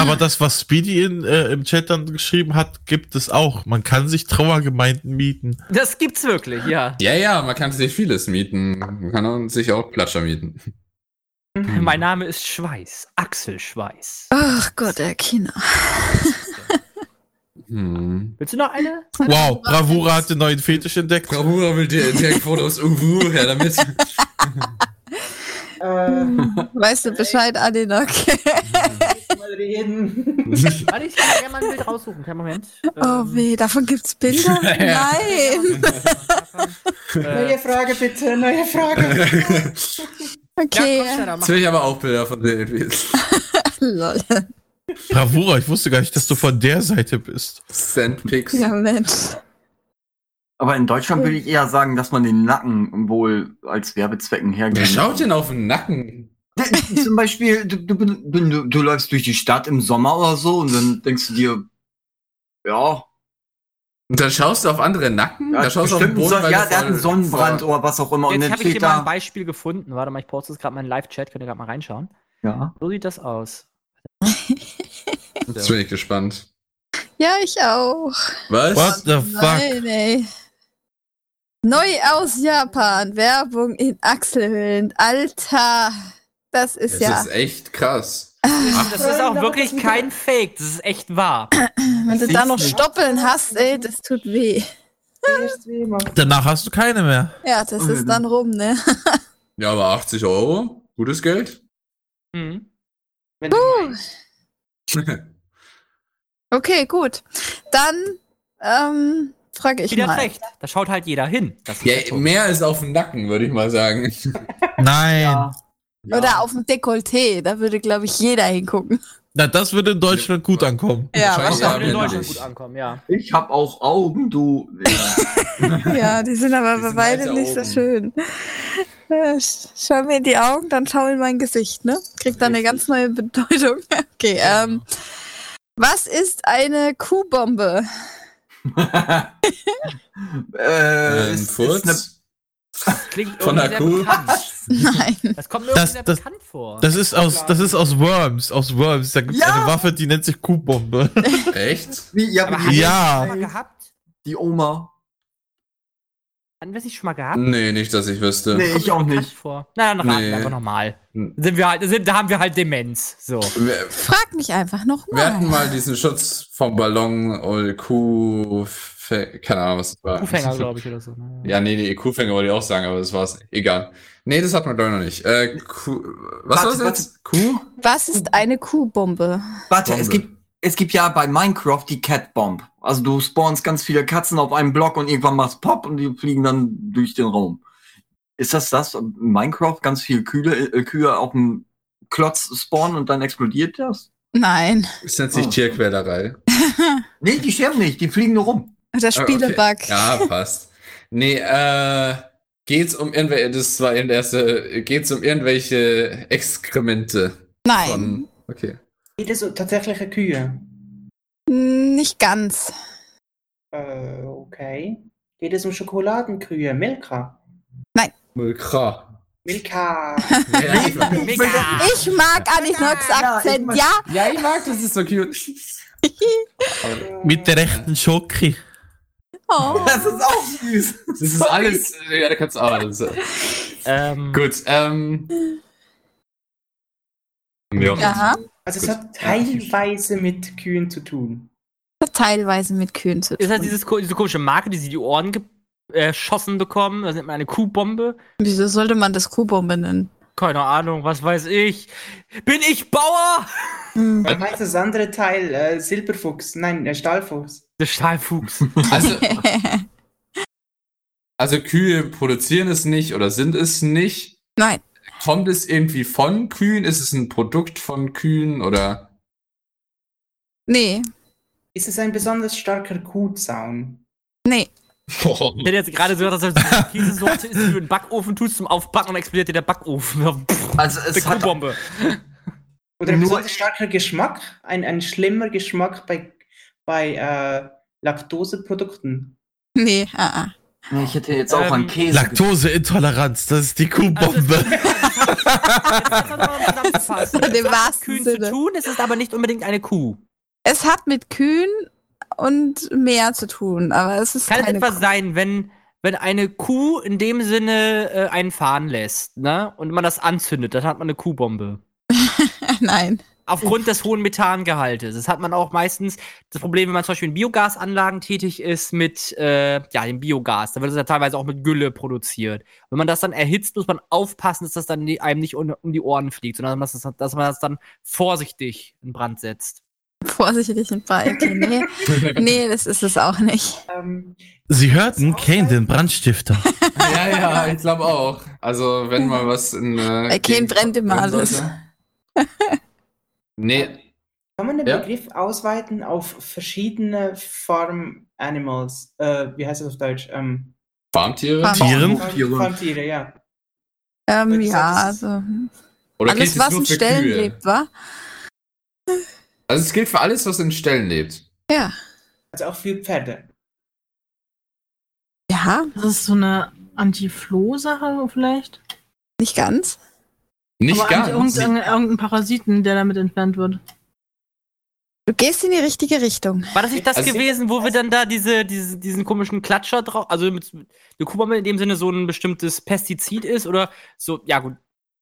Speaker 8: Aber das, was Speedy in, äh, im Chat dann geschrieben hat, gibt es auch. Man kann sich Trauergemeinden mieten.
Speaker 7: Das gibt's wirklich, ja.
Speaker 6: Ja, ja, man kann sich vieles mieten. Man kann auch- sich auch Platscher mieten.
Speaker 7: Mein Name ist Schweiß. Achselschweiß.
Speaker 5: Ach Gott, der Kino.
Speaker 6: Hm.
Speaker 7: Willst du noch eine?
Speaker 8: Wow, Bravura hat den neuen Fetisch entdeckt.
Speaker 6: Bravura will dir entdecken, Fotos. Uhu, her damit.
Speaker 9: Äh,
Speaker 5: Weißt du Bescheid, Adenok?
Speaker 9: Mal reden.
Speaker 7: Warte, ich kann gerne mal ein Bild raussuchen. Kein Moment.
Speaker 5: Oh weh, davon gibt's Bilder? Nein.
Speaker 9: Neue Frage bitte, neue Frage.
Speaker 5: Okay.
Speaker 6: Jetzt will ich aber auch Bilder von den
Speaker 5: Lol.
Speaker 8: Bravura, ich wusste gar nicht, dass du von der Seite bist.
Speaker 6: Sandpicks.
Speaker 5: ja, Mensch.
Speaker 11: Aber in Deutschland würde ich eher sagen, dass man den Nacken wohl als Werbezwecken hergibt.
Speaker 6: Wer schaut denn auf den Nacken?
Speaker 11: Zum Beispiel, du, du, du, du läufst durch die Stadt im Sommer oder so und dann denkst du dir, ja.
Speaker 6: Und dann schaust du auf andere Nacken?
Speaker 11: Ja,
Speaker 6: Da schaust du auf den
Speaker 11: bestimmt
Speaker 6: Boden,
Speaker 11: so-
Speaker 6: weil
Speaker 11: ja
Speaker 6: du
Speaker 11: der hat einen
Speaker 6: voll-
Speaker 11: Sonnenbrand
Speaker 6: voll-
Speaker 11: oder was auch immer. und
Speaker 7: Jetzt
Speaker 11: dann
Speaker 7: habe ich hier
Speaker 11: steht
Speaker 7: mal ein
Speaker 11: da.
Speaker 7: Beispiel gefunden. Warte mal, ich poste es gerade mal in den Live-Chat. Könnt ihr gerade mal reinschauen.
Speaker 11: Ja.
Speaker 7: So sieht das aus.
Speaker 6: Jetzt bin ich gespannt.
Speaker 5: Ja, ich auch.
Speaker 8: Was? What the Oh, fuck?
Speaker 5: Nein, ey. Neu aus Japan, Werbung in Achselhöhlen. Alter, das ist
Speaker 6: Das
Speaker 5: ja.
Speaker 6: ist echt krass.
Speaker 7: Das ist auch wirklich kein Fake, das ist echt wahr.
Speaker 5: Wenn du da noch Stoppeln hast, ey, das tut weh.
Speaker 8: Danach hast du keine mehr.
Speaker 5: Ja, das ist dann rum, ne?
Speaker 6: Ja, aber 80 Euro, gutes Geld.
Speaker 5: Puh. Okay, gut. Dann ähm, frage ich
Speaker 7: Wieder
Speaker 5: mal.
Speaker 7: recht. Da schaut halt jeder hin. Das
Speaker 6: Ja, mehr ist auf dem Nacken, würde ich mal sagen.
Speaker 8: Nein.
Speaker 5: Oder auf dem Dekolleté, da würde, glaube ich, jeder hingucken.
Speaker 8: Na, das würde in Deutschland gut ankommen.
Speaker 5: Ja,
Speaker 7: Das
Speaker 5: wahrscheinlich.
Speaker 7: würde in
Speaker 8: Ja,
Speaker 7: Deutschland
Speaker 8: wirklich.
Speaker 7: gut ankommen, ja.
Speaker 11: Ich hab auch Augen, du.
Speaker 6: Ähm,
Speaker 5: Ja, die sind aber bei weitem
Speaker 11: alte
Speaker 5: nicht so
Speaker 11: Augen.
Speaker 5: schön. Ja, sch- Schau mir in die Augen, dann schau in mein Gesicht, ne? Kriegt dann eine ganz neue Bedeutung. Okay,
Speaker 6: genau.
Speaker 5: ähm, was ist eine Kuhbombe?
Speaker 11: Äh,
Speaker 6: Ein Ähm, Furz?
Speaker 7: Klingt irgendwie
Speaker 6: Von der
Speaker 7: sehr
Speaker 6: Kuh?
Speaker 7: bekannt.
Speaker 5: Nein.
Speaker 7: Das kommt mir irgendwie
Speaker 8: Das,
Speaker 7: sehr
Speaker 8: das,
Speaker 7: bekannt vor.
Speaker 8: das, ist aus, das ist aus Worms. Aus Worms. Da gibt es
Speaker 7: Ja!
Speaker 8: eine Waffe, die nennt sich Kuhbombe.
Speaker 6: Echt?
Speaker 11: Wie, ja, aber
Speaker 7: Haben wir
Speaker 11: die,
Speaker 8: Ja.
Speaker 7: das schon mal gehabt?
Speaker 11: die Oma.
Speaker 7: Haben wir es nicht schon mal gehabt?
Speaker 6: Nee, nicht, dass ich wüsste.
Speaker 11: Nee, ich auch nicht.
Speaker 7: Vor. Na, dann raten
Speaker 6: Nee.
Speaker 7: wir einfach nochmal. Sind wir halt, sind, da haben wir halt Demenz. So.
Speaker 6: Wir,
Speaker 5: Frag mich einfach
Speaker 6: wir
Speaker 5: nochmal.
Speaker 6: hatten mal diesen Schutz vom Ballon oder Kuh. Fe- Keine Ahnung, was das war.
Speaker 7: Kuhfänger, glaube ich, oder so. ne?
Speaker 6: Ja, nee, die Kuhfänger wollte ich auch sagen, aber das war's. Egal. Nee, das hat man doch noch nicht. Äh, Kuh,
Speaker 11: Warte,
Speaker 6: was war's
Speaker 11: warte.
Speaker 6: jetzt? Kuh?
Speaker 5: Was ist eine Kuhbombe?
Speaker 11: Warte,
Speaker 6: Bombe.
Speaker 11: es gibt, es gibt ja bei Minecraft die Cat Bomb. Also du spawnst ganz viele Katzen auf einem Block und irgendwann machst Pop und die fliegen dann durch den Raum. Ist das das? In Minecraft ganz viele Kühe, äh, Kühe auf dem Klotz spawnen und dann explodiert das?
Speaker 5: Nein,
Speaker 6: Das nennt
Speaker 11: Oh.
Speaker 6: sich Tierquälerei.
Speaker 11: Nee, die sterben nicht, die fliegen nur rum.
Speaker 5: das
Speaker 6: Ah, okay.
Speaker 5: Spielebug.
Speaker 6: Ja, passt. Nee, äh, geht's um irgendwelche, das war eben der erste, geht's um irgendwelche Exkremente
Speaker 5: Nein,
Speaker 6: von, okay.
Speaker 9: Geht es um tatsächliche Kühe?
Speaker 5: nicht ganz.
Speaker 9: Äh, okay. Geht es um Schokoladenkühe? Milka?
Speaker 6: Mulkra.
Speaker 9: Milka!
Speaker 6: Ja, ich mag-
Speaker 5: Ich mag Annie Knox
Speaker 7: Genau,
Speaker 5: Akzent, ja?
Speaker 6: ja, ich mag das, ist so cute.
Speaker 8: Mit der rechten Schoki.
Speaker 5: Oh.
Speaker 11: Das ist auch süß.
Speaker 6: Das ist alles, ja, da kannst du auch. Das,
Speaker 7: Ähm,
Speaker 6: gut, ähm. Ja.
Speaker 5: Ja,
Speaker 9: Also es
Speaker 6: Gut.
Speaker 9: hat teilweise mit Kühen zu tun.
Speaker 5: hat teilweise mit Kühen zu
Speaker 7: ist
Speaker 5: tun.
Speaker 7: halt dieses, ko- diese komische Marke, die sie die Ohren ge- äh, geschossen bekommen. Das nennt man eine Kuhbombe.
Speaker 5: Wieso sollte man das Kuhbombe nennen?
Speaker 7: Keine Ahnung, was weiß ich. Bin ich Bauer?
Speaker 5: Hm.
Speaker 9: Dann heißt das andere Teil äh, Silberfuchs, nein, äh, Stahlfuchs.
Speaker 7: Der Stahlfuchs.
Speaker 6: Also, also Kühe produzieren es nicht oder sind es nicht.
Speaker 5: Nein.
Speaker 6: Kommt es irgendwie von Kühen? Ist es ein Produkt von Kühen oder?
Speaker 5: Nee,
Speaker 9: Ist es ein besonders starker Kuhzaun?
Speaker 5: nee.
Speaker 7: Ich hätte jetzt gerade so gedacht, dass das diese Sorte ist, die du in den Backofen tust zum Aufbacken und explodiert dir der Backofen. Pff,
Speaker 11: Also
Speaker 7: Eine
Speaker 11: es hat
Speaker 7: Kuhbombe.
Speaker 9: Oder ein
Speaker 11: Nur-
Speaker 9: besonders starker Geschmack? Ein, ein schlimmer Geschmack bei, bei äh, Laktoseprodukten?
Speaker 5: Nee, ah, ah.
Speaker 11: Nee, Ich hätte jetzt auch
Speaker 7: Ähm,
Speaker 11: an Käse.
Speaker 8: Laktoseintoleranz, das ist die Kuhbombe.
Speaker 7: Zusammenfassen.
Speaker 5: Im
Speaker 7: Es hat mit
Speaker 5: wahrsten
Speaker 7: Kühen
Speaker 5: Sinne.
Speaker 7: zu tun, es ist aber nicht unbedingt eine Kuh.
Speaker 5: Es hat mit Kühen und Meer zu tun, aber es ist
Speaker 7: Kann es
Speaker 5: keine
Speaker 7: etwas sein, wenn, wenn eine Kuh in dem Sinne äh, einen fahren lässt, ne? Und man das anzündet, dann hat man eine Kuhbombe.
Speaker 5: Kuh. Nein.
Speaker 7: Aufgrund des hohen Methangehaltes. Das hat man auch meistens das Problem, wenn man zum Beispiel in Biogasanlagen tätig ist mit äh, ja, dem Biogas. Da wird es ja teilweise auch mit Gülle produziert. Wenn man das dann erhitzt, muss man aufpassen, dass das dann nie- einem nicht un, um die Ohren fliegt, sondern dass, das, dass man das dann vorsichtig in Brand setzt.
Speaker 5: Vorsichtig in Breite. Nee. nee, das ist es auch nicht.
Speaker 9: Ähm,
Speaker 8: Sie hörten Kane, den Brandstifter.
Speaker 6: ja, ja, ich glaube auch. Also wenn mal was in. Äh,
Speaker 5: Bei Ken
Speaker 6: Gegend-
Speaker 5: brennt immer
Speaker 6: brennen
Speaker 5: alles.
Speaker 6: sollte. Nee,
Speaker 9: kann man den
Speaker 6: Ja.
Speaker 9: Begriff ausweiten auf verschiedene Farm Animals? Äh, wie heißt das auf Deutsch? Ähm,
Speaker 6: Farmtiere?
Speaker 5: Farm-
Speaker 8: Tieren?
Speaker 9: Farm-
Speaker 11: Tiere.
Speaker 9: Farmtiere, ja.
Speaker 5: Ähm,
Speaker 9: Würde ich
Speaker 5: ja,
Speaker 9: sagen, es
Speaker 5: also
Speaker 6: Oder
Speaker 5: alles,
Speaker 6: gilt
Speaker 5: was
Speaker 6: es nur
Speaker 5: in
Speaker 6: für
Speaker 5: Stellen
Speaker 6: Kühe?
Speaker 5: lebt, wa?
Speaker 6: Also es gilt für alles, was in Stellen lebt.
Speaker 5: Ja.
Speaker 9: Also auch für Pferde.
Speaker 5: Ja,
Speaker 12: Das ist so eine Anti-Floh-Sache vielleicht.
Speaker 5: nicht ganz.
Speaker 6: Nicht
Speaker 12: Aber anti-
Speaker 6: ganz.
Speaker 12: irgendein, irgendein Parasiten, der damit entfernt wird.
Speaker 5: Du gehst in die richtige Richtung.
Speaker 7: War das nicht das
Speaker 5: Also-
Speaker 7: gewesen, wo wir dann da diese, diese, diesen komischen Klatscher drauf, also mit, mit Cucumber in dem Sinne so ein bestimmtes Pestizid ist oder so, ja gut,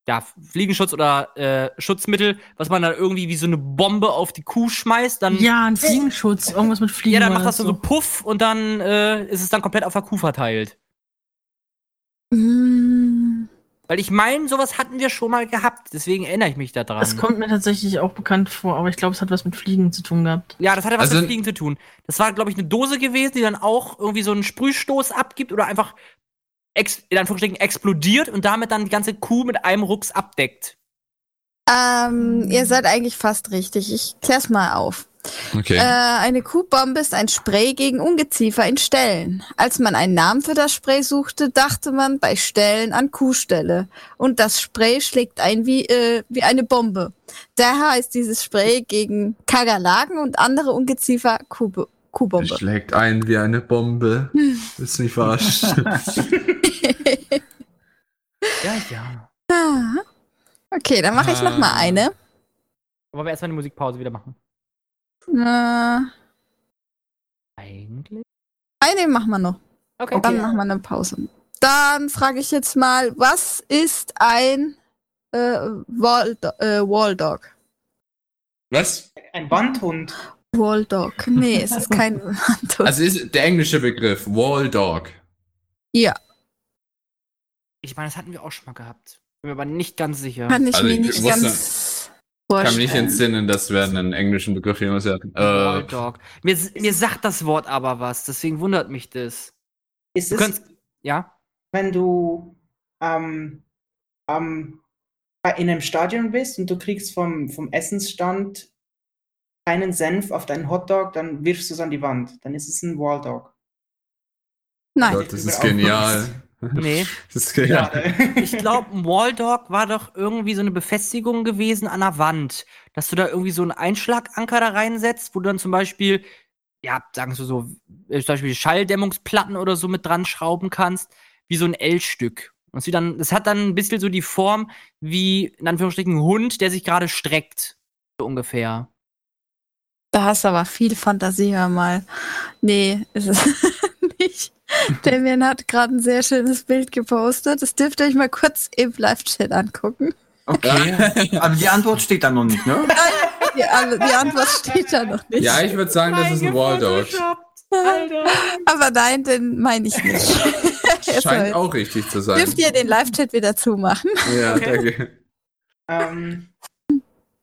Speaker 7: ja, Fliegenschutz oder äh, Schutzmittel, was man dann irgendwie wie so eine Bombe auf die Kuh schmeißt, dann.
Speaker 12: Ja, genau ein Fliegenschutz, irgendwas mit Fliegen.
Speaker 7: Ja, dann
Speaker 12: war
Speaker 7: macht das so, so Puff und dann äh, ist es dann komplett auf der Kuh verteilt.
Speaker 5: Mm.
Speaker 7: Weil ich meine, sowas hatten wir schon mal gehabt, deswegen erinnere ich mich daran.
Speaker 12: Das kommt mir tatsächlich auch bekannt vor, aber ich glaube, es hat was mit Fliegen zu tun gehabt.
Speaker 7: Ja, das hatte was
Speaker 12: Also-
Speaker 7: mit Fliegen zu tun. Das war, glaube ich, eine Dose gewesen, die dann auch irgendwie so einen Sprühstoß abgibt oder einfach ex in Anführungsstrichen explodiert und damit dann die ganze Kuh mit einem Rucks abdeckt.
Speaker 5: Ähm, ihr seid eigentlich fast richtig. Ich klär's mal auf.
Speaker 6: Okay.
Speaker 5: Äh, eine Kuhbombe ist ein Spray gegen Ungeziefer in Stellen. Als man einen Namen für das Spray suchte, dachte man bei Stellen an Kuhstelle. Und das Spray schlägt ein wie, äh, wie eine Bombe. Daher heißt dieses Spray gegen Kakerlaken und andere Ungeziefer Kuhbe- Kuhbombe.
Speaker 6: Schlägt ein wie eine Bombe. Ist nicht verarscht.
Speaker 7: Ja, ja.
Speaker 5: Ah. Okay, dann mache ich noch mal
Speaker 7: Ah.
Speaker 5: eine.
Speaker 7: Wollen wir erstmal eine Musikpause wieder machen?
Speaker 5: Äh,
Speaker 7: Eigentlich?
Speaker 5: Eine machen wir noch.
Speaker 7: Okay.
Speaker 5: Und dann
Speaker 7: Okay.
Speaker 5: machen wir eine Pause. Dann frage ich jetzt mal, was ist ein äh, Waldo äh, Walldog?
Speaker 6: Was?
Speaker 9: Ein Wandhund.
Speaker 5: Walldog. Nee, es ist kein Wandhund.
Speaker 6: Also ist der englische Begriff Wall Dog.
Speaker 5: Ja,
Speaker 7: Ich meine, das hatten wir auch schon mal gehabt. Bin mir aber nicht ganz sicher.
Speaker 5: kann ich mir nicht
Speaker 6: also wusste-
Speaker 5: ganz
Speaker 6: kann mich nicht
Speaker 5: vorstellen.
Speaker 6: entsinnen, dass wir einen englischen Begriff jemals hatten. Äh,
Speaker 7: Dog. Mir, mir sagt das Wort aber was, deswegen wundert mich das.
Speaker 9: Ist
Speaker 7: du
Speaker 9: es-
Speaker 7: könntest, ja?
Speaker 9: Wenn du ähm, ähm, bei- in einem Stadion bist und du kriegst vom, vom Essensstand keinen Senf auf deinen Hotdog, dann wirfst du es an die Wand. Dann ist es ein Walldog.
Speaker 5: Nein.
Speaker 6: Gott, das ist genial.
Speaker 7: Nee.
Speaker 6: Das ist genial.
Speaker 7: Ich glaube, ein Walldog war doch irgendwie so eine Befestigung gewesen an der Wand, dass du da irgendwie so einen Einschlaganker da reinsetzt, wo du dann zum Beispiel, ja, sagen wir so, äh, zum Beispiel Schalldämmungsplatten oder so mit dran schrauben kannst, wie so ein L-Stück. Und sie dann, das hat dann ein bisschen so die Form wie, in Anführungsstrichen, ein Hund, der sich gerade streckt. So ungefähr.
Speaker 5: Da hast du aber viel Fantasie, hör mal. Nee, ist es nicht. Damien hat gerade ein sehr schönes Bild gepostet. Das dürft ihr euch mal kurz im Live-Chat angucken.
Speaker 11: Okay. Aber die Antwort steht da noch nicht, ne?
Speaker 5: Die, An- die Antwort steht da noch nicht.
Speaker 6: Ja, ich würde sagen, das ist ein Wall Dog.
Speaker 5: Aber nein, den meine ich nicht. Er soll-
Speaker 6: Scheint auch richtig zu sein.
Speaker 5: Dürft ihr den Live-Chat wieder zumachen?
Speaker 6: Ja, danke.
Speaker 9: Ähm,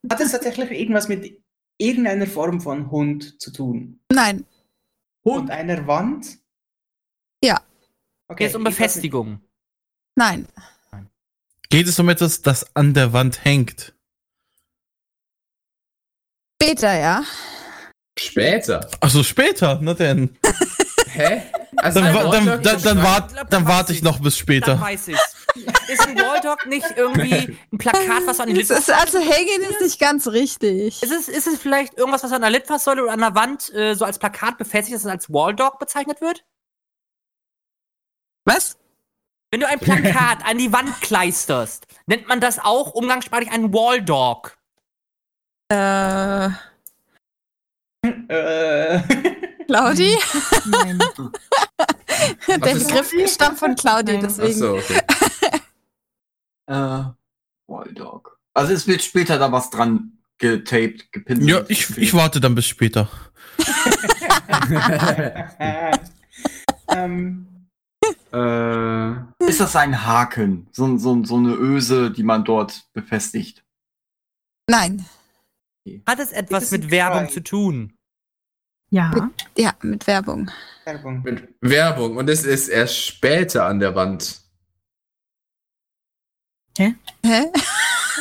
Speaker 9: hat es tatsächlich irgendwas mit irgendeiner Form von Hund zu tun?
Speaker 5: Nein,
Speaker 9: Hund? Und einer Wand?
Speaker 5: ja,
Speaker 9: Okay,
Speaker 7: Jetzt um Befestigung.
Speaker 5: nein.
Speaker 8: Geht es um etwas, das an der Wand hängt?
Speaker 5: Später, ja.
Speaker 6: Später.
Speaker 8: Also später, na denn.
Speaker 6: Hä? Also
Speaker 8: dann,
Speaker 6: ein
Speaker 8: wa- dann,
Speaker 6: Wall
Speaker 8: dann,
Speaker 6: Dog
Speaker 8: dann,
Speaker 6: ist ein-
Speaker 8: wart, dann warte ich noch bis
Speaker 7: Dann
Speaker 8: später.
Speaker 7: weiß ich's. Ist ein Walldog nicht irgendwie ein Plakat, was an den
Speaker 5: Es ist also hängen ist nicht ganz richtig.
Speaker 7: Ist es, ist es vielleicht irgendwas, was an der Litfaßsäule oder an der Wand äh, so als Plakat befestigt, dass es als Walldog bezeichnet wird?
Speaker 5: Was?
Speaker 7: Wenn du ein Plakat an die Wand kleisterst, nennt man das auch umgangssprachlich einen Walldog.
Speaker 5: Äh.
Speaker 9: Äh.
Speaker 5: Claudi?
Speaker 12: Nein.
Speaker 5: Der
Speaker 12: Was ist-
Speaker 5: Begriff stammt von Claudi, deswegen.
Speaker 6: Achso, okay.
Speaker 11: Äh, Walldog. Also es wird später da was dran getaped, gepinnt.
Speaker 8: Ja, ich, ich warte dann bis später.
Speaker 9: ähm,
Speaker 6: Äh.
Speaker 11: Äh, Ist das ein Haken? So, ein- so, ein- so eine Öse, die man dort befestigt.
Speaker 5: Nein.
Speaker 7: Hat es etwas mit Werbung zu tun?
Speaker 12: Ja.
Speaker 5: Ja, mit Werbung.
Speaker 9: Werbung.
Speaker 6: Werbung und es ist erst später an der Wand.
Speaker 5: Hä?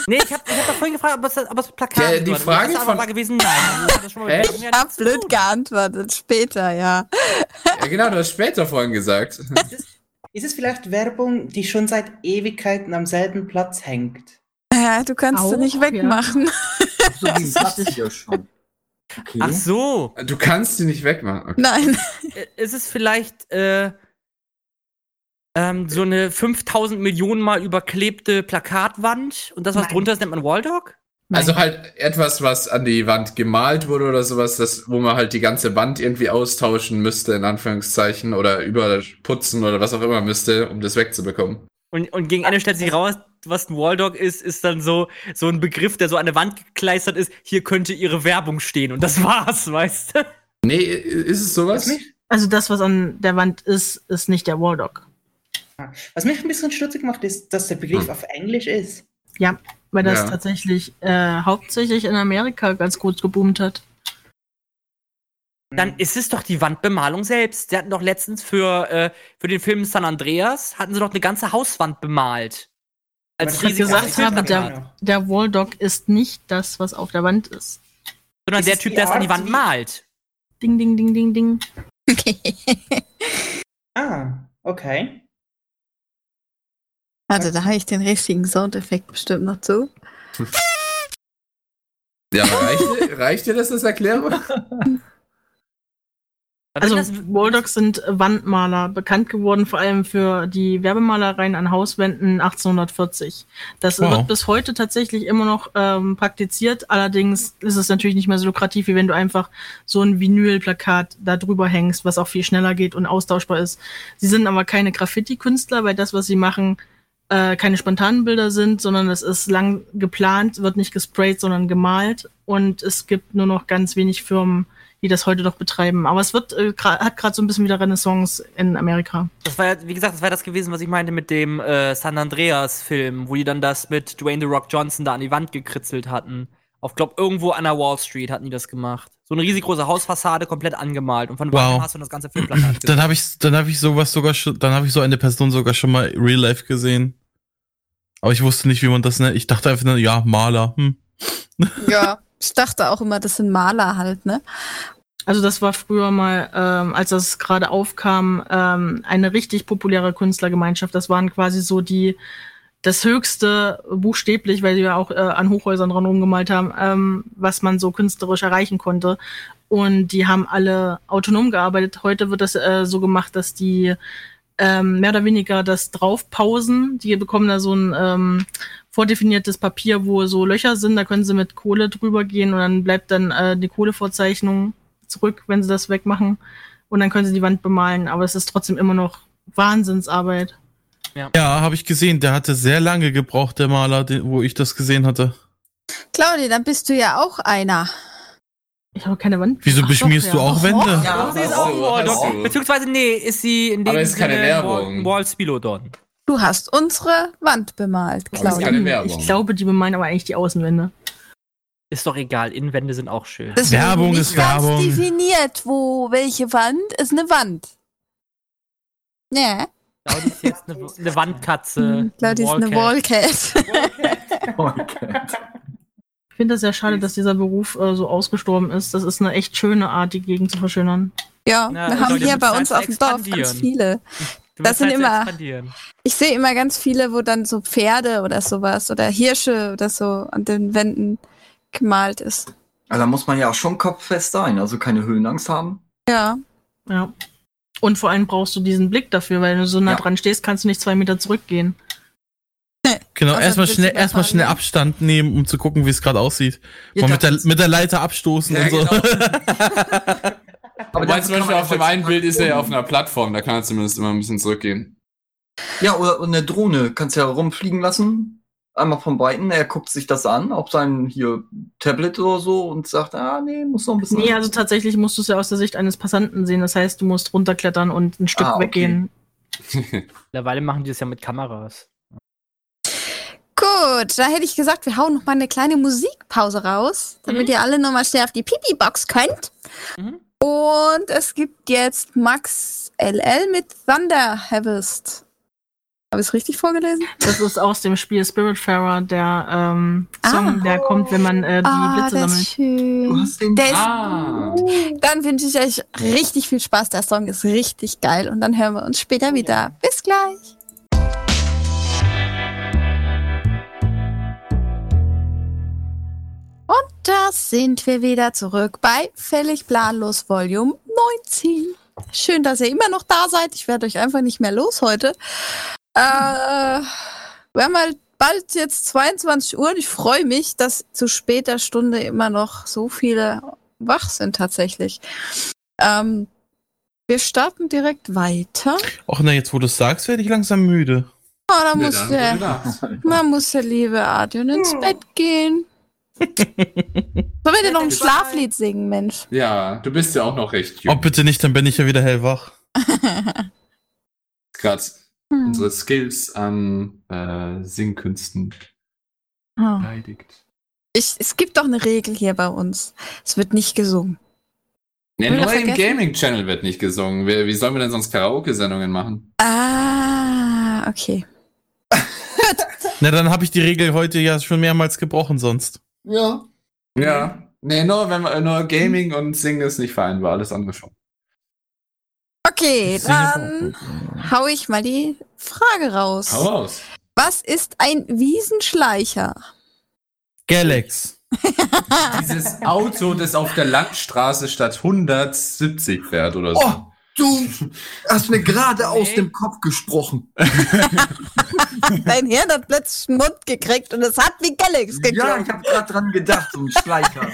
Speaker 7: Nee, ich hab, ich hab doch vorhin gefragt, ob es, ob es Plakat
Speaker 6: Ja, die
Speaker 7: war. Das
Speaker 6: Frage
Speaker 7: erste
Speaker 6: von-
Speaker 7: war gewesen, nein. Also, das hat schon mal mit Werbung
Speaker 5: Ich
Speaker 7: ja
Speaker 5: hab blöd geantwortet. Später, ja.
Speaker 6: Ja, genau, du hast später vorhin gesagt.
Speaker 9: Ist es vielleicht Werbung, die schon seit Ewigkeiten am selben Platz hängt?
Speaker 5: Äh, du kannst sie
Speaker 9: Auch,
Speaker 5: nicht wegmachen.
Speaker 11: So, die Satz hier schon. Okay.
Speaker 7: Ach so.
Speaker 6: Du kannst die nicht wegmachen. Okay.
Speaker 5: Nein.
Speaker 7: Äh, Ist es vielleicht äh, ähm, so eine 5000 Millionen Mal überklebte Plakatwand und das, was drunter ist, nennt man Walldog?
Speaker 6: Also halt etwas, was an die Wand gemalt wurde oder sowas, das, wo man halt die ganze Wand irgendwie austauschen müsste, in Anführungszeichen, oder überputzen oder was auch immer müsste, um das wegzubekommen.
Speaker 7: Und, und gegen Ende stellt sich raus, was ein Walldog ist, ist dann so, so ein Begriff, der so an der Wand gekleistert ist. Hier könnte ihre Werbung stehen. Und das war's, weißt du?
Speaker 6: Nee, ist es sowas?
Speaker 12: Also das, was an der Wand ist, ist nicht der Walldog.
Speaker 9: Was mich ein bisschen stutzig macht, ist, dass der Begriff auf Englisch ist.
Speaker 12: Ja, weil das
Speaker 9: Ja.
Speaker 12: tatsächlich äh, hauptsächlich in Amerika ganz gut geboomt hat.
Speaker 9: Hm.
Speaker 12: Mhm.
Speaker 7: Dann ist es doch die Wandbemalung selbst. Sie hatten doch letztens für, äh, für den Film San Andreas, hatten sie doch eine ganze Hauswand bemalt.
Speaker 12: Als ich
Speaker 7: riesiges
Speaker 12: gesagt habe,
Speaker 7: Plakat.
Speaker 12: der, der Walldog ist nicht das, was auf der Wand ist.
Speaker 7: Sondern
Speaker 12: Ist
Speaker 7: der
Speaker 12: es
Speaker 7: Typ,
Speaker 12: die
Speaker 7: der es an die
Speaker 12: Art,
Speaker 7: Wand malt.
Speaker 12: Ding, ding, ding, ding, ding.
Speaker 9: ah, okay.
Speaker 5: Warte, da habe ich den richtigen Soundeffekt bestimmt noch zu.
Speaker 6: Ja, aber reicht, dir- reicht dir das als Erklärung?
Speaker 12: Also Walldogs sind Wandmaler, bekannt geworden vor allem für die Werbemalereien an Hauswänden 1840. Das
Speaker 8: Wow.
Speaker 12: wird bis heute tatsächlich immer noch ähm, praktiziert, allerdings ist es natürlich nicht mehr so lukrativ, wie wenn du einfach so ein Vinylplakat da drüber hängst, was auch viel schneller geht und austauschbar ist. Sie sind aber keine Graffiti-Künstler, weil das, was sie machen, äh, keine spontanen Bilder sind, sondern es ist lang geplant, wird nicht gesprayt, sondern gemalt. Und es gibt nur noch ganz wenig Firmen, die das heute noch betreiben. Aber es wird, äh, gra- hat gerade so ein bisschen wieder Renaissance in Amerika.
Speaker 7: Das war ja, wie gesagt, das war das gewesen, was ich meinte mit dem äh, San Andreas-Film, wo die dann das mit Dwayne The Rock Johnson da an die Wand gekritzelt hatten. Auf, glaub, irgendwo an der Wall Street hatten die das gemacht. So eine riesengroße Hausfassade komplett angemalt und von
Speaker 8: Wow.
Speaker 7: wow. hast du das ganze Filmplakat gesehen.
Speaker 8: Dann habe ich, dann habe ich sowas sogar schon, dann habe ich so eine Person sogar schon mal real life gesehen. Aber ich wusste nicht, wie man das nennt. Ich dachte einfach nur, ja, Maler. Hm.
Speaker 5: Ja. Ich dachte auch immer, das sind Maler halt, ne?
Speaker 12: Also das war früher mal, ähm, als das gerade aufkam, ähm, eine richtig populäre Künstlergemeinschaft. Das waren quasi so die das höchste buchstäblich, weil sie ja auch äh, an Hochhäusern dran rumgemalt haben, ähm, was man so künstlerisch erreichen konnte. Und die haben alle autonom gearbeitet. Heute wird das äh, so gemacht, dass die ähm, mehr oder weniger das draufpausen. Die bekommen da so ein ähm, vordefiniertes Papier, wo so Löcher sind. Da können sie mit Kohle drüber gehen und dann bleibt dann äh, die Kohlevorzeichnung zurück, wenn sie das wegmachen. Und dann können sie die Wand bemalen. Aber es ist trotzdem immer noch Wahnsinnsarbeit.
Speaker 8: Ja, habe ich gesehen. Der hatte sehr lange gebraucht, der Maler, den, wo ich das gesehen hatte.
Speaker 5: Claudia, dann bist du ja auch einer.
Speaker 12: Ich habe keine Wand.
Speaker 8: Wieso beschmierst du auch Wände?
Speaker 7: sie ist auch ein Walldoc.
Speaker 5: du.
Speaker 7: Oh, Beziehungsweise, nee, ist sie in dem
Speaker 5: Aber ist keine
Speaker 7: Sinne
Speaker 5: Werbung.
Speaker 7: Wall, Wall Spilodon.
Speaker 5: Du hast unsere Wand bemalt,
Speaker 7: Aber das ist
Speaker 5: Claudia.
Speaker 7: keine Werbung.
Speaker 12: Ich glaube, die bemalen aber eigentlich die Außenwände.
Speaker 7: Ist doch egal, Innenwände sind auch schön.
Speaker 5: Das nicht ganz definiert, wo welche Wand ist eine Wand. Ne?
Speaker 7: Claudia ist jetzt eine, eine Wandkatze.
Speaker 5: Claudia hm, ist eine Wallcat.
Speaker 12: Ich finde das sehr schade, dass dieser Beruf äh, so ausgestorben ist. Das ist eine echt schöne Art, die Gegend zu verschönern.
Speaker 5: Ja,
Speaker 12: Na,
Speaker 5: wir haben
Speaker 12: Claudia,
Speaker 5: hier
Speaker 12: du
Speaker 5: bei
Speaker 12: willst
Speaker 5: uns
Speaker 12: halt
Speaker 5: auf dem Dorf ganz
Speaker 12: expandieren.
Speaker 5: viele.
Speaker 7: Du willst
Speaker 5: Das sind
Speaker 7: halt so
Speaker 5: immer.
Speaker 7: expandieren.
Speaker 5: Ich sehe immer ganz viele, wo dann so Pferde oder sowas oder Hirsche oder so an den Wänden gemalt ist.
Speaker 11: Also da muss man ja auch schon kopffest sein, also keine Höhenangst haben.
Speaker 5: Ja.
Speaker 12: Ja. Und vor allem brauchst du diesen Blick dafür, weil wenn du so nah dran stehst, kannst du nicht zwei Meter zurückgehen.
Speaker 8: Genau,
Speaker 12: Außer
Speaker 8: erstmal
Speaker 12: du bist
Speaker 8: schnell,
Speaker 12: in der
Speaker 8: erstmal
Speaker 12: Bahn,
Speaker 8: schnell
Speaker 12: ne?
Speaker 8: Abstand nehmen, um zu gucken, wie es gerade aussieht. Mal
Speaker 12: Ja, da
Speaker 8: mit der, mit der Leiter abstoßen und so.
Speaker 12: genau.
Speaker 6: Aber Wobei zum Beispiel auf dem einen Bild ist er ja auf einer Plattform, da kann er zumindest immer ein bisschen zurückgehen.
Speaker 11: Ja, oder eine Drohne kannst du ja rumfliegen lassen. Einmal von Weitem, er guckt sich das an, auf sein hier Tablet oder so und sagt, ah nee, muss noch ein bisschen.
Speaker 12: Nee, also tatsächlich musst du es ja aus der Sicht eines Passanten sehen. Das heißt, du musst runterklettern und ein Stück
Speaker 7: Ah, okay.
Speaker 12: weggehen.
Speaker 7: Mittlerweile machen die das ja mit Kameras.
Speaker 5: Gut, da hätte ich gesagt, wir hauen noch mal eine kleine Musikpause raus, damit
Speaker 12: Mhm.
Speaker 5: ihr alle noch mal schnell auf die Pipi-Box könnt. Und es gibt jetzt Max LL mit Thunder Harvest. Habe ich es richtig vorgelesen?
Speaker 12: Das ist aus dem Spiel Spiritfarer der ähm, Song, der kommt, wenn man äh, die
Speaker 5: Ah,
Speaker 12: Blitze
Speaker 5: das
Speaker 12: sammelt.
Speaker 5: ist schön. Der ist,
Speaker 12: Ah.
Speaker 5: Dann wünsche ich euch richtig viel Spaß. Der Song ist richtig geil. Und dann hören wir uns später wieder. Bis gleich. Und da sind wir wieder zurück bei Völlig Planlos Volume 19. Schön, dass ihr immer noch da seid. Ich werde euch einfach nicht mehr los heute. Äh, wir haben halt bald jetzt 22 Uhr und ich freue mich, dass zu später Stunde immer noch so viele wach sind tatsächlich. Ähm, wir starten direkt weiter.
Speaker 8: Och, na, jetzt wo du es sagst, werde ich langsam müde.
Speaker 5: Oh, da
Speaker 8: Ja,
Speaker 5: muss
Speaker 8: dann
Speaker 5: der,
Speaker 8: gute Nacht.
Speaker 5: man muss der liebe Adion ins Bett gehen. Sollen wir dir noch ein Schlaflied singen, Mensch?
Speaker 6: Ja, du bist ja auch noch recht
Speaker 8: Oh, bitte nicht, dann bin ich ja wieder hellwach.
Speaker 6: Gerade
Speaker 5: Hm.
Speaker 6: unsere Skills an äh, Singkünsten
Speaker 5: Oh.
Speaker 6: beleidigt.
Speaker 5: Ich, es gibt doch eine Regel hier bei uns. Es wird nicht gesungen.
Speaker 6: Ne,
Speaker 5: Haben wir
Speaker 6: nur
Speaker 5: das
Speaker 6: im
Speaker 5: vergessen?
Speaker 6: Gaming-Channel wird nicht gesungen. Wie, wie sollen wir denn sonst Karaoke-Sendungen machen?
Speaker 5: Ah, okay.
Speaker 8: Na, dann habe ich die Regel heute ja schon mehrmals gebrochen sonst.
Speaker 6: Ja. Ja. Nee, nur, wenn wir, nur Gaming und Singen ist nicht vereinbar, alles andere schon.
Speaker 5: Okay, dann hau ich mal die Frage raus.
Speaker 6: Hau raus.
Speaker 5: Was ist ein Wiesenschleicher?
Speaker 8: Galax.
Speaker 6: Dieses Auto, das auf der Landstraße statt 170 fährt oder so.
Speaker 11: Oh, du hast mir gerade aus dem Kopf gesprochen.
Speaker 5: Dein Hirn hat plötzlich einen Mund gekriegt und es hat wie Galax
Speaker 11: Ja,
Speaker 5: geklungen.
Speaker 11: ich habe gerade dran gedacht, so ein Schleicher.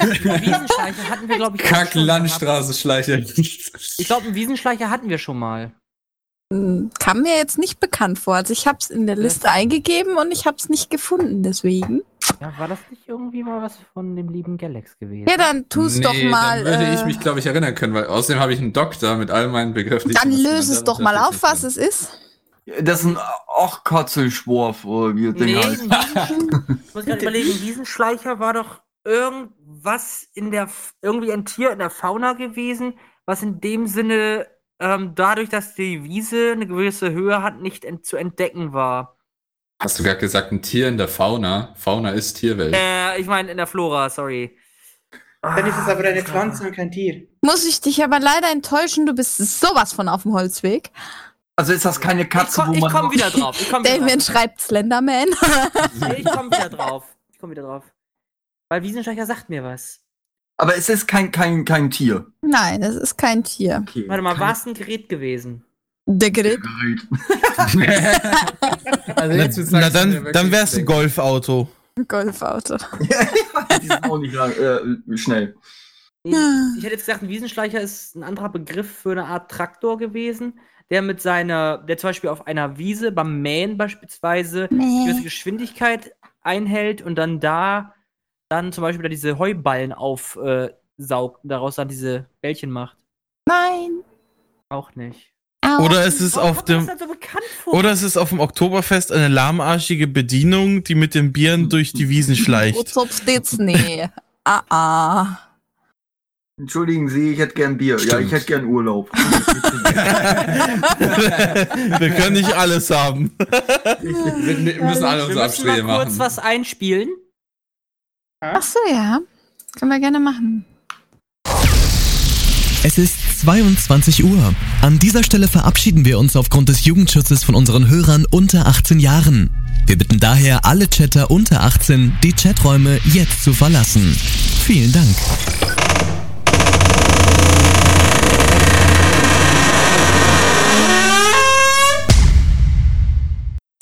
Speaker 7: Wiesenschleicher hatten wir, glaube ich,
Speaker 6: Kack Landstraße schleiche.
Speaker 7: Ich glaube, einen Wiesenschleicher hatten wir schon mal.
Speaker 5: Hm, Kam mir jetzt nicht bekannt vor. Also ich habe es in der Liste eingegeben und ich habe es nicht gefunden, deswegen.
Speaker 7: Ja, war das nicht irgendwie mal was von dem lieben Galax gewesen?
Speaker 5: Ja, dann tu's doch mal.
Speaker 6: Dann würde ich
Speaker 5: äh,
Speaker 6: mich, glaube ich, erinnern können, weil außerdem habe ich einen Doktor mit all meinen Begriffen.
Speaker 5: dann löse es doch mal auf, was es ist.
Speaker 11: Das ist ein Ochkotzelschwurf, oder wie das Ding
Speaker 7: Nee,
Speaker 11: heißt.
Speaker 7: Ich muss gerade überlegen, Wiesenschleicher war doch irgendwas in der, F- irgendwie ein Tier in der Fauna gewesen, was in dem Sinne ähm, dadurch, dass die Wiese eine gewisse Höhe hat, nicht ent zu entdecken war.
Speaker 6: Hast du gerade gesagt, ein Tier in der Fauna? Fauna ist Tierwelt.
Speaker 7: Äh, ich meine in der Flora, sorry.
Speaker 9: Dann ist es aber
Speaker 11: Ah.
Speaker 9: eine Pflanze und kein Tier.
Speaker 5: Muss ich dich aber leider enttäuschen, du bist sowas von auf dem Holzweg.
Speaker 11: Also ist das keine Katze,
Speaker 7: komm-
Speaker 11: wo
Speaker 7: ich
Speaker 11: man.
Speaker 7: komm wieder drauf, ich komm wieder
Speaker 5: Damien schreibt Slenderman.
Speaker 7: Nee, ich komme wieder drauf. Ich komme wieder drauf. Weil Wiesenschleicher sagt mir was.
Speaker 11: Aber es ist kein, kein, kein Tier.
Speaker 5: Nein, es ist kein Tier.
Speaker 7: Warte mal, war es ein Gerät gewesen?
Speaker 5: Der Gerät.
Speaker 6: Also
Speaker 8: Na,
Speaker 6: jetzt wird's
Speaker 8: na
Speaker 6: langsam wieder
Speaker 8: dann,
Speaker 6: wirklich
Speaker 8: dann wär's ein Golfauto.
Speaker 5: Golfauto.
Speaker 11: Die sind auch nicht lang, äh, schnell.
Speaker 7: Nee, Ich hätte jetzt gesagt, ein Wiesenschleicher ist ein anderer Begriff für eine Art Traktor gewesen, der mit seiner, der zum Beispiel auf einer Wiese beim Mähen beispielsweise
Speaker 13: Mäh.
Speaker 7: eine gewisse Geschwindigkeit einhält und dann da dann zum Beispiel da diese Heuballen aufsaugt und daraus dann diese Bällchen macht.
Speaker 5: Nein.
Speaker 7: Auch nicht.
Speaker 8: Oder es ist auf dem. Oder es ist auf dem Oktoberfest eine lahmarschige Bedienung, die mit den Bieren durch die Wiesen
Speaker 5: Wo
Speaker 8: schleicht.
Speaker 5: zupft jetzt? Nee. Ah, ah.
Speaker 11: Entschuldigen Sie, ich hätte gern Bier. Ja, ich hätte gern Urlaub.
Speaker 8: Wir können nicht alles haben.
Speaker 6: Wir müssen
Speaker 7: Wir
Speaker 6: alle unsere
Speaker 7: müssen
Speaker 6: Abstriche
Speaker 7: mal kurz
Speaker 6: machen.
Speaker 7: was einspielen.
Speaker 5: Ach so, ja. Können wir gerne machen.
Speaker 14: Es ist 22 Uhr. An dieser Stelle verabschieden wir uns aufgrund des Jugendschutzes von unseren Hörern unter 18 Jahren. Wir bitten daher alle Chatter unter 18, die Chaträume jetzt zu verlassen. Vielen Dank.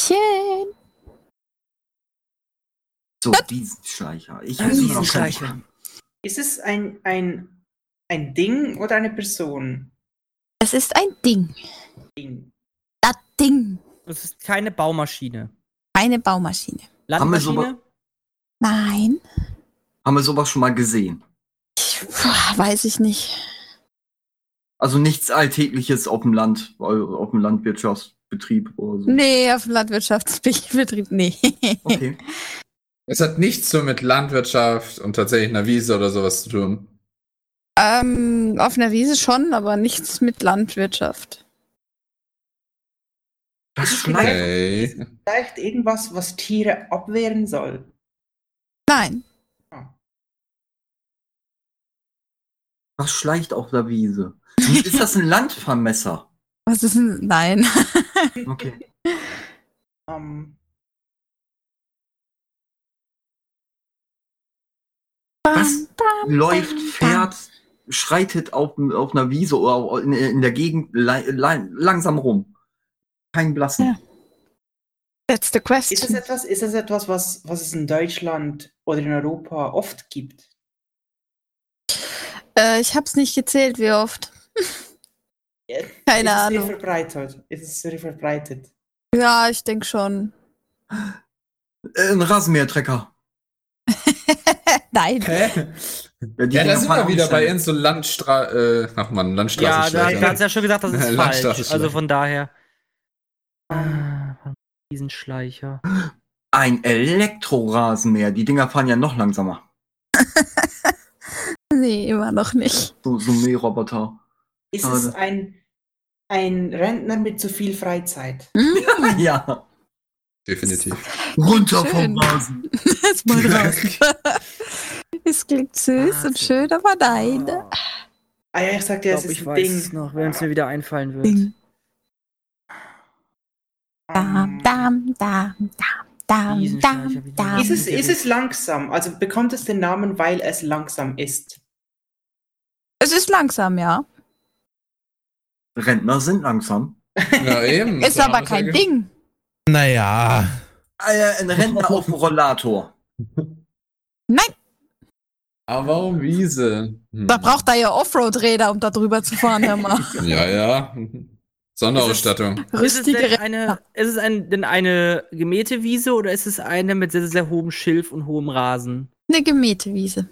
Speaker 5: Schön.
Speaker 11: So, Wiesenschleicher. Ich
Speaker 9: Ein
Speaker 11: hätte noch-
Speaker 9: Wiesenschleicher. Ist es ein, ein, ein Ding oder eine Person?
Speaker 5: Es ist ein Ding.
Speaker 9: Ding.
Speaker 5: Das Ding.
Speaker 7: Es ist keine Baumaschine.
Speaker 5: Eine Baumaschine.
Speaker 11: Haben wir
Speaker 7: Landmaschine?
Speaker 5: Nein.
Speaker 11: Haben wir sowas schon mal gesehen?
Speaker 5: Puh, weiß ich nicht.
Speaker 11: Also nichts Alltägliches auf dem Land, äh, auf dem Landwirtschaftsbetrieb oder so.
Speaker 5: Nee, auf dem Landwirtschaftsbetrieb. Nee.
Speaker 11: Okay.
Speaker 6: Es hat nichts so mit Landwirtschaft und tatsächlich einer Wiese oder sowas zu tun.
Speaker 5: ähm, auf einer Wiese schon, aber nichts mit Landwirtschaft.
Speaker 6: Okay.
Speaker 9: Vielleicht irgendwas, was Tiere abwehren soll.
Speaker 5: Nein.
Speaker 11: Was schleicht auf der Wiese? Hm, Ist das ein Landvermesser?
Speaker 5: Was ist denn? Nein.
Speaker 11: Okay.
Speaker 9: Ähm,
Speaker 11: Was läuft, fährt, schreitet auf, auf einer Wiese oder in, in der Gegend lei- lei- langsam rum? Kein Blassen.
Speaker 5: That's the question.
Speaker 9: Ist das etwas, ist das etwas was, was es in Deutschland oder in Europa oft gibt?
Speaker 5: Äh, ich hab's nicht gezählt, wie oft. Keine
Speaker 9: ist Es
Speaker 5: Ahnung.
Speaker 9: sehr verbreitet. Ist es sehr verbreitet.
Speaker 5: Ja, ich denke schon.
Speaker 11: Ein Rasenmähertrecker.
Speaker 5: Nein.
Speaker 11: Ja, die
Speaker 6: ja, da
Speaker 11: Dinger
Speaker 6: sind wir
Speaker 11: fahren
Speaker 6: wieder
Speaker 11: nicht
Speaker 6: bei
Speaker 11: schnell.
Speaker 6: uns so Landstra äh, ach man,
Speaker 7: Ja, da,
Speaker 6: Landstraßenschleicher.
Speaker 7: da hat's ja schon gesagt, das ist falsch. Also von daher. Ah, Riesenschleicher.
Speaker 11: Ein Elektrorasenmäher. Die Dinger fahren ja noch langsamer.
Speaker 5: Nee, immer noch nicht.
Speaker 11: So, so Mähroboter.
Speaker 9: Ist
Speaker 11: Schade.
Speaker 9: es ein, ein Rentner mit zu viel Freizeit?
Speaker 5: Hm?
Speaker 11: ja.
Speaker 6: Definitiv.
Speaker 11: Runter
Speaker 5: Schön.
Speaker 11: vom Rasen.
Speaker 5: Jetzt mal raus. es klingt süß und schön, aber nein.
Speaker 9: Ah ja, ich sagte,
Speaker 7: Ich
Speaker 9: es
Speaker 7: glaub,
Speaker 9: ist
Speaker 7: ich
Speaker 9: ein
Speaker 7: weiß
Speaker 9: Ding.
Speaker 7: es noch, wenn es mir wieder einfallen wird.
Speaker 5: Ding.
Speaker 13: Dam, dam, dam, dam, dam, dam, dam.
Speaker 9: Ah. Ist es, ist es langsam? Also bekommt es den Namen, weil es langsam ist?
Speaker 5: Es ist langsam, ja.
Speaker 11: Rentner sind langsam.
Speaker 6: Na eben.
Speaker 5: Ist aber kein Ding.
Speaker 8: Naja.
Speaker 11: Ah, Ein Rentner auf dem Rollator.
Speaker 5: Nein,
Speaker 6: Aber warum Wiese? Hm.
Speaker 5: da braucht er ja Offroad-Räder, um da drüber zu fahren, Herr Ma.
Speaker 6: Ja, ja. Sonderausstattung.
Speaker 7: Ist es,
Speaker 5: Rüstige
Speaker 7: denn
Speaker 5: Räder.
Speaker 7: eine, ist es ein, denn eine gemähte Wiese oder ist es eine mit sehr, sehr, sehr hohem Schilf und hohem Rasen?
Speaker 5: Eine gemähte Wiese.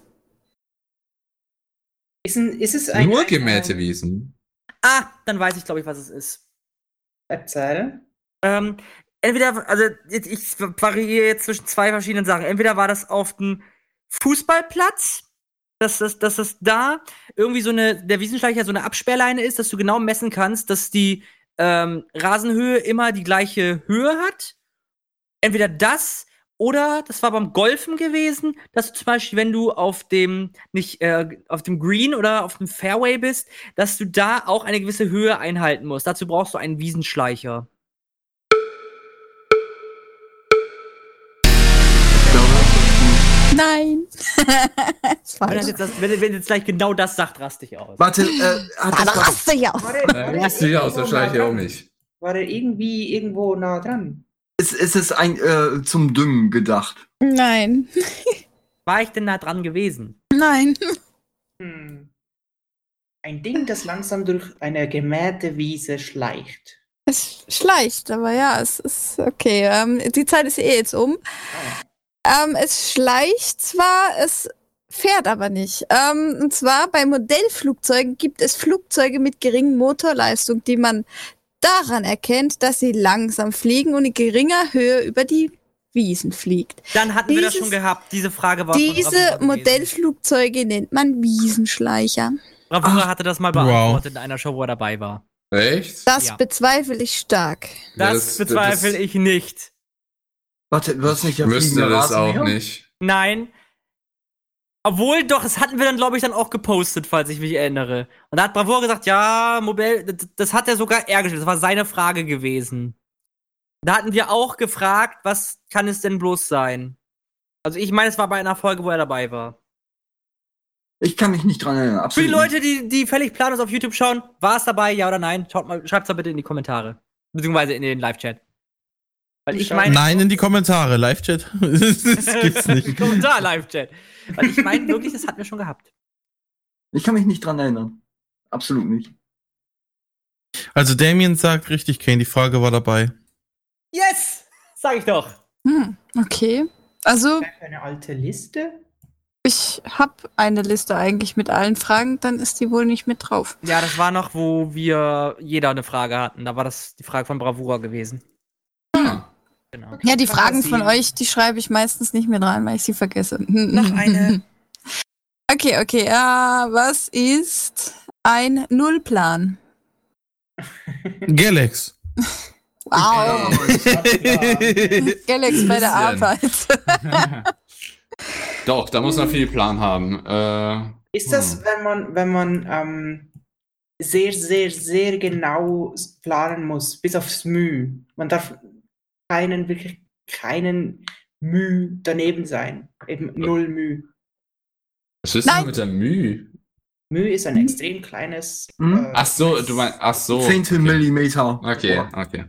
Speaker 9: Ist, ein, ist es ein.
Speaker 6: Nur gemähte Wiesen.
Speaker 7: Ah, dann weiß ich, glaube ich, was es ist.
Speaker 9: Erzähl.
Speaker 7: Ähm, entweder, also ich, ich variiere jetzt zwischen zwei verschiedenen Sachen. Entweder war das auf dem Fußballplatz, dass das, dass das da irgendwie so eine, der Wiesenschleicher so eine Absperrleine ist, dass du genau messen kannst, dass die ähm, Rasenhöhe immer die gleiche Höhe hat. Entweder das oder das war beim Golfen gewesen, dass du zum Beispiel, wenn du auf dem nicht äh, auf dem Green oder auf dem Fairway bist, dass du da auch eine gewisse Höhe einhalten musst. Dazu brauchst du einen Wiesenschleicher.
Speaker 5: Nein. Das war
Speaker 7: Wenn, das jetzt,
Speaker 5: falsch.
Speaker 7: das, wenn, wenn jetzt gleich genau das sagt, raste ich aus.
Speaker 11: Warte, äh, hat
Speaker 5: Da raste ich aus.
Speaker 6: Da raste ich aus, da schleiche ich also auch nicht.
Speaker 9: War er irgendwie irgendwo nah dran?
Speaker 11: Ist, ist es ein äh, zum Düngen gedacht?
Speaker 5: Nein.
Speaker 7: War ich denn da dran gewesen?
Speaker 5: Nein.
Speaker 9: Hm. Ein Ding, das langsam durch eine gemähte Wiese schleicht.
Speaker 5: Es schleicht, aber ja, es ist okay. Ähm, die Zeit ist eh jetzt um. Ähm, es schleicht zwar, es fährt aber nicht. Ähm, und zwar bei Modellflugzeugen gibt es Flugzeuge mit geringen Motorleistung, die man daran erkennt, dass sie langsam fliegen und in geringer Höhe über die Wiesen fliegt.
Speaker 7: Dann hatten wir das
Speaker 5: Dieses-
Speaker 7: schon gehabt. Diese Frage war von
Speaker 5: Diese
Speaker 7: Bravura gewesen.
Speaker 5: Modellflugzeuge nennt man Wiesenschleicher.
Speaker 7: Bravura hatte das mal
Speaker 6: Wow.
Speaker 7: beantwortet in einer Show, wo er dabei war.
Speaker 6: Echt?
Speaker 5: Das
Speaker 7: Ja.
Speaker 5: bezweifle ich stark.
Speaker 7: Das, bezweifle ich nicht.
Speaker 11: Warte, du hast nicht der
Speaker 6: Wüsste
Speaker 11: fliegende
Speaker 6: das auch
Speaker 11: Rasenmäher?
Speaker 6: nicht.
Speaker 7: Nein. Obwohl, doch, das hatten wir dann, glaube ich, dann auch gepostet, falls ich mich erinnere. Und da hat Bravura gesagt, ja, Mobell, d- d- das hat er sogar er gestellt. Das war seine Frage gewesen. Da hatten wir auch gefragt, was kann es denn bloß sein? Also ich meine, es war bei einer Folge, wo er dabei war.
Speaker 11: Ich kann mich nicht dran erinnern.
Speaker 7: Für die
Speaker 11: Absolut.
Speaker 7: Leute, die, die völlig planlos auf YouTube schauen, war es dabei, ja oder nein? Schaut mal, schreibt's da bitte in die Kommentare. Beziehungsweise in den Live-Chat. Weil ich meine.
Speaker 8: Nein in die Kommentare, Live-Chat. das gibt's nicht.
Speaker 7: Kommentar, Live-Chat. Weil ich meine wirklich, das hatten wir schon gehabt.
Speaker 11: Ich kann mich nicht dran erinnern. Absolut nicht.
Speaker 8: Also Damien sagt richtig, Kane, die Frage war dabei.
Speaker 7: Yes! Sag ich doch.
Speaker 5: Hm, okay. Also
Speaker 9: Eine alte Liste?
Speaker 5: Ich habe eine Liste eigentlich mit allen Fragen, dann ist die wohl nicht mit drauf.
Speaker 7: Ja, das war noch, wo wir jeder eine Frage hatten. Da war das die Frage von Bravura gewesen.
Speaker 5: Ja, die Fragen von euch, die schreibe ich meistens nicht mit rein, weil ich sie vergesse. Noch
Speaker 7: eine.
Speaker 5: Okay, okay. Ah, was ist ein Nullplan?
Speaker 8: Galax.
Speaker 5: Wow.
Speaker 6: Ah,
Speaker 5: Galax bei der
Speaker 6: Bisschen.
Speaker 5: Arbeit.
Speaker 6: Doch, da muss man viel Plan haben. Äh,
Speaker 9: Ist das, wenn man, wenn man ähm, sehr, sehr, sehr genau s- planen muss, bis aufs Mühe? Man darf keinen, wirklich keinen Mühe daneben sein.
Speaker 6: Äh.
Speaker 9: Eben null Mühe.
Speaker 6: was ist denn mit der Mühe?
Speaker 9: Mühe ist ein extrem kleines. Äh,
Speaker 6: Hm? Ach so, Oh, du meinst, ach so. Oh.
Speaker 11: Zehntel Millimeter.
Speaker 6: Okay, okay.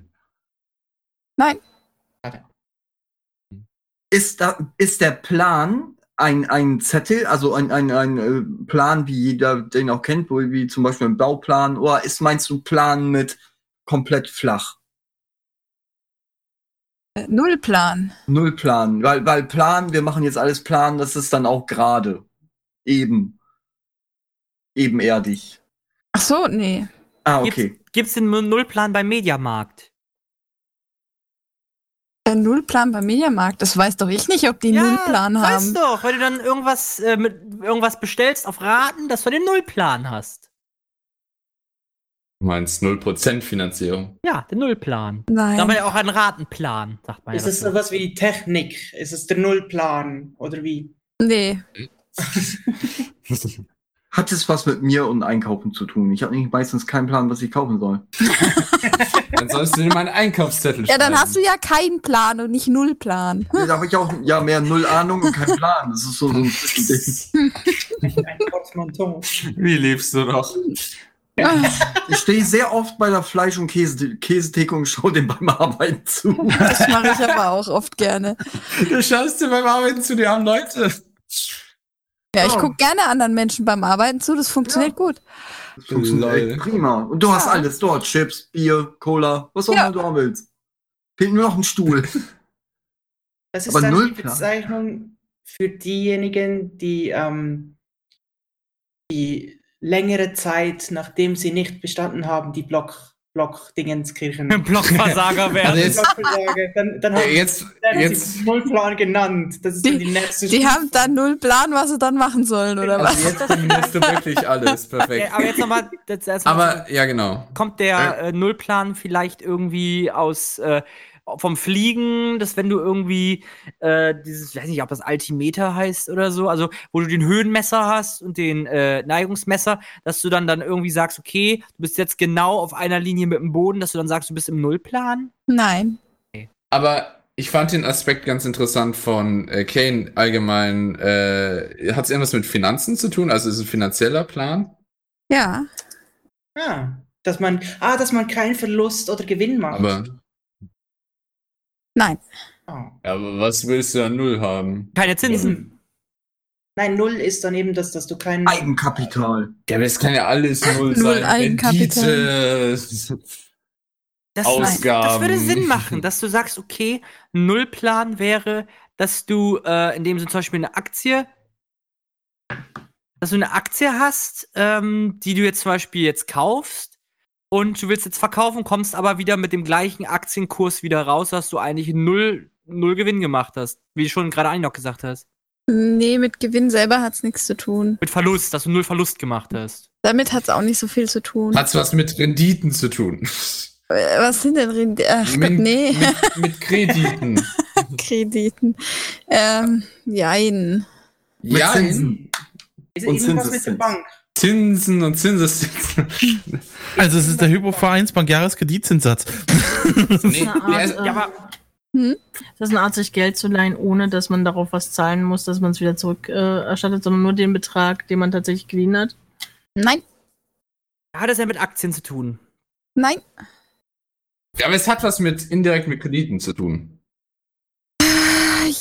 Speaker 5: Nein.
Speaker 11: Warte. Ist, da, ist der Plan ein, ein Zettel, also ein, ein, ein äh, Plan, wie jeder den auch kennt, wo- wie zum Beispiel ein Bauplan, oder ist meinst du Plan mit komplett flach?
Speaker 5: Äh, Null Plan.
Speaker 11: Null Plan. Weil, weil Plan, wir machen jetzt alles Plan, das ist dann auch gerade. Eben. Ebenerdig.
Speaker 5: Ach so, nee.
Speaker 11: Ah, okay.
Speaker 7: Gibt's den Nullplan beim Mediamarkt?
Speaker 5: Der Nullplan beim Mediamarkt, das weiß doch ich nicht, ob die Nullplan haben.
Speaker 7: Weißt doch, weil du dann irgendwas äh, mit irgendwas bestellst auf Raten, dass du den Nullplan hast.
Speaker 6: Du meinst 0% Finanzierung.
Speaker 7: Ja, den Nullplan.
Speaker 5: Nein.
Speaker 7: Sagen wir ja auch einen Ratenplan, sagt man ja.
Speaker 9: Ist es
Speaker 7: dazu.
Speaker 9: sowas wie Technik? Ist es der Nullplan? Oder wie?
Speaker 5: Nee.
Speaker 11: Hat es was mit mir und Einkaufen zu tun? Ich habe nämlich meistens keinen Plan, was ich kaufen soll.
Speaker 6: Dann sollst du dir meinen Einkaufszettel
Speaker 5: Ja, dann hast du ja keinen Plan und nicht Nullplan.
Speaker 11: Nee, da habe ich auch ja mehr Null Ahnung und keinen Plan. Das ist so, so ein Zwischending.
Speaker 6: Wie lebst du doch?
Speaker 11: Ich stehe sehr oft bei der Fleisch- und Käse Käsetheke und schaue dem beim Arbeiten zu.
Speaker 5: Das mache ich aber auch oft gerne.
Speaker 6: Du schaust dir beim Arbeiten zu, die armen Leute.
Speaker 5: Ja, ich
Speaker 11: Ja.
Speaker 5: gucke gerne anderen Menschen beim Arbeiten zu, das funktioniert gut.
Speaker 11: Das funktioniert echt prima. Und du hast alles dort. Chips, Bier, Cola, was auch immer du haben willst. Fehlt nur noch ein Stuhl.
Speaker 9: Das ist
Speaker 11: Aber
Speaker 9: dann die
Speaker 11: Nullplan.
Speaker 9: Bezeichnung für diejenigen, die, ähm, die längere Zeit, nachdem sie nicht bestanden haben, die Block, Block-Dingenskirchen.
Speaker 7: Blockversager werden.
Speaker 6: Also jetzt- äh,
Speaker 9: Blockversager, dann, dann haben
Speaker 6: Jetzt-
Speaker 9: dann haben
Speaker 6: jetzt-
Speaker 9: sie Nullplan genannt. Das ist dann die nächste
Speaker 5: Die haben dann null Plan, was sie dann machen sollen, oder was?
Speaker 6: Also jetzt kombinierst du wirklich alles. Perfekt.
Speaker 7: Ja, aber jetzt nochmal, jetzt erstmal.
Speaker 6: Aber, ja, genau.
Speaker 7: Kommt der äh, Nullplan vielleicht irgendwie aus äh, vom Fliegen, dass wenn du irgendwie äh, dieses, ich weiß nicht, ob das Altimeter heißt oder so, also wo du den Höhenmesser hast und den äh, Neigungsmesser, dass du dann dann irgendwie sagst, okay, du bist jetzt genau auf einer Linie mit dem Boden, dass du dann sagst, du bist im Nullplan?
Speaker 5: Nein.
Speaker 6: Aber ich fand den Aspekt ganz interessant von äh, Kane allgemein. Äh, Hat es irgendwas mit Finanzen zu tun? Also ist es ein finanzieller Plan?
Speaker 5: Ja.
Speaker 9: Ah, dass man, ah, dass man keinen Verlust oder Gewinn macht.
Speaker 6: Aber,
Speaker 5: Nein.
Speaker 9: Ah.
Speaker 6: aber was willst du an Null haben?
Speaker 7: Keine Zinsen.
Speaker 9: Nein, Null ist dann eben das, dass du keinen.
Speaker 11: Eigenkapital.
Speaker 6: Ja, aber es kann ja alles Null,
Speaker 9: Null
Speaker 6: sein.
Speaker 9: Eigenkapital.
Speaker 6: Rendite,
Speaker 7: Das,
Speaker 6: Ausgaben.
Speaker 7: das würde Sinn machen, dass du sagst, okay, Nullplan wäre, dass du, äh, indem du zum Beispiel eine Aktie, dass du eine Aktie hast, ähm, die du jetzt zum Beispiel jetzt kaufst und du willst jetzt verkaufen, kommst aber wieder mit dem gleichen Aktienkurs wieder raus, dass du eigentlich null, null Gewinn gemacht hast, wie du schon gerade Einlock gesagt hast.
Speaker 5: Nee, mit Gewinn selber hat's nichts zu tun.
Speaker 7: Mit Verlust, dass du null Verlust gemacht hast.
Speaker 5: Damit hat's auch nicht so viel zu tun.
Speaker 6: Hat es was mit Renditen zu tun?
Speaker 5: Äh, Was sind denn Rinde? Ach Gott,
Speaker 6: Mit-
Speaker 5: nee.
Speaker 6: mit Krediten.
Speaker 5: Krediten. Ähm, jein.
Speaker 6: ja,
Speaker 9: Ist
Speaker 6: Und
Speaker 9: Also irgendwas mit der
Speaker 6: Zinseszins.
Speaker 9: Bank?
Speaker 6: Zinsen und Zinseszinsen.
Speaker 8: Also es ist der Hypovereinsbank Jahreskreditzinssatz.
Speaker 12: Das ist eine Art, äh, Das ist eine Art, sich Geld zu leihen, ohne dass man darauf was zahlen muss, dass man es wieder zurückerstattet, äh, erstattet, sondern nur den Betrag, den man tatsächlich geliehen hat.
Speaker 5: Nein.
Speaker 7: Hat das ja mit Aktien zu tun.
Speaker 5: Nein.
Speaker 6: Aber es hat was mit indirekt mit Krediten zu tun.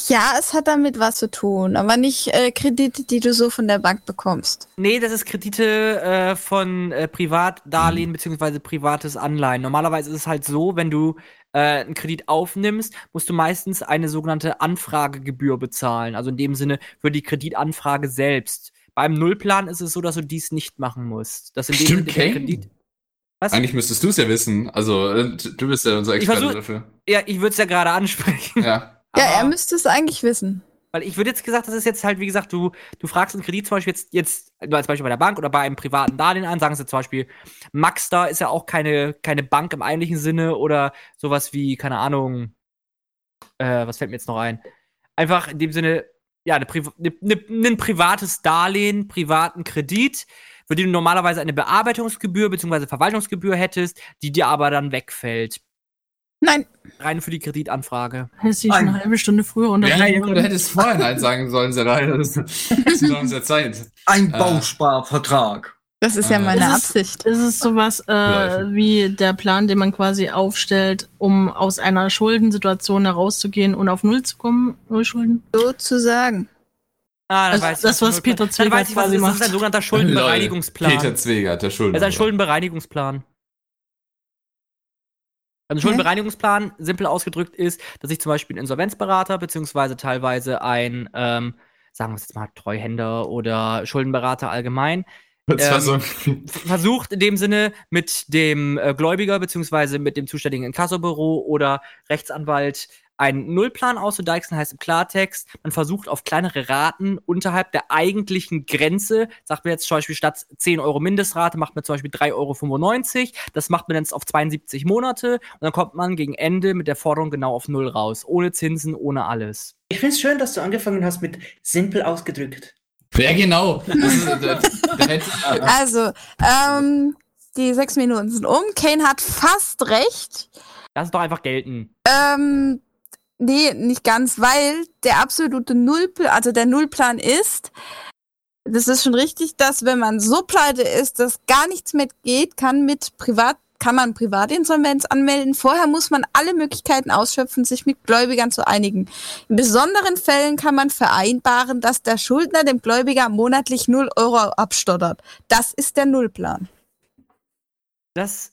Speaker 5: Ja, es hat damit was zu tun, aber nicht äh, Kredite, die du so von der Bank bekommst.
Speaker 7: Nee, das ist Kredite äh, von äh, Privatdarlehen
Speaker 6: Mhm.
Speaker 7: beziehungsweise privates Anleihen. Normalerweise ist es halt so, wenn du äh, einen Kredit aufnimmst, musst du meistens eine sogenannte Anfragegebühr bezahlen. Also in dem Sinne für die Kreditanfrage selbst. Beim Nullplan ist es so, dass du dies nicht machen musst. Dass in dem
Speaker 6: Stimmt,
Speaker 7: Sinne der
Speaker 6: Kane?
Speaker 7: Kredit. Was?
Speaker 6: Eigentlich müsstest du es ja wissen. Also, äh, du bist ja unser
Speaker 7: Ich
Speaker 6: Experte
Speaker 7: versuch-
Speaker 6: dafür.
Speaker 7: Ja, ich würde es ja gerade ansprechen.
Speaker 6: Ja.
Speaker 5: Ja, er müsste es eigentlich wissen.
Speaker 7: Weil ich würde jetzt gesagt, das ist jetzt halt, wie gesagt, du, du fragst einen Kredit zum Beispiel jetzt, jetzt, nur als Beispiel bei der Bank oder bei einem privaten Darlehen an, sagen sie zum Beispiel, Maxstar ist ja auch keine, keine Bank im eigentlichen Sinne oder sowas wie, keine Ahnung, äh, was fällt mir jetzt noch ein? Einfach in dem Sinne, ja, eine Priva- ne, ne, ein privates Darlehen, privaten Kredit, für den du normalerweise eine Bearbeitungsgebühr bzw. Verwaltungsgebühr hättest, die dir aber dann wegfällt.
Speaker 5: Nein.
Speaker 7: Rein für die Kreditanfrage.
Speaker 12: Hättest du dich schon eine halbe Stunde früher
Speaker 6: Ja,
Speaker 12: unterbrochen.
Speaker 6: ja, gut, du hättest vorhin halt sagen sollen, sie, sie sollen uns ja Zeit.
Speaker 11: Ein
Speaker 6: Äh.
Speaker 11: Bausparvertrag.
Speaker 5: Das
Speaker 6: Ah.
Speaker 5: ist ja meine
Speaker 12: es
Speaker 5: Absicht.
Speaker 12: Ist, es ist sowas äh,
Speaker 5: Läufe.
Speaker 12: wie der Plan, den man quasi aufstellt, um aus einer Schuldensituation herauszugehen und auf Null zu kommen. Null Schulden.
Speaker 5: Sozusagen.
Speaker 7: Ah, dann
Speaker 12: Also
Speaker 7: weiß ich,
Speaker 12: das,
Speaker 7: was
Speaker 12: was
Speaker 7: du-
Speaker 12: Peter
Speaker 7: dann
Speaker 12: Zwegert
Speaker 7: weiß ich, was
Speaker 12: quasi
Speaker 7: es ist. Das ist
Speaker 12: macht.
Speaker 7: ein sogenannter Schuldenbereinigungsplan.
Speaker 6: Peter Zwegert, der Schulden.
Speaker 7: Das ist ein Schuldenbereinigungsplan. Also ein Schuldenbereinigungsplan, simpel ausgedrückt, ist, dass ich zum Beispiel einen Insolvenzberater beziehungsweise teilweise ein, ähm, sagen wir es jetzt mal, Treuhänder oder Schuldenberater allgemein,
Speaker 6: Das war so-
Speaker 7: versucht in dem Sinne mit dem äh, Gläubiger beziehungsweise mit dem zuständigen Inkassobüro oder Rechtsanwalt einen Nullplan auszudeichseln, heißt im Klartext, man versucht auf kleinere Raten unterhalb der eigentlichen Grenze, sagt man jetzt zum Beispiel statt 10 Euro Mindestrate, macht man zum Beispiel 3,95 Euro, das macht man jetzt auf 72 Monate und dann kommt man gegen Ende mit der Forderung genau auf Null raus, ohne Zinsen, ohne alles.
Speaker 9: Ich finde es schön, dass du angefangen hast mit simpel ausgedrückt.
Speaker 6: Ja, genau. Das ist,
Speaker 5: Also, ähm, die sechs Minuten sind um. Kane hat fast recht.
Speaker 7: Lass es doch einfach gelten.
Speaker 5: Ähm, nee, nicht ganz, weil der absolute Nullplan, also der Nullplan ist, das ist schon richtig, dass wenn man so pleite ist, dass gar nichts mehr geht, kann mit Privat, kann man Privatinsolvenz anmelden. Vorher muss man alle Möglichkeiten ausschöpfen, sich mit Gläubigern zu einigen. In besonderen Fällen kann man vereinbaren, dass der Schuldner dem Gläubiger monatlich 0 Euro abstottert. Das ist der Nullplan.
Speaker 7: Das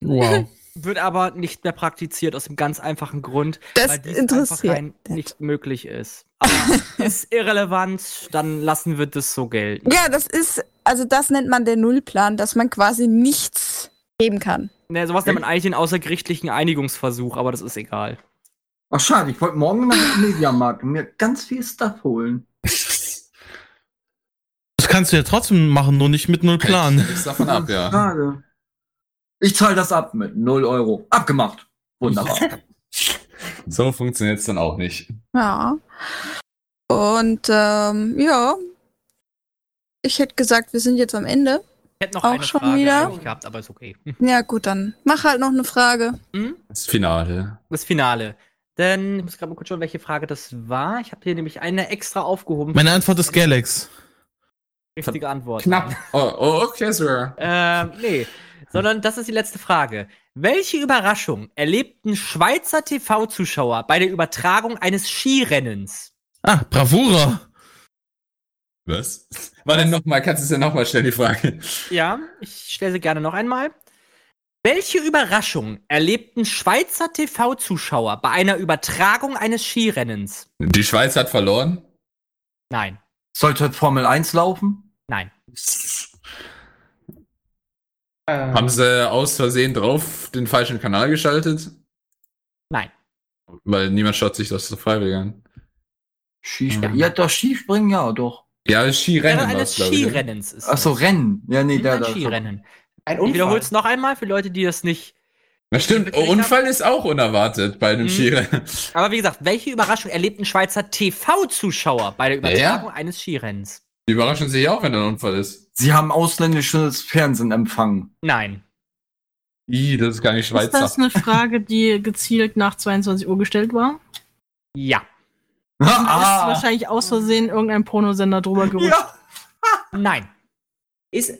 Speaker 6: Wow.
Speaker 7: wird aber nicht mehr praktiziert aus dem ganz einfachen Grund,
Speaker 5: Das
Speaker 7: weil dies
Speaker 5: interessiert
Speaker 7: einfach rein nicht möglich ist. Aber ist irrelevant, dann lassen wir das so gelten.
Speaker 5: Ja, das ist, also das nennt man den Nullplan, dass man quasi nichts geben kann.
Speaker 7: Ne, sowas nennt man eigentlich den außergerichtlichen Einigungsversuch, aber das ist egal.
Speaker 11: Ach schade, ich wollte morgen nach dem Mediamarkt und mir ganz viel Stuff holen.
Speaker 8: Das kannst du ja trotzdem machen, nur nicht mit null Plan.
Speaker 6: Ist davon ab, ja.
Speaker 11: Schade. Ich zahle das ab mit 0 Euro. Abgemacht. Wunderbar.
Speaker 6: So funktioniert es dann auch nicht.
Speaker 5: Ja. Und ähm, ja, ich hätte gesagt, wir sind jetzt am Ende.
Speaker 7: Ich hätte noch
Speaker 5: Auch
Speaker 7: eine
Speaker 5: schon
Speaker 7: Frage
Speaker 5: wieder?
Speaker 7: eigentlich gehabt, aber ist okay.
Speaker 5: Ja gut, dann mach halt noch eine Frage.
Speaker 6: Das Finale.
Speaker 7: Das Finale. Denn ich muss gerade mal kurz schauen, welche Frage das war. Ich habe hier nämlich eine extra aufgehoben.
Speaker 8: Meine Antwort ist Galax.
Speaker 7: richtige Antwort.
Speaker 6: Knapp. Oh, oh okay, Sir.
Speaker 7: Ähm, nee. Sondern das ist die letzte Frage. Welche Überraschung erlebten Schweizer TV-Zuschauer bei der Übertragung eines Skirennens?
Speaker 8: Ah, Bravura.
Speaker 6: Was? War denn nochmal, kannst du es ja nochmal stellen, die Frage.
Speaker 7: Ja, ich stelle sie gerne noch einmal. Welche Überraschung erlebten Schweizer TV-Zuschauer bei einer Übertragung eines Skirennens?
Speaker 6: Die Schweiz hat verloren?
Speaker 7: Nein.
Speaker 11: Sollte heute Formel 1 laufen?
Speaker 7: Nein.
Speaker 9: Ähm,
Speaker 6: Haben sie aus Versehen drauf den falschen Kanal geschaltet?
Speaker 7: Nein.
Speaker 6: Weil niemand schaut sich das so freiwillig an.
Speaker 11: Skispringen. Ja, doch, Skispringen, ja, doch.
Speaker 6: Ja, das Skirennen
Speaker 7: Während
Speaker 6: war
Speaker 7: eines
Speaker 6: es, glaube ich. ne?
Speaker 7: Skirennens ist
Speaker 11: Ach so, Rennen. Ja, nee, der
Speaker 7: ein
Speaker 11: da.
Speaker 7: Skirennen.
Speaker 9: Ein
Speaker 7: Ich
Speaker 11: Unfall.
Speaker 7: wiederhole es noch einmal für Leute, die das nicht.
Speaker 6: Na stimmt, Unfall ist auch unerwartet bei einem Skirennen.
Speaker 7: Aber wie gesagt, welche Überraschung erlebten Schweizer TV-Zuschauer bei der
Speaker 6: Ja, ja.
Speaker 7: Übertragung eines Skirennens?
Speaker 6: Die überraschen sich auch, wenn da ein Unfall ist.
Speaker 11: Sie haben ausländisches Fernsehen empfangen.
Speaker 7: Nein.
Speaker 6: Ih, das ist gar nicht
Speaker 12: Ist
Speaker 6: Schweizer.
Speaker 12: das eine Frage, die gezielt nach 22 Uhr gestellt war?
Speaker 7: Ja.
Speaker 11: Ah.
Speaker 5: Ah.
Speaker 12: Ist wahrscheinlich aus Versehen irgendein Pornosender drüber gerutscht.
Speaker 7: Nein.
Speaker 9: Ist,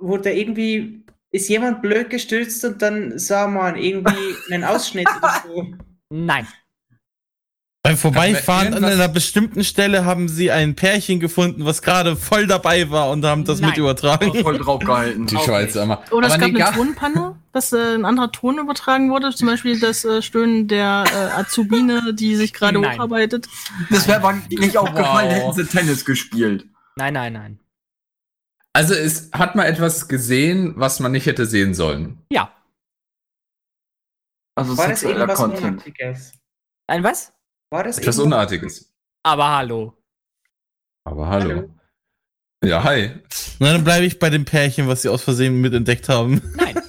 Speaker 9: wurde irgendwie, ist jemand blöd gestürzt und dann sah man irgendwie einen Ausschnitt oder so.
Speaker 7: Nein.
Speaker 8: Beim Vorbeifahren an einer bestimmten Stelle haben sie ein Pärchen gefunden, was gerade voll dabei war und haben das
Speaker 12: Nein.
Speaker 8: mit übertragen.
Speaker 11: Voll drauf gehalten.
Speaker 6: Die Schweizer immer.
Speaker 12: Oder es
Speaker 6: Aber
Speaker 12: gab
Speaker 6: nee,
Speaker 12: eine
Speaker 6: gar-
Speaker 12: Tonpanne, dass äh, ein anderer Ton übertragen wurde. Zum Beispiel das äh, Stöhnen der äh, Azubine, die sich gerade
Speaker 7: Nein.
Speaker 12: hocharbeitet.
Speaker 11: Das wäre aber nicht aufgefallen,
Speaker 6: Wow.
Speaker 11: hätten sie Tennis gespielt.
Speaker 7: Nein, nein, nein.
Speaker 6: Also es hat man etwas gesehen, was man nicht hätte sehen sollen.
Speaker 7: Ja.
Speaker 11: Also
Speaker 9: War das
Speaker 11: sexueller
Speaker 9: irgendwas
Speaker 11: Content.
Speaker 9: Unartiges?
Speaker 7: Ein was?
Speaker 9: War das
Speaker 6: Etwas
Speaker 9: irgendwas?
Speaker 6: Unartiges.
Speaker 7: Aber hallo.
Speaker 6: Aber hallo. Ja, hi.
Speaker 8: Na, dann bleibe ich bei dem Pärchen, was sie aus Versehen mitentdeckt haben. Nein.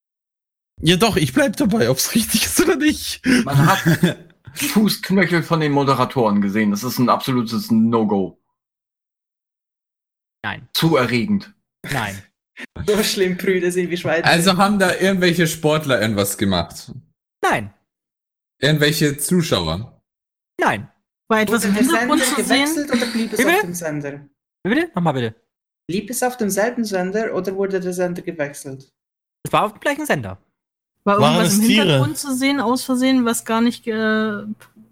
Speaker 8: ja doch, ich bleib dabei, ob's richtig ist oder nicht.
Speaker 11: Man hat Fußknöchel von den Moderatoren gesehen. Das ist ein absolutes No-Go.
Speaker 7: Nein.
Speaker 11: Zu erregend.
Speaker 7: Nein.
Speaker 9: So schlimm Brüder sind wir Schweizer.
Speaker 6: Also haben da irgendwelche Sportler irgendwas gemacht?
Speaker 7: Nein.
Speaker 6: Irgendwelche Zuschauer?
Speaker 7: Nein.
Speaker 12: War etwas
Speaker 9: wurde
Speaker 12: im
Speaker 9: der Sender
Speaker 12: Hintergrund zu sehen?
Speaker 9: gewechselt oder blieb es
Speaker 7: Wie
Speaker 9: auf
Speaker 7: bitte?
Speaker 9: dem Sender?
Speaker 7: Wie bitte? Nochmal bitte.
Speaker 9: Lieb es auf demselben Sender oder wurde der Sender gewechselt?
Speaker 7: Es war auf dem gleichen Sender.
Speaker 12: War
Speaker 9: Waren
Speaker 12: irgendwas
Speaker 9: es
Speaker 12: im
Speaker 9: Tiere?
Speaker 12: Hintergrund zu sehen, aus Versehen, was gar nicht äh,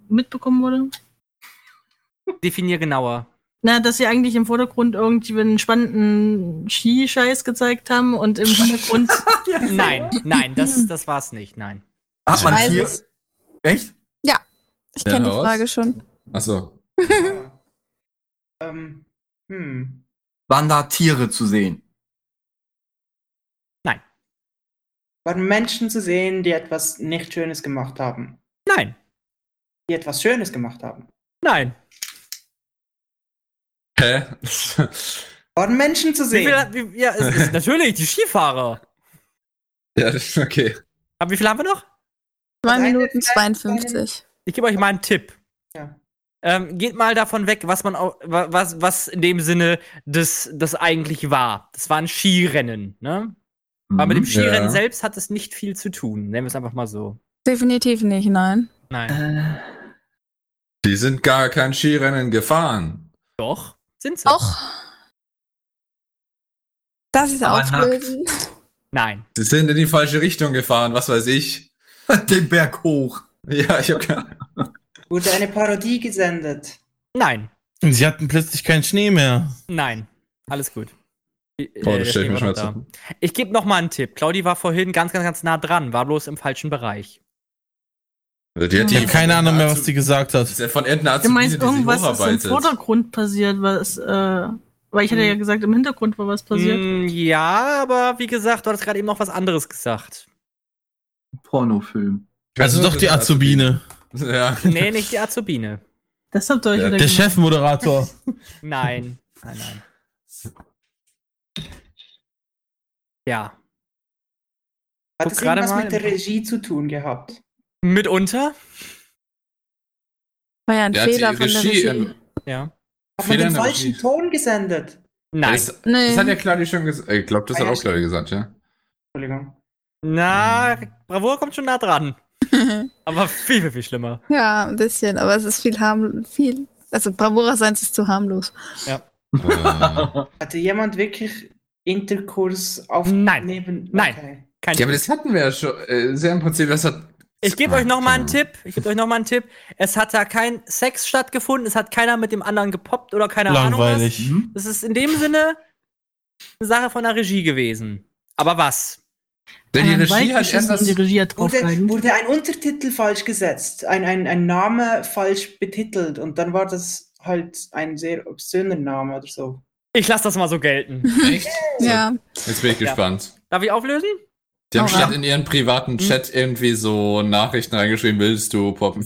Speaker 12: mitbekommen wurde?
Speaker 7: Definier genauer.
Speaker 12: Na, dass sie eigentlich im Vordergrund irgendwie einen spannenden Ski-Scheiß gezeigt haben und im Hintergrund.
Speaker 7: Nein, nein, das, das war's nicht, nein.
Speaker 11: Hat man
Speaker 12: Ich weiß
Speaker 11: hier.
Speaker 12: es.
Speaker 11: Echt?
Speaker 5: Ja, ich
Speaker 11: Ja,
Speaker 5: kenne die
Speaker 11: raus.
Speaker 5: Frage schon.
Speaker 6: Achso.
Speaker 9: Ah. Ähm, hm.
Speaker 11: Waren da Tiere zu sehen?
Speaker 9: Waren Menschen zu sehen, die etwas nicht Schönes gemacht haben?
Speaker 7: Nein.
Speaker 9: Die etwas Schönes gemacht haben?
Speaker 7: Nein.
Speaker 6: Hä?
Speaker 9: Waren Menschen zu
Speaker 7: Wie
Speaker 9: sehen?
Speaker 7: viel, wie, ja, es ist natürlich die Skifahrer.
Speaker 6: Ja, das ist okay.
Speaker 7: Aber wie viel haben wir noch?
Speaker 5: Zwei Minuten 52.
Speaker 7: Ich gebe euch mal einen Tipp.
Speaker 9: Ja.
Speaker 7: Ähm, geht mal davon weg, was man au- wa- was, was in dem Sinne das, das eigentlich war. Das war ein Skirennen, ne? Aber mit dem
Speaker 5: Mhm,
Speaker 7: Skirennen
Speaker 5: ja.
Speaker 7: selbst hat es nicht viel zu tun. Nennen wir es einfach mal so.
Speaker 5: Definitiv nicht, nein.
Speaker 7: Nein.
Speaker 6: Die sind gar kein Skirennen gefahren.
Speaker 7: Doch, sind sie.
Speaker 5: Doch. Das ist
Speaker 6: Aber
Speaker 5: auflösen.
Speaker 7: Nein.
Speaker 6: Sie sind in die falsche Richtung gefahren, was weiß ich.
Speaker 11: Den Berg hoch.
Speaker 6: Ja, ich hab keine
Speaker 9: Wurde eine Parodie gesendet?
Speaker 7: Nein,
Speaker 8: Und sie hatten plötzlich keinen Schnee mehr.
Speaker 7: nein. Alles gut. Äh,
Speaker 8: Oh, das
Speaker 7: äh,
Speaker 8: stell ich mir
Speaker 7: stehen wir
Speaker 8: schon
Speaker 7: noch
Speaker 8: mal
Speaker 7: da.
Speaker 8: zu.
Speaker 7: Ich gebe noch mal einen Tipp. Claudi war vorhin ganz, ganz, ganz nah dran, war bloß im falschen Bereich.
Speaker 6: Die
Speaker 8: ich habe keine Ahnung mehr, was die gesagt hat.
Speaker 6: Von Edna
Speaker 12: Du meinst, irgendwas ist im Vordergrund passiert, was. Äh, weil ich hatte
Speaker 9: Hm.
Speaker 12: ja gesagt, im Hintergrund war was passiert.
Speaker 7: Mm, ja, aber wie gesagt, du hattest gerade eben noch was anderes gesagt.
Speaker 11: Pornofilm.
Speaker 8: Also doch die Azubine.
Speaker 6: Ja.
Speaker 7: Nee, nicht die Azubine.
Speaker 12: Das habt ihr euch wieder
Speaker 8: Der
Speaker 12: gemacht.
Speaker 8: Chefmoderator.
Speaker 7: Nein. Nein, nein. Ja.
Speaker 9: Hat
Speaker 7: Guck
Speaker 9: es
Speaker 7: gerade
Speaker 9: irgendwas
Speaker 7: mal
Speaker 9: mit
Speaker 7: im-
Speaker 9: der Regie zu tun gehabt?
Speaker 7: Mitunter?
Speaker 5: War ja ein
Speaker 6: Der hat die
Speaker 5: Fehler von der
Speaker 6: Regie
Speaker 5: Regie.
Speaker 6: im-
Speaker 7: Ja.
Speaker 9: Hat man
Speaker 6: Fehler
Speaker 9: den
Speaker 6: in der
Speaker 9: falschen Ton gesendet?
Speaker 7: Nein.
Speaker 6: Das,
Speaker 5: Nee.
Speaker 6: das hat ja Claudia schon gesagt. Ich glaube, das
Speaker 9: Ah,
Speaker 6: hat
Speaker 9: ja,
Speaker 6: auch Claudia gesagt, ja.
Speaker 9: Entschuldigung.
Speaker 7: Na, Bravour kommt schon nah dran. aber viel, viel, viel schlimmer.
Speaker 5: Ja, ein bisschen, aber es ist viel harmlos. Viel, also Bravura Science ist zu harmlos.
Speaker 7: Ja.
Speaker 6: Äh,
Speaker 9: Hatte jemand wirklich Interkurs aufnehmen? Nein. Okay.
Speaker 7: Kein
Speaker 6: ja, aber das hatten wir ja schon. Äh, sehr im Prinzip, das hat.
Speaker 7: Ich gebe euch noch mal
Speaker 6: Hm.
Speaker 7: einen Tipp. Ich gebe euch noch mal einen Tipp. Es hat da kein Sex stattgefunden. Es hat keiner mit dem anderen gepoppt oder keine
Speaker 8: Langweilig.
Speaker 7: Ahnung was. Mhm. Das ist in dem Sinne eine Sache von der Regie gewesen. Aber was?
Speaker 6: Denn
Speaker 12: die Ah, Regie Wald hat geschissen etwas- und die Regie hat
Speaker 9: wurde, wurde ein Untertitel falsch gesetzt, ein, ein, ein Name falsch betitelt und dann war das halt ein sehr obszöner Name oder so.
Speaker 7: Ich lasse das mal so gelten.
Speaker 6: Echt?
Speaker 5: Ja.
Speaker 6: Jetzt bin ich
Speaker 7: Ja.
Speaker 6: gespannt.
Speaker 7: Darf ich auflösen?
Speaker 6: Die haben
Speaker 7: Hau rein. Mhm.
Speaker 6: statt in ihren privaten Chat irgendwie so Nachrichten reingeschrieben, willst du poppen?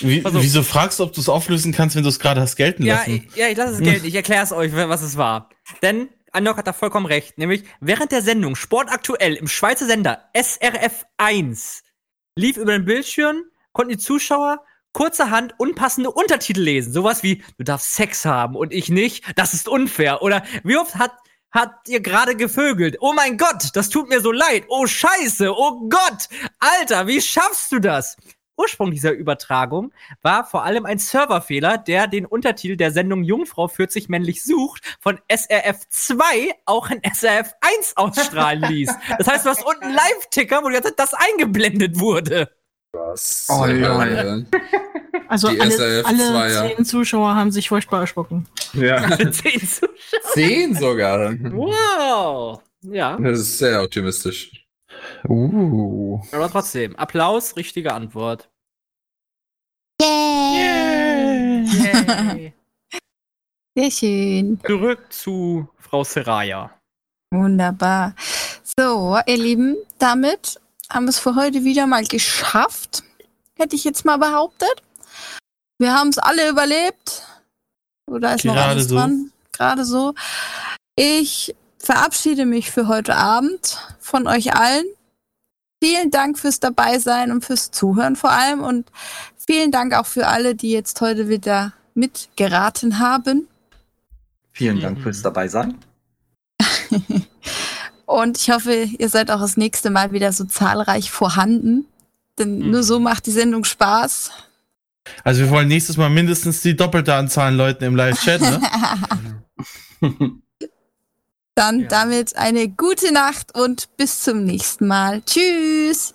Speaker 8: Wie, wieso fragst du, ob du es auflösen kannst, wenn du es gerade hast gelten
Speaker 7: Ja,
Speaker 8: lassen?
Speaker 7: ich- ja, ich lasse es gelten. Ich erkläre es euch, was es war. Denn Anok hat da vollkommen recht. Nämlich, während der Sendung Sport aktuell im Schweizer Sender SRF1 lief über den Bildschirm, konnten die Zuschauer kurzerhand unpassende Untertitel lesen. Sowas wie, du darfst Sex haben und ich nicht, das ist unfair. Oder wie oft hat, hat ihr gerade gevögelt? Oh mein Gott, das tut mir so leid. Oh Scheiße, oh Gott. Alter, wie schaffst du das? Ursprung dieser Übertragung war vor allem ein Serverfehler, der den Untertitel der Sendung Jungfrau 40 männlich sucht von SRF 2 auch in SRF 1 ausstrahlen ließ. Das heißt, du hast unten einen Live-Ticker, wo die ganze Zeit das eingeblendet wurde.
Speaker 6: Was?
Speaker 11: Oh, ja.
Speaker 12: Also
Speaker 7: Die
Speaker 12: alle,
Speaker 7: SRF
Speaker 12: alle
Speaker 7: zwei, ja.
Speaker 12: zehn Zuschauer haben sich furchtbar erschrocken.
Speaker 6: Ja.
Speaker 7: Zehn Zuschauer.
Speaker 6: Zehn sogar.
Speaker 7: Wow. Ja.
Speaker 6: Das ist sehr optimistisch. Uh.
Speaker 7: Aber trotzdem, Applaus, richtige Antwort.
Speaker 5: Sehr schön.
Speaker 7: Zurück zu Frau Seraya.
Speaker 5: Wunderbar. So, ihr Lieben, damit haben wir es für heute wieder mal geschafft. Hätte ich jetzt mal behauptet. Wir haben es alle überlebt. Oder ist noch
Speaker 8: Gerade
Speaker 5: alles
Speaker 8: so.
Speaker 5: dran? Gerade so. Ich verabschiede mich für heute Abend von euch allen. Vielen Dank fürs Dabeisein und fürs Zuhören vor allem. Und vielen Dank auch für alle, die jetzt heute wieder mitgeraten haben.
Speaker 12: Mhm.
Speaker 11: Vielen Dank fürs dabei sein.
Speaker 5: Und ich hoffe, ihr seid auch das nächste Mal wieder so zahlreich vorhanden. Denn nur so macht die Sendung Spaß.
Speaker 8: Also wir wollen nächstes Mal mindestens die doppelte Anzahl an Leuten im Live-Chat, ne?
Speaker 5: dann damit eine gute Nacht und bis zum nächsten Mal. Tschüss.